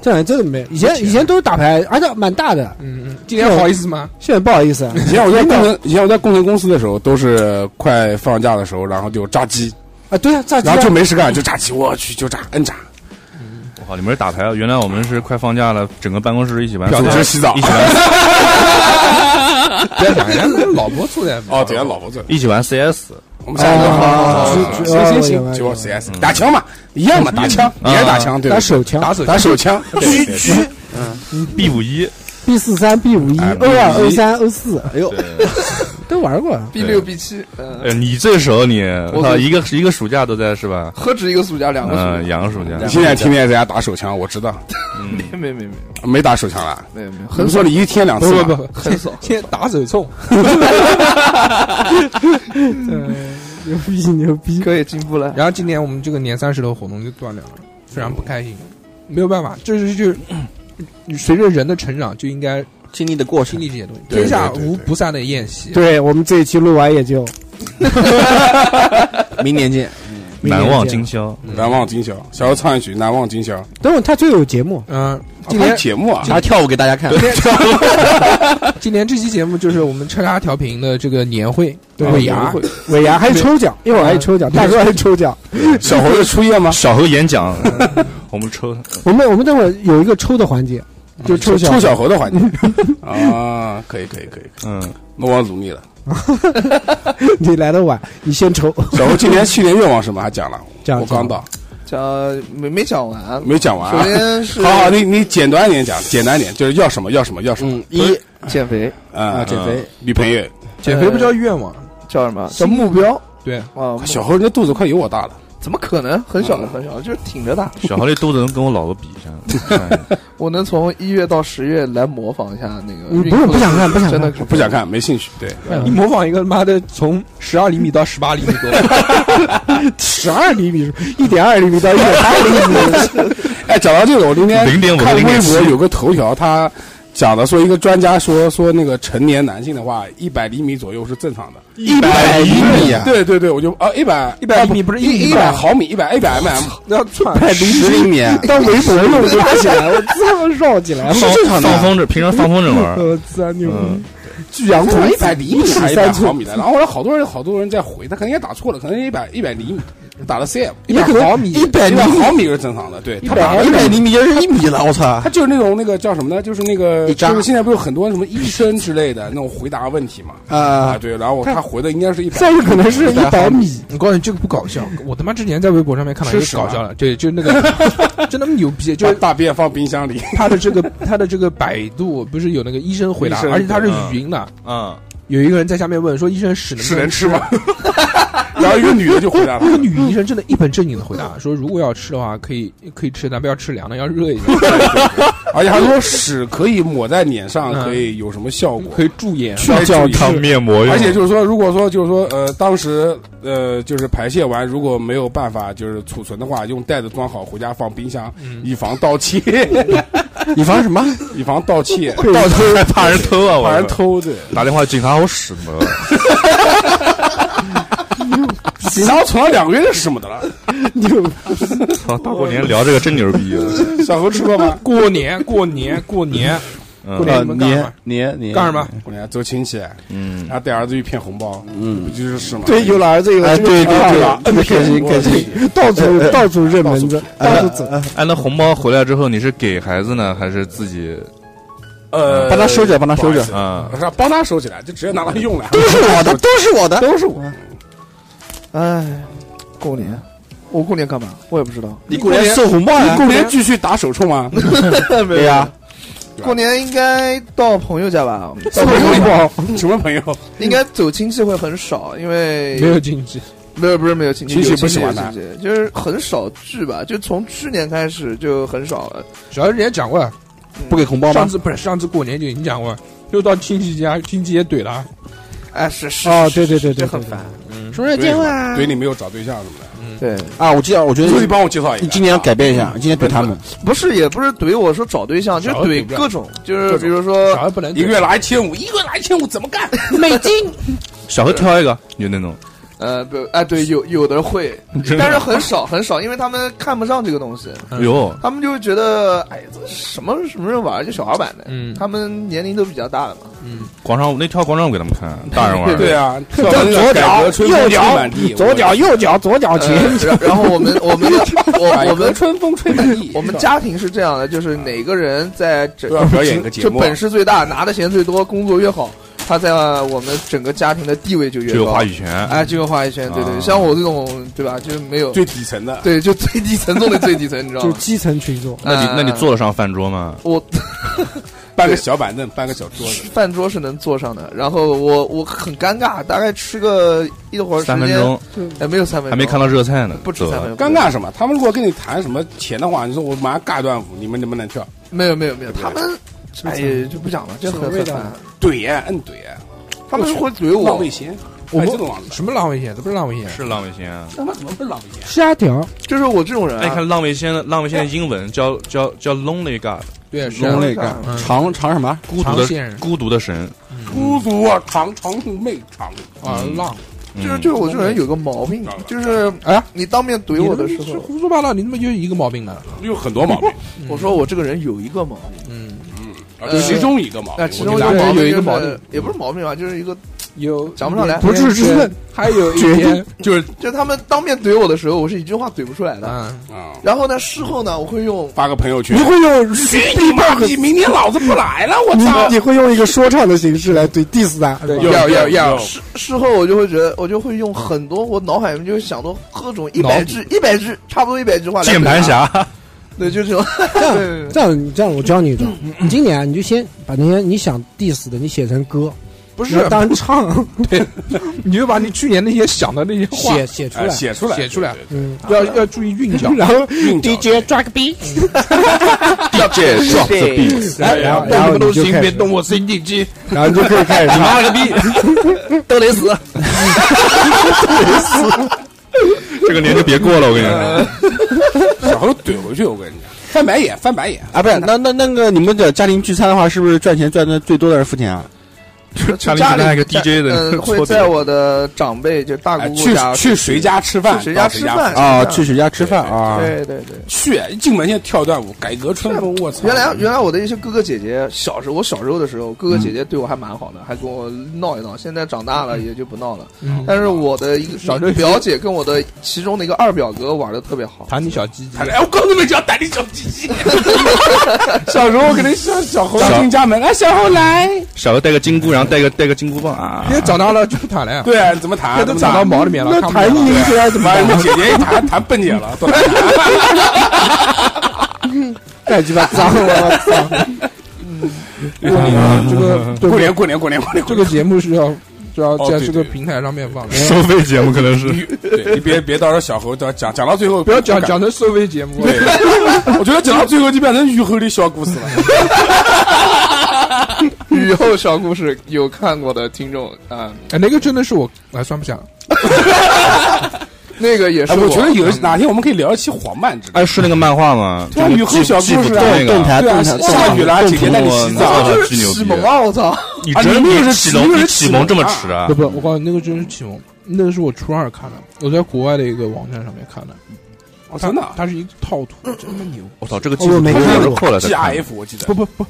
Speaker 5: 这两年真的没。以前以前都是打牌，而且蛮大的，
Speaker 1: 嗯嗯，今天好意思吗？
Speaker 5: 现在不好意思 啊。
Speaker 8: 以前我在工程，以前我在工程公司的时候，都是快放假的时候，然后就炸鸡，
Speaker 5: 啊，对啊，炸鸡
Speaker 8: 然后就
Speaker 5: 啊，
Speaker 8: 没事干就炸鸡，我去就炸，摁炸，
Speaker 6: 我靠，你们是打牌啊？原来我们是快放假了，整个办公室一起玩，
Speaker 8: 组织洗澡
Speaker 6: 一。起玩，
Speaker 1: 不要讲，人家老婆住在啊
Speaker 8: 哦，对，老婆子，
Speaker 6: 一起玩 CS。
Speaker 8: 我们三个
Speaker 5: 啊
Speaker 8: 好，
Speaker 5: 是
Speaker 8: 行行
Speaker 5: 哦
Speaker 8: 行，
Speaker 5: 有
Speaker 8: 就
Speaker 5: 有
Speaker 8: CS 打枪嘛，一样嘛，打枪也是打枪，对吧
Speaker 5: 打，手枪，
Speaker 1: 打手
Speaker 8: 打手枪，狙狙，
Speaker 6: B 五一，
Speaker 5: B 四三、B 五一、
Speaker 6: 哎
Speaker 5: O 二、
Speaker 6: B 五
Speaker 5: O
Speaker 6: 一
Speaker 5: 三、O 四，哎呦，都玩过。啊
Speaker 7: B 六 B 七，嗯，
Speaker 6: 呃，你最熟你，
Speaker 7: 我
Speaker 6: 我操，一个一个暑假都在是吧？
Speaker 7: 何止一个暑假，两个
Speaker 6: 嗯，
Speaker 7: 暑假，
Speaker 6: 两个暑假
Speaker 8: 你，现在天天在家打手枪，我知道，
Speaker 7: 没没没没
Speaker 8: 没打手枪了，
Speaker 7: 没没，
Speaker 8: 不
Speaker 7: 很
Speaker 8: 是
Speaker 7: 少
Speaker 8: 说你一天两次
Speaker 1: 不
Speaker 8: 吗？
Speaker 1: 不不，
Speaker 7: 很少。
Speaker 1: 先打手冲，
Speaker 5: 牛逼牛逼！
Speaker 7: 可以进步了，
Speaker 1: 然后今年我们这个年三十的活动就断掉了，非常不开心，嗯没有办法，这是就是你随着人的成长就应该
Speaker 4: 经历的过
Speaker 1: 经
Speaker 4: 程，
Speaker 1: 历这些东西，
Speaker 8: 对
Speaker 1: 天下
Speaker 8: 对对
Speaker 1: 无
Speaker 8: 对
Speaker 1: 不散的宴席。啊
Speaker 5: 对我们这一期录完也就
Speaker 4: 明年见。
Speaker 6: 难忘今宵。
Speaker 8: 难忘今宵，小时候唱一曲《难忘今宵》，
Speaker 5: 等会儿他就有节目，
Speaker 1: 嗯，今
Speaker 8: 还有
Speaker 1: 年
Speaker 8: 节目啊，
Speaker 4: 还跳舞给大家看。
Speaker 1: 今年这期节目就是我们叉叉调频的这个年会
Speaker 5: 对
Speaker 1: 尾牙，
Speaker 5: 尾牙还有抽奖，一会儿还有抽奖，大哥还有抽奖。
Speaker 8: 小猴子出夜吗？
Speaker 6: 小猴演讲， 我们抽
Speaker 5: 我们我们等会儿有一个抽的环节，就抽奖。
Speaker 8: 抽小猴的环节啊，可以可以可以，
Speaker 6: 嗯，
Speaker 8: 那我努力了。
Speaker 5: 你来的晚，你先 抽。
Speaker 8: 小猴今年去年愿望什么还讲了，
Speaker 5: 讲
Speaker 8: 我刚到
Speaker 7: 讲没没讲完。
Speaker 8: 没讲完
Speaker 7: 首
Speaker 8: 啊。
Speaker 7: 先是
Speaker 8: 好好，你你简短一点讲，简单一点，就是要什么要什么要什么
Speaker 4: 嗯，一
Speaker 7: 减肥
Speaker 8: 啊
Speaker 4: 啊减肥，
Speaker 8: 女朋友。
Speaker 1: 减肥不叫愿望，
Speaker 7: 叫什么？叫目标
Speaker 1: 对，
Speaker 7: 啊？
Speaker 8: 小猴这肚子快有我大了，
Speaker 7: 怎么可能？很小的，很小的，就是挺着打。
Speaker 6: 小猴这肚子能跟我老婆比一下？哎
Speaker 7: 我能从一月到十月来模仿一下那个
Speaker 5: 嗯
Speaker 7: 运
Speaker 5: 不是
Speaker 7: 动
Speaker 5: 不想看不想
Speaker 7: 真的
Speaker 5: 看
Speaker 7: 是
Speaker 8: 不想看，没兴趣。对，
Speaker 1: 你模仿一个妈的从十二厘米到十八厘米多，
Speaker 5: 十二厘米，一点二厘米到一点八厘米，
Speaker 8: 哎，讲到这个，我今天
Speaker 6: 0.5
Speaker 8: 看微博
Speaker 6: 0.7
Speaker 8: 有个头条，他讲的说一个专家说说那个成年男性的话，一百厘米左右是正常的。
Speaker 4: 一百厘米啊！
Speaker 8: 对对对，我就啊一百
Speaker 1: 100厘米不是一
Speaker 8: 一
Speaker 1: 厘米
Speaker 8: 一
Speaker 1: 吗
Speaker 8: 百毫米，一百一百 mm，
Speaker 1: 那窜
Speaker 4: 十厘米啊，
Speaker 5: 当围脖 用就拉起来，我操，绕起
Speaker 4: 啊
Speaker 5: 来，啊
Speaker 6: 放放风筝，平常放风筝 玩儿。
Speaker 5: 我操，牛
Speaker 6: 嗯
Speaker 5: 逼！巨阳图
Speaker 8: 一百厘米还一
Speaker 5: 三
Speaker 8: 百
Speaker 5: 寸
Speaker 8: 毫米的。然后我说好多人好多人在回，他可能也打错了，可能一百一百厘米。打了 CF，
Speaker 1: 一百毫米
Speaker 8: 一百毫米是正常的，对，他
Speaker 5: 哎
Speaker 8: 打了
Speaker 4: 一百厘米就是一米了，我操！
Speaker 8: 他就是那种那个叫什么呢？就是那个
Speaker 4: 一扎
Speaker 8: 就是现在不是有很多什么医生之类的那种回答问题嘛？啊，
Speaker 4: 啊，
Speaker 8: 对，然后他回的应该是一百，
Speaker 5: 再有可能是一百米，
Speaker 1: 我告诉你，这个不搞笑。我他妈之前在微博上面看到一
Speaker 8: 是
Speaker 1: 个
Speaker 8: 屎吗
Speaker 1: 搞笑的，对，就那个 真他妈牛逼，就
Speaker 8: 就是大便放冰箱里，
Speaker 1: 他的这个他的这个百度不是有那个医生回答
Speaker 8: 医，生
Speaker 1: 而且他是语音的。
Speaker 6: 嗯，
Speaker 1: 有一个人在下面问说：“医生屎能不
Speaker 8: 是能
Speaker 1: 能
Speaker 8: 吃吗？ 然后一个女的就回答他
Speaker 1: 那 个女医生真的一本正经的回答说：“如果要吃的话，可以可以吃，但不要吃凉的，要热一下，
Speaker 8: 而且还啊说屎可以抹在脸上，
Speaker 1: 嗯
Speaker 8: 可以有什么效果？
Speaker 1: 可以驻颜。
Speaker 8: 去教
Speaker 6: 当面膜用，
Speaker 8: 而且就是说，如果说就是说，呃，当时呃，就是排泄完，如果没有办法就是储存的话，用袋子装好，回家放冰箱，以防盗窃，
Speaker 4: 以防什么？
Speaker 8: 以防 盗窃，
Speaker 6: 到时候还怕人偷啊，我
Speaker 8: 怕人偷的。
Speaker 6: 打电话警察我屎没了，
Speaker 8: 然后存了两个月就什么 的了。
Speaker 6: 操，大过年聊这个真牛逼啊，
Speaker 8: 小何吃过吗”？
Speaker 1: 过年，过年，过年，过年
Speaker 6: 嗯
Speaker 1: 你们
Speaker 4: 呃，
Speaker 1: 干什么
Speaker 4: 年？年年
Speaker 1: 干什么？？
Speaker 8: 过年走亲戚，
Speaker 6: 嗯
Speaker 8: 然，后带儿子去骗红包，嗯，不就是是吗？
Speaker 5: 对，有了儿子以后，
Speaker 4: 哎，对对
Speaker 8: 吧
Speaker 4: 对，
Speaker 8: 嗯
Speaker 4: 开心开心。
Speaker 5: 到处到处认门子，到处走。
Speaker 6: 哎，那红包回来之后你是给孩子呢，还是自己
Speaker 8: 呃，
Speaker 4: 帮他收着帮他收着
Speaker 8: 不好
Speaker 6: 啊
Speaker 8: 意思，是吧帮他收起来，就直接拿来 用了。
Speaker 4: 都是我的，都是我的。
Speaker 7: 都是我。
Speaker 5: 哎，
Speaker 7: 过年，我过年干嘛？我也不知道。
Speaker 4: 你过年送红包呀？
Speaker 8: 过年继续打手冲吗？
Speaker 7: 没
Speaker 4: 对呀，
Speaker 7: 过年应该到朋友家吧？
Speaker 8: 送红包， 什么朋友？
Speaker 7: 应该走亲戚会很少，因为
Speaker 1: 没有禁忌，
Speaker 7: 没有不是没有亲戚，
Speaker 8: 亲戚
Speaker 7: 有
Speaker 8: 不喜
Speaker 7: 有
Speaker 8: 欢他
Speaker 7: 亲戚就是很少聚吧。就从去年开始就很少了。
Speaker 1: 主要是人家讲过了，
Speaker 4: 不给红包
Speaker 1: 上
Speaker 4: 吗？
Speaker 1: 次不是上次过年就已经讲过了，又到亲戚家，亲戚也怼了，
Speaker 7: 哎，是是
Speaker 5: 哦，
Speaker 7: 是
Speaker 5: 对对对对，
Speaker 7: 这很烦。
Speaker 5: 什么时候
Speaker 8: 对
Speaker 5: 见啊？
Speaker 8: 对你没有找对象什么的，
Speaker 7: 对，
Speaker 4: 啊，我记得，我觉
Speaker 8: 所以
Speaker 4: 得
Speaker 8: 帮我介绍一个。
Speaker 4: 你今年要改变一下，今年怼他们。
Speaker 7: 不是也不是怼我说找对象，就是
Speaker 1: 找对
Speaker 7: 怼
Speaker 1: 象
Speaker 7: 各种，就
Speaker 8: 各
Speaker 7: 是
Speaker 8: 种
Speaker 7: 比如说
Speaker 1: 小孩不能怼
Speaker 8: 一个月拿一千五，一个月拿一千五怎么干？
Speaker 6: 小何挑一个，就那种，
Speaker 7: 呃，不，哎，对，有有的会，但是很少很少，因为他们看不上这个东西，
Speaker 1: 嗯
Speaker 6: 哟，
Speaker 7: 他们就会觉得，哎，这什么什么人玩儿，就小孩版的，
Speaker 1: 嗯
Speaker 7: 他们年龄都比较大了嘛，
Speaker 6: 广场舞那跳广场舞给他们看，大人玩儿
Speaker 8: 对啊，左
Speaker 5: 左脚右脚
Speaker 8: 满地，
Speaker 5: 左脚右脚左脚前，
Speaker 7: 呃 然然后我们我们我我
Speaker 8: 我
Speaker 7: 们，
Speaker 8: 们春风吹满地
Speaker 7: 我们家庭是这样的，就是哪个人在整
Speaker 8: 都要表演一个节
Speaker 7: 就
Speaker 6: 啊
Speaker 8: 目啊
Speaker 7: 本事最大，拿的钱最多，工作越好，他在我们整个家庭的地位就越
Speaker 6: 就有
Speaker 7: 高
Speaker 6: 话语权，
Speaker 7: 哎，就有话语权，对对，
Speaker 6: 啊
Speaker 7: 像我这种对吧，就没有，
Speaker 8: 最底层的，
Speaker 7: 对，就最底层中的最底层，你知道
Speaker 5: 就
Speaker 7: 吗？
Speaker 5: 基层群众。
Speaker 6: 那你
Speaker 7: 哎
Speaker 6: 那你坐得上饭桌吗？
Speaker 7: 我
Speaker 8: 搬个小板凳，搬个小桌子，
Speaker 7: 饭桌是能坐上的，然后我我很尴尬，大概吃个一会儿时
Speaker 6: 三
Speaker 7: 间，
Speaker 6: 分钟
Speaker 7: 哎，没有三分钟，
Speaker 6: 还没看到热菜呢，
Speaker 7: 不止
Speaker 6: 走
Speaker 7: 三
Speaker 6: 了
Speaker 7: 分钟，
Speaker 8: 尴尬什么？他们如果跟你谈什么钱的话，你说我马上尬一段舞，你们能不能跳？
Speaker 7: 没有没有没有，他们哎呀就不讲了，这很很烦，
Speaker 8: 怼，摁怼，
Speaker 7: 他们会怼
Speaker 8: 浪
Speaker 7: 我
Speaker 8: 费，钱，
Speaker 1: 我
Speaker 8: 还
Speaker 1: 们
Speaker 8: 这种浪费钱，
Speaker 1: 什么浪费钱？这不是浪费钱，
Speaker 6: 是浪味仙啊！
Speaker 8: 他妈怎么会浪费钱？
Speaker 5: 虾条，
Speaker 7: 就是我这种人
Speaker 6: 哎，你
Speaker 7: 啊，
Speaker 6: 看浪味仙的浪味仙的英文叫叫叫 lonely god，
Speaker 1: 对，是
Speaker 4: 龙
Speaker 1: 啊
Speaker 4: 那个
Speaker 1: 嗯
Speaker 4: 长长什么？
Speaker 6: 孤独
Speaker 1: 长线
Speaker 6: 的
Speaker 1: 人
Speaker 6: 孤独的神，
Speaker 8: 孤独啊，长长妹长，
Speaker 1: 啊浪。
Speaker 7: 就是
Speaker 6: 嗯
Speaker 7: 就是我这种人有个毛病，就是
Speaker 1: 哎呀
Speaker 7: 你当面怼我的时
Speaker 1: 你他妈是
Speaker 7: 候，
Speaker 1: 胡说八道，你他妈就一个毛病呢。啊
Speaker 8: 有很多毛病，
Speaker 7: 我说我这个人有一个毛病，
Speaker 1: 嗯，
Speaker 8: 啊这其中一个毛病
Speaker 7: 那，呃其
Speaker 8: 我
Speaker 7: 中
Speaker 8: 给
Speaker 7: 一个
Speaker 8: 大家
Speaker 7: 毛病
Speaker 1: 有一个
Speaker 7: 就是
Speaker 1: 毛病，
Speaker 7: 也不是毛病吧，就是一个
Speaker 1: 有
Speaker 7: 讲不上来
Speaker 1: 不是
Speaker 5: 不是
Speaker 1: 是，还有一天，
Speaker 6: 就是
Speaker 7: 就他们当面怼我的时候，我是一句话怼不出来的，
Speaker 1: 嗯，
Speaker 8: 啊
Speaker 7: 然后呢，事后呢，我会用
Speaker 8: 发个朋友圈
Speaker 5: 你，会用
Speaker 8: 去你妈逼，明天老子不来了，我
Speaker 5: 你
Speaker 8: 操！
Speaker 5: 你会用一个说唱的形式来对 diss 他，
Speaker 1: 对
Speaker 8: 有
Speaker 7: 要要
Speaker 8: 有
Speaker 7: 要
Speaker 8: 有
Speaker 7: 事事后我就会觉得，我就会用很多，我脑海里面就会想到各种一
Speaker 1: 脑
Speaker 7: 百
Speaker 1: 补
Speaker 7: 句、一百句，差不多一百句 话。
Speaker 6: 键盘， 侠，
Speaker 7: 对，就这种。
Speaker 5: 这样
Speaker 7: 对对对
Speaker 5: 这样这样，我教你一招，你今年啊你就先把那些你想 diss 的，你写成歌，
Speaker 1: 不
Speaker 5: 然
Speaker 1: 是
Speaker 5: 后，当唱
Speaker 1: 你就把你去年那些想的那些话
Speaker 5: 写写出
Speaker 8: 哎
Speaker 5: 来，
Speaker 8: 写出来，
Speaker 1: 写出来，
Speaker 5: 嗯，，
Speaker 1: 要要注意韵 脚
Speaker 5: 然后
Speaker 8: 韵脚
Speaker 5: DJ drag beat，
Speaker 6: DJ drop the beat，
Speaker 5: 然后然后
Speaker 1: 动
Speaker 5: 然
Speaker 1: 什么都
Speaker 5: 后你就
Speaker 1: 行，
Speaker 5: 开
Speaker 1: 别
Speaker 5: 始，
Speaker 1: 哎动我 CD 机，
Speaker 5: 然后你就可以开始
Speaker 6: 你
Speaker 5: 唱，
Speaker 6: 妈了个逼！
Speaker 7: 都得死。
Speaker 6: 这个年就别过了，我跟你
Speaker 7: 呃
Speaker 6: 说，
Speaker 8: 小何怼回去，我跟你讲，翻白眼，翻白眼。
Speaker 4: 啊，不是，那那那个你们的家庭聚餐的话，是不是赚钱赚的最多的人付钱啊？
Speaker 7: 就是
Speaker 6: 家里
Speaker 7: 家
Speaker 6: 可能还有个
Speaker 7: 在
Speaker 6: DJ 的
Speaker 7: 嗯，
Speaker 6: 搓
Speaker 7: 会
Speaker 6: 饼
Speaker 7: 在我的长辈就大
Speaker 8: 哎
Speaker 7: 姑姑
Speaker 8: 去
Speaker 7: 家
Speaker 8: 去谁家吃饭？
Speaker 7: 去谁
Speaker 8: 到
Speaker 7: 家
Speaker 8: 谁
Speaker 7: 吃饭
Speaker 4: 啊，去谁家吃饭啊？
Speaker 7: 对对对，
Speaker 8: 去，一进门先跳段舞，改革春风，我操！
Speaker 7: 原来原来我的一些哥哥姐姐，小时候我小时候的时候，哥哥姐姐对我还蛮好的，还跟我闹一闹。现在长大了也就不闹了。
Speaker 1: 嗯
Speaker 7: 但是我的一个表姐跟我的其中的一个二表哥玩的特别 好，
Speaker 1: 弹你小鸡鸡
Speaker 8: 哎，我刚才没讲打你小鸡鸡，小时候可能像小猴
Speaker 6: 小
Speaker 8: 进家门，哎，小猴来，
Speaker 6: 小时候带个金箍，然后带个带个金箍棒啊
Speaker 1: 因，为长大了就不弹了，
Speaker 8: 对啊，怎么弹？
Speaker 1: 这都长到毛里面了，看不见了
Speaker 8: 出来怎么弹？姐姐一弹弹笨姐了，都来
Speaker 5: 太鸡巴脏了，我操！
Speaker 1: 过年啊这 个
Speaker 8: 过年过年过年过年
Speaker 1: 这个节目是要是要
Speaker 8: 哦
Speaker 1: 在
Speaker 8: 对
Speaker 1: 这个
Speaker 8: 对
Speaker 1: 平台上面放的，
Speaker 6: 收费节目可能是
Speaker 8: 对你别别到时候小猴讲讲讲到最后
Speaker 1: 不要讲。讲成收费节目。
Speaker 8: 对，我觉得讲到最后就变成雨后的小故事了。
Speaker 7: 雨后小故事有看过的听众啊、
Speaker 1: 哎，那个真的是我，哎，算不下了。
Speaker 7: 那个也是
Speaker 8: 哎，我觉得有
Speaker 7: 一
Speaker 8: 哪天我们可以聊一期缓慢之类的。
Speaker 6: 哎，是那个漫画吗？
Speaker 8: 对啊雨后小故
Speaker 6: 记不
Speaker 8: 事
Speaker 6: 动
Speaker 8: 啊
Speaker 6: 那
Speaker 4: 动
Speaker 6: 个，
Speaker 4: 台
Speaker 8: 对啊，
Speaker 4: 动台
Speaker 8: 下雨了，姐姐带你洗
Speaker 6: 我
Speaker 8: 澡
Speaker 6: 操。
Speaker 7: 就是启蒙啊！我操，
Speaker 6: 你
Speaker 8: 啊
Speaker 6: 真
Speaker 8: 你那个
Speaker 6: 你
Speaker 8: 是
Speaker 6: 启
Speaker 8: 你那
Speaker 6: 蒙，
Speaker 8: 个
Speaker 6: 你
Speaker 8: 是
Speaker 6: 启
Speaker 8: 启
Speaker 6: 蒙
Speaker 8: 蒙
Speaker 6: 这么
Speaker 8: 啊
Speaker 6: 吃啊
Speaker 1: 不？不，我告诉你，那个真是启蒙，那个是我初二看的，我在国外的一个网站上面看的。
Speaker 8: 哦，真的啊
Speaker 1: 它是一套图，真的牛！
Speaker 6: 我操，这个技
Speaker 5: 我
Speaker 6: 术
Speaker 5: 没
Speaker 6: 我
Speaker 5: 看
Speaker 6: 是
Speaker 5: 过
Speaker 6: 破了再看。
Speaker 8: ，GIF 我记得
Speaker 1: 不。不不，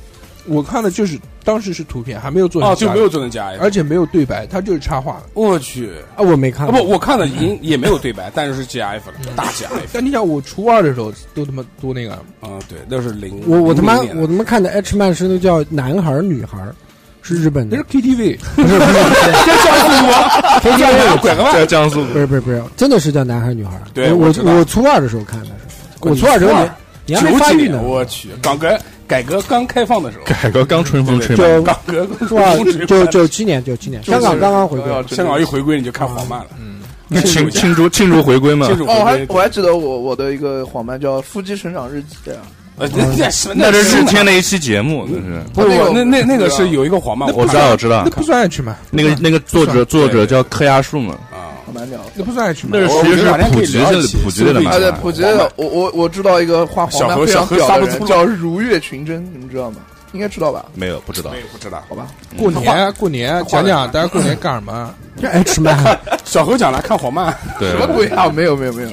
Speaker 1: 我看的就是当时是图片，还没有做成
Speaker 8: 哦，就
Speaker 1: 加
Speaker 8: 没有，做成 GIF。
Speaker 1: 而且没有对白，它就是插画。
Speaker 8: 我去，
Speaker 5: 啊，我没看
Speaker 8: 啊
Speaker 5: 过，
Speaker 8: 不，我看了已经也没有对白，但是是 GIF 了，大 GIF。
Speaker 1: 但你想，我初二的时候都他妈多那
Speaker 4: 啊
Speaker 1: 个，
Speaker 8: 嗯，对，那是零。
Speaker 5: 我我他妈
Speaker 8: 零零年
Speaker 5: 我他妈看的 H 漫是那叫男孩儿女孩儿，是日本
Speaker 1: 那
Speaker 5: 的
Speaker 1: 是，KTV，
Speaker 5: 不是不是
Speaker 8: 可以啊拐个弯。
Speaker 6: 在江苏，
Speaker 5: 不是不是不是，真的是叫男孩儿女孩儿。
Speaker 8: 对
Speaker 5: 我
Speaker 8: 我知道
Speaker 5: 我初二的时候看的是，我初二时候你你还没
Speaker 8: 九
Speaker 5: 发
Speaker 8: 几
Speaker 5: 育
Speaker 8: 年，
Speaker 5: 呢，
Speaker 8: 我去，港革改革刚开放的时候，
Speaker 6: 改革刚春风吹
Speaker 8: 对
Speaker 6: 满
Speaker 5: 就
Speaker 8: 港革刚
Speaker 5: 初二
Speaker 8: 风吹
Speaker 5: 九
Speaker 8: 满
Speaker 5: 九七年九七年，香港刚刚回归，啊
Speaker 8: 香港一回归你就看黄漫了，嗯
Speaker 6: 那
Speaker 8: 庆
Speaker 6: 庆
Speaker 8: 祝一下
Speaker 6: 庆祝庆祝回归嘛
Speaker 8: 庆？祝
Speaker 7: 哦，我
Speaker 8: 回
Speaker 7: 还我
Speaker 8: 归。
Speaker 7: 还记得我我的一个谎漫叫《夫妻成长日记》啊，
Speaker 8: 呃那那是
Speaker 6: 那
Speaker 8: 是
Speaker 6: 是日天的一期节目，那是
Speaker 8: 不
Speaker 7: 那个
Speaker 8: 不，那那那个
Speaker 7: 对啊
Speaker 8: 是有一个黄漫，
Speaker 6: 我知道我知道
Speaker 1: 那，不算爱吃嘛，
Speaker 6: 那个那个作者作者叫柯亚树嘛，
Speaker 8: 啊，
Speaker 7: 好难聊。
Speaker 1: 那不算爱吃嘛
Speaker 6: 那。是
Speaker 8: 我
Speaker 6: 其实
Speaker 8: 我觉得
Speaker 6: 是
Speaker 8: 哪天可
Speaker 6: 普
Speaker 8: 以
Speaker 6: 及
Speaker 8: 聊
Speaker 6: 的
Speaker 8: 一期
Speaker 6: 普及的
Speaker 8: 苏
Speaker 6: 那
Speaker 8: 菲
Speaker 7: 啊，对
Speaker 6: 个，，
Speaker 7: 普及的，我我我知道一个画黄
Speaker 8: 小
Speaker 7: 漫
Speaker 8: 何
Speaker 7: 非常
Speaker 8: 小何撒
Speaker 7: 屌
Speaker 8: 不
Speaker 7: 的
Speaker 8: 出
Speaker 7: 人，
Speaker 8: 来
Speaker 7: 叫如月群真，你们知道吗？应该知道吧？
Speaker 6: 没有不知道
Speaker 8: 我，也不知道。
Speaker 7: 好吧，
Speaker 1: 过年过年讲讲大家过年干什么？
Speaker 5: 这 H 漫
Speaker 8: 小何讲了，看黄漫，
Speaker 6: 对
Speaker 7: 什，么鬼啊？没有没有没有，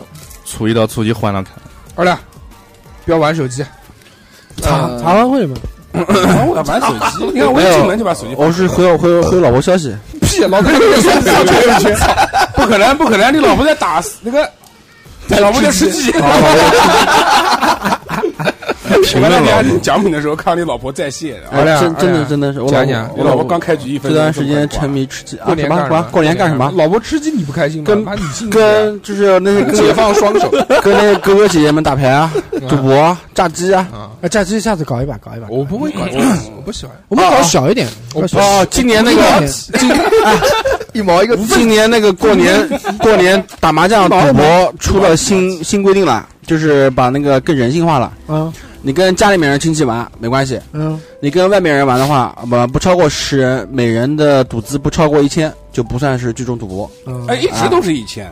Speaker 6: 初一到初一换了看，
Speaker 1: 二亮，不要玩手 机，
Speaker 5: 茶
Speaker 7: 呃
Speaker 5: 茶话会嘛，
Speaker 8: 然后我玩手机，你看我一进门就把手机，
Speaker 4: 我是回我回我回我老婆消息，
Speaker 1: 屁，啊老太太
Speaker 8: 不可能不可能，你老婆在打那个，老婆在吃 鸡。
Speaker 6: 评
Speaker 8: 我
Speaker 6: 论
Speaker 8: 那
Speaker 6: 老
Speaker 8: 天奖品的时候看到你老婆在线，
Speaker 1: 好嘞
Speaker 4: 哎真真
Speaker 1: 哎呀
Speaker 4: 的真的是我老
Speaker 1: 讲讲
Speaker 4: 婆，
Speaker 8: 我
Speaker 4: 我
Speaker 8: 老
Speaker 4: 老
Speaker 8: 婆
Speaker 4: 婆
Speaker 8: 刚开局一分
Speaker 4: 这
Speaker 8: 钟
Speaker 4: 段时间沉
Speaker 8: 沉迷。
Speaker 4: 迷吃鸡啊，
Speaker 1: 过年
Speaker 4: 什么
Speaker 1: 干什么？
Speaker 4: 过年干什么？
Speaker 1: 老婆吃鸡你不开心吗？
Speaker 4: 跟
Speaker 1: 把你性
Speaker 4: 跟就是那些
Speaker 1: 解
Speaker 4: 哥
Speaker 1: 放双手，
Speaker 4: 跟那些哥哥姐姐们打牌啊，赌博啊、炸鸡啊。
Speaker 5: 啊，假期下次搞一把搞一把，
Speaker 1: 我不会搞
Speaker 4: 嗯
Speaker 1: 这个，我不喜欢。
Speaker 5: 我们搞小一点，搞小一点啊
Speaker 4: 哦，今年那
Speaker 5: 今
Speaker 4: 个啊
Speaker 5: 年
Speaker 7: 一毛一个字
Speaker 4: 今年那个过年过年打麻将赌博出了新新规定了，就是把那个更人性化了。
Speaker 5: 啊
Speaker 4: 你跟家里面人亲戚玩没关系，
Speaker 5: 嗯，
Speaker 4: 你跟外面人玩的话，不不超过十人，每人的赌资不超过一千，就不算是聚众赌博。
Speaker 5: 嗯
Speaker 8: 哎，一
Speaker 4: 啊
Speaker 8: 直都是以前，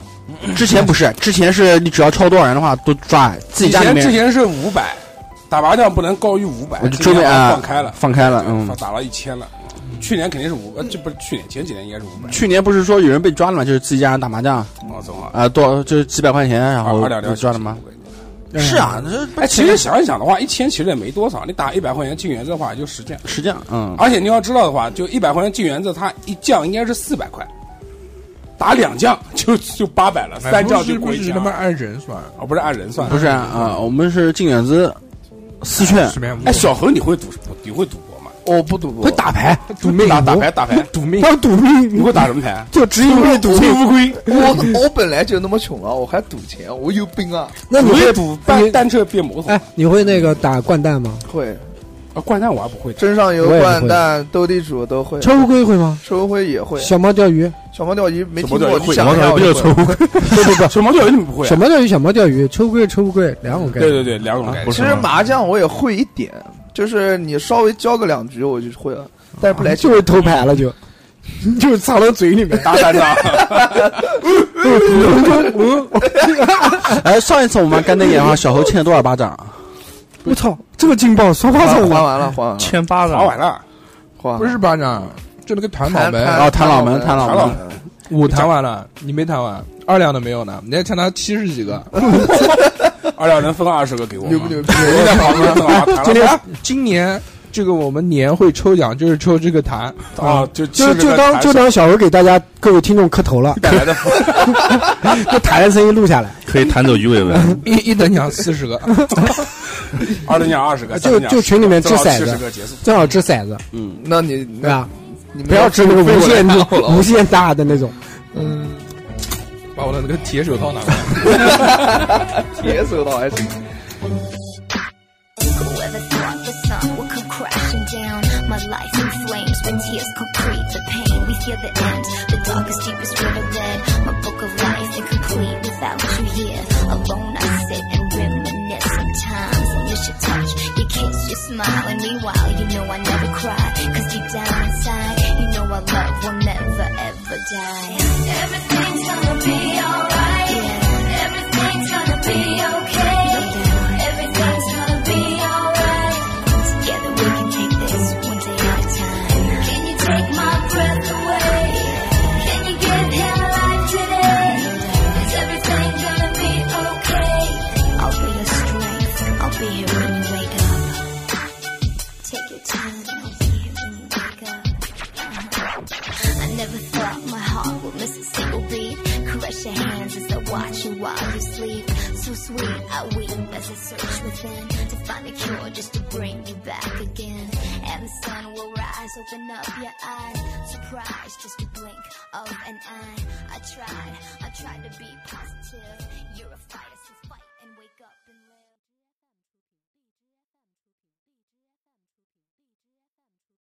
Speaker 4: 之前不是，之前是你只要超多少人的话都抓，自己
Speaker 8: 以
Speaker 4: 家里
Speaker 8: 前之
Speaker 4: 面
Speaker 8: 前是五百，打麻将不能高于五百，
Speaker 4: 我就
Speaker 8: 今
Speaker 4: 准备
Speaker 8: 年好像
Speaker 4: 啊
Speaker 8: 放开了，
Speaker 4: 放开了，嗯
Speaker 8: 放。打了一千了。去年肯定是五，呃，这不是去年，前几年应该是五百。
Speaker 4: 去年不是说有人被抓了嘛，就是自己家人打麻将
Speaker 8: 我操啊！
Speaker 4: 啊，多少就是几百块钱，然后
Speaker 8: 二两
Speaker 4: 被
Speaker 8: 两
Speaker 4: 抓了吗？？是啊，这
Speaker 8: 哎，其实想一想的话，一千其实也没多少，你打一百块钱进园子的话，也就十件。
Speaker 4: 是这样，嗯，
Speaker 8: 而且你要知道的话，就一百块钱进园子，它一降应该是四百块，打两降就就八百了，
Speaker 1: 哎
Speaker 8: 三降
Speaker 1: 不是
Speaker 8: 就
Speaker 1: 不
Speaker 8: 过一
Speaker 1: 是
Speaker 8: 降
Speaker 1: 他。妈按人算，
Speaker 8: 哦，不是按人算的，
Speaker 4: 不是啊，啊我们是进远子四券
Speaker 1: 随，便摸
Speaker 8: 哎，小何，你会赌什么？你会赌博吗？
Speaker 7: 我不赌博，
Speaker 5: 会打牌，
Speaker 1: 赌命
Speaker 8: 打打牌，打牌，
Speaker 1: 赌命，
Speaker 5: 要赌命，
Speaker 8: 你会打什么牌？
Speaker 5: 就只有会赌命。
Speaker 7: 我我本来就那么穷啊，我还赌钱，我有病啊！
Speaker 5: 那你
Speaker 8: 我
Speaker 5: 会
Speaker 8: 也赌单单车变摩托。
Speaker 5: 哎，你会那个打掼蛋吗？
Speaker 7: 会
Speaker 8: 啊，掼蛋我还不会，
Speaker 7: 蒸上油、
Speaker 5: 我也会
Speaker 7: 掼蛋、斗地主都会，
Speaker 5: 抽乌龟会吗？
Speaker 7: 抽灰也会，
Speaker 5: 小猫钓鱼，
Speaker 7: 小猫钓鱼没听
Speaker 8: 小猫
Speaker 7: 过，
Speaker 8: 钓鱼
Speaker 7: 你想
Speaker 8: 会
Speaker 7: 一下，
Speaker 6: 不就是
Speaker 7: 我
Speaker 6: 从
Speaker 8: 不不不，小毛钓鱼你们不会啊
Speaker 5: 小？猫钓鱼，小猫钓鱼，抽乌龟，抽乌龟，两种概
Speaker 8: 对
Speaker 5: 念。
Speaker 8: 对对，两种概
Speaker 6: 啊不
Speaker 8: 念。
Speaker 7: 其
Speaker 6: 是
Speaker 7: 实
Speaker 6: 吗
Speaker 7: 麻将我也会一点，就是你稍微教个两局我就会了，但是不来劲
Speaker 5: 就。是偷牌了就，就是藏到嘴里面。
Speaker 8: 打三张，
Speaker 4: 哎，上一次我们干那个的话，小猴欠了多少巴掌？
Speaker 5: 我操，这个劲爆，说话
Speaker 7: 还
Speaker 5: 操
Speaker 7: 还
Speaker 5: 我。
Speaker 1: 啊
Speaker 7: 完了，还完了，
Speaker 6: 千八
Speaker 8: 打
Speaker 6: 了，
Speaker 8: 完了。
Speaker 7: 还完
Speaker 1: 不
Speaker 7: 了。
Speaker 1: 是班长，就那个弹脑哎门，
Speaker 7: 弹
Speaker 4: 哦，谭老门，
Speaker 7: 谭
Speaker 4: 谭
Speaker 7: 老
Speaker 4: 老
Speaker 8: 门
Speaker 4: 门，
Speaker 1: 我弹完了，你没弹完，二两都没有呢，你还看他七十几个，
Speaker 8: 二两能分二十个给我吗，
Speaker 7: 牛不牛逼？
Speaker 8: 我在旁边啊，
Speaker 1: 今
Speaker 8: 谈了
Speaker 1: 年今年这个我们年会抽奖就是抽这个弹，
Speaker 8: 啊，就
Speaker 5: 就就当就当小何给大家各位听众磕头了，
Speaker 8: 带来的
Speaker 5: 就弹的声音录下来，
Speaker 6: 可以弹走鱼尾纹，
Speaker 1: 一一等奖四十个，
Speaker 8: 二等奖二十个，
Speaker 5: 就就群里面掷
Speaker 8: 七
Speaker 5: 骰
Speaker 8: 十
Speaker 5: 子，
Speaker 8: 个结束。
Speaker 5: 正好掷骰子，
Speaker 7: 那你
Speaker 5: 对吧？
Speaker 7: 你
Speaker 5: 不要掷那个
Speaker 7: 飞
Speaker 5: 无
Speaker 7: 过来
Speaker 5: 限
Speaker 7: 打我了
Speaker 5: 无限大的那种，
Speaker 7: 嗯，
Speaker 1: 把我的那个铁手套拿过来。
Speaker 7: 铁手到还行。
Speaker 9: Look where the dark is not, what come crashing down. My life in flames, when tears complete the pain. We fear the end, the darkest, deepest riverbed. My book of life incomplete without you here. Alone I sit and reminisce sometimes. I miss your touch, your kiss, your smile. And meanwhile, you know I never cry. Cause deep down inside, you know our love will never ever die. Everything's gonna be alright. Yeah. Everything's gonna be okay. Everything's gonna be alright. Together we can take this one day at a time. Can you take my breath away? Can you give him life today? Is everything gonna be okay? I'll be your strength. I'll be here when you wake up. Take your time. I'll be here when you wake up. I never thought my heart would miss a single beat. Caress your hands as I watch you while you sleep. So sweet, I weep as I search within to find a cure just to bring you back again. And the sun will rise, open up your eyes. Surprise, just a blink of an eye. I tried, I tried to be positive. You're a fighter. since-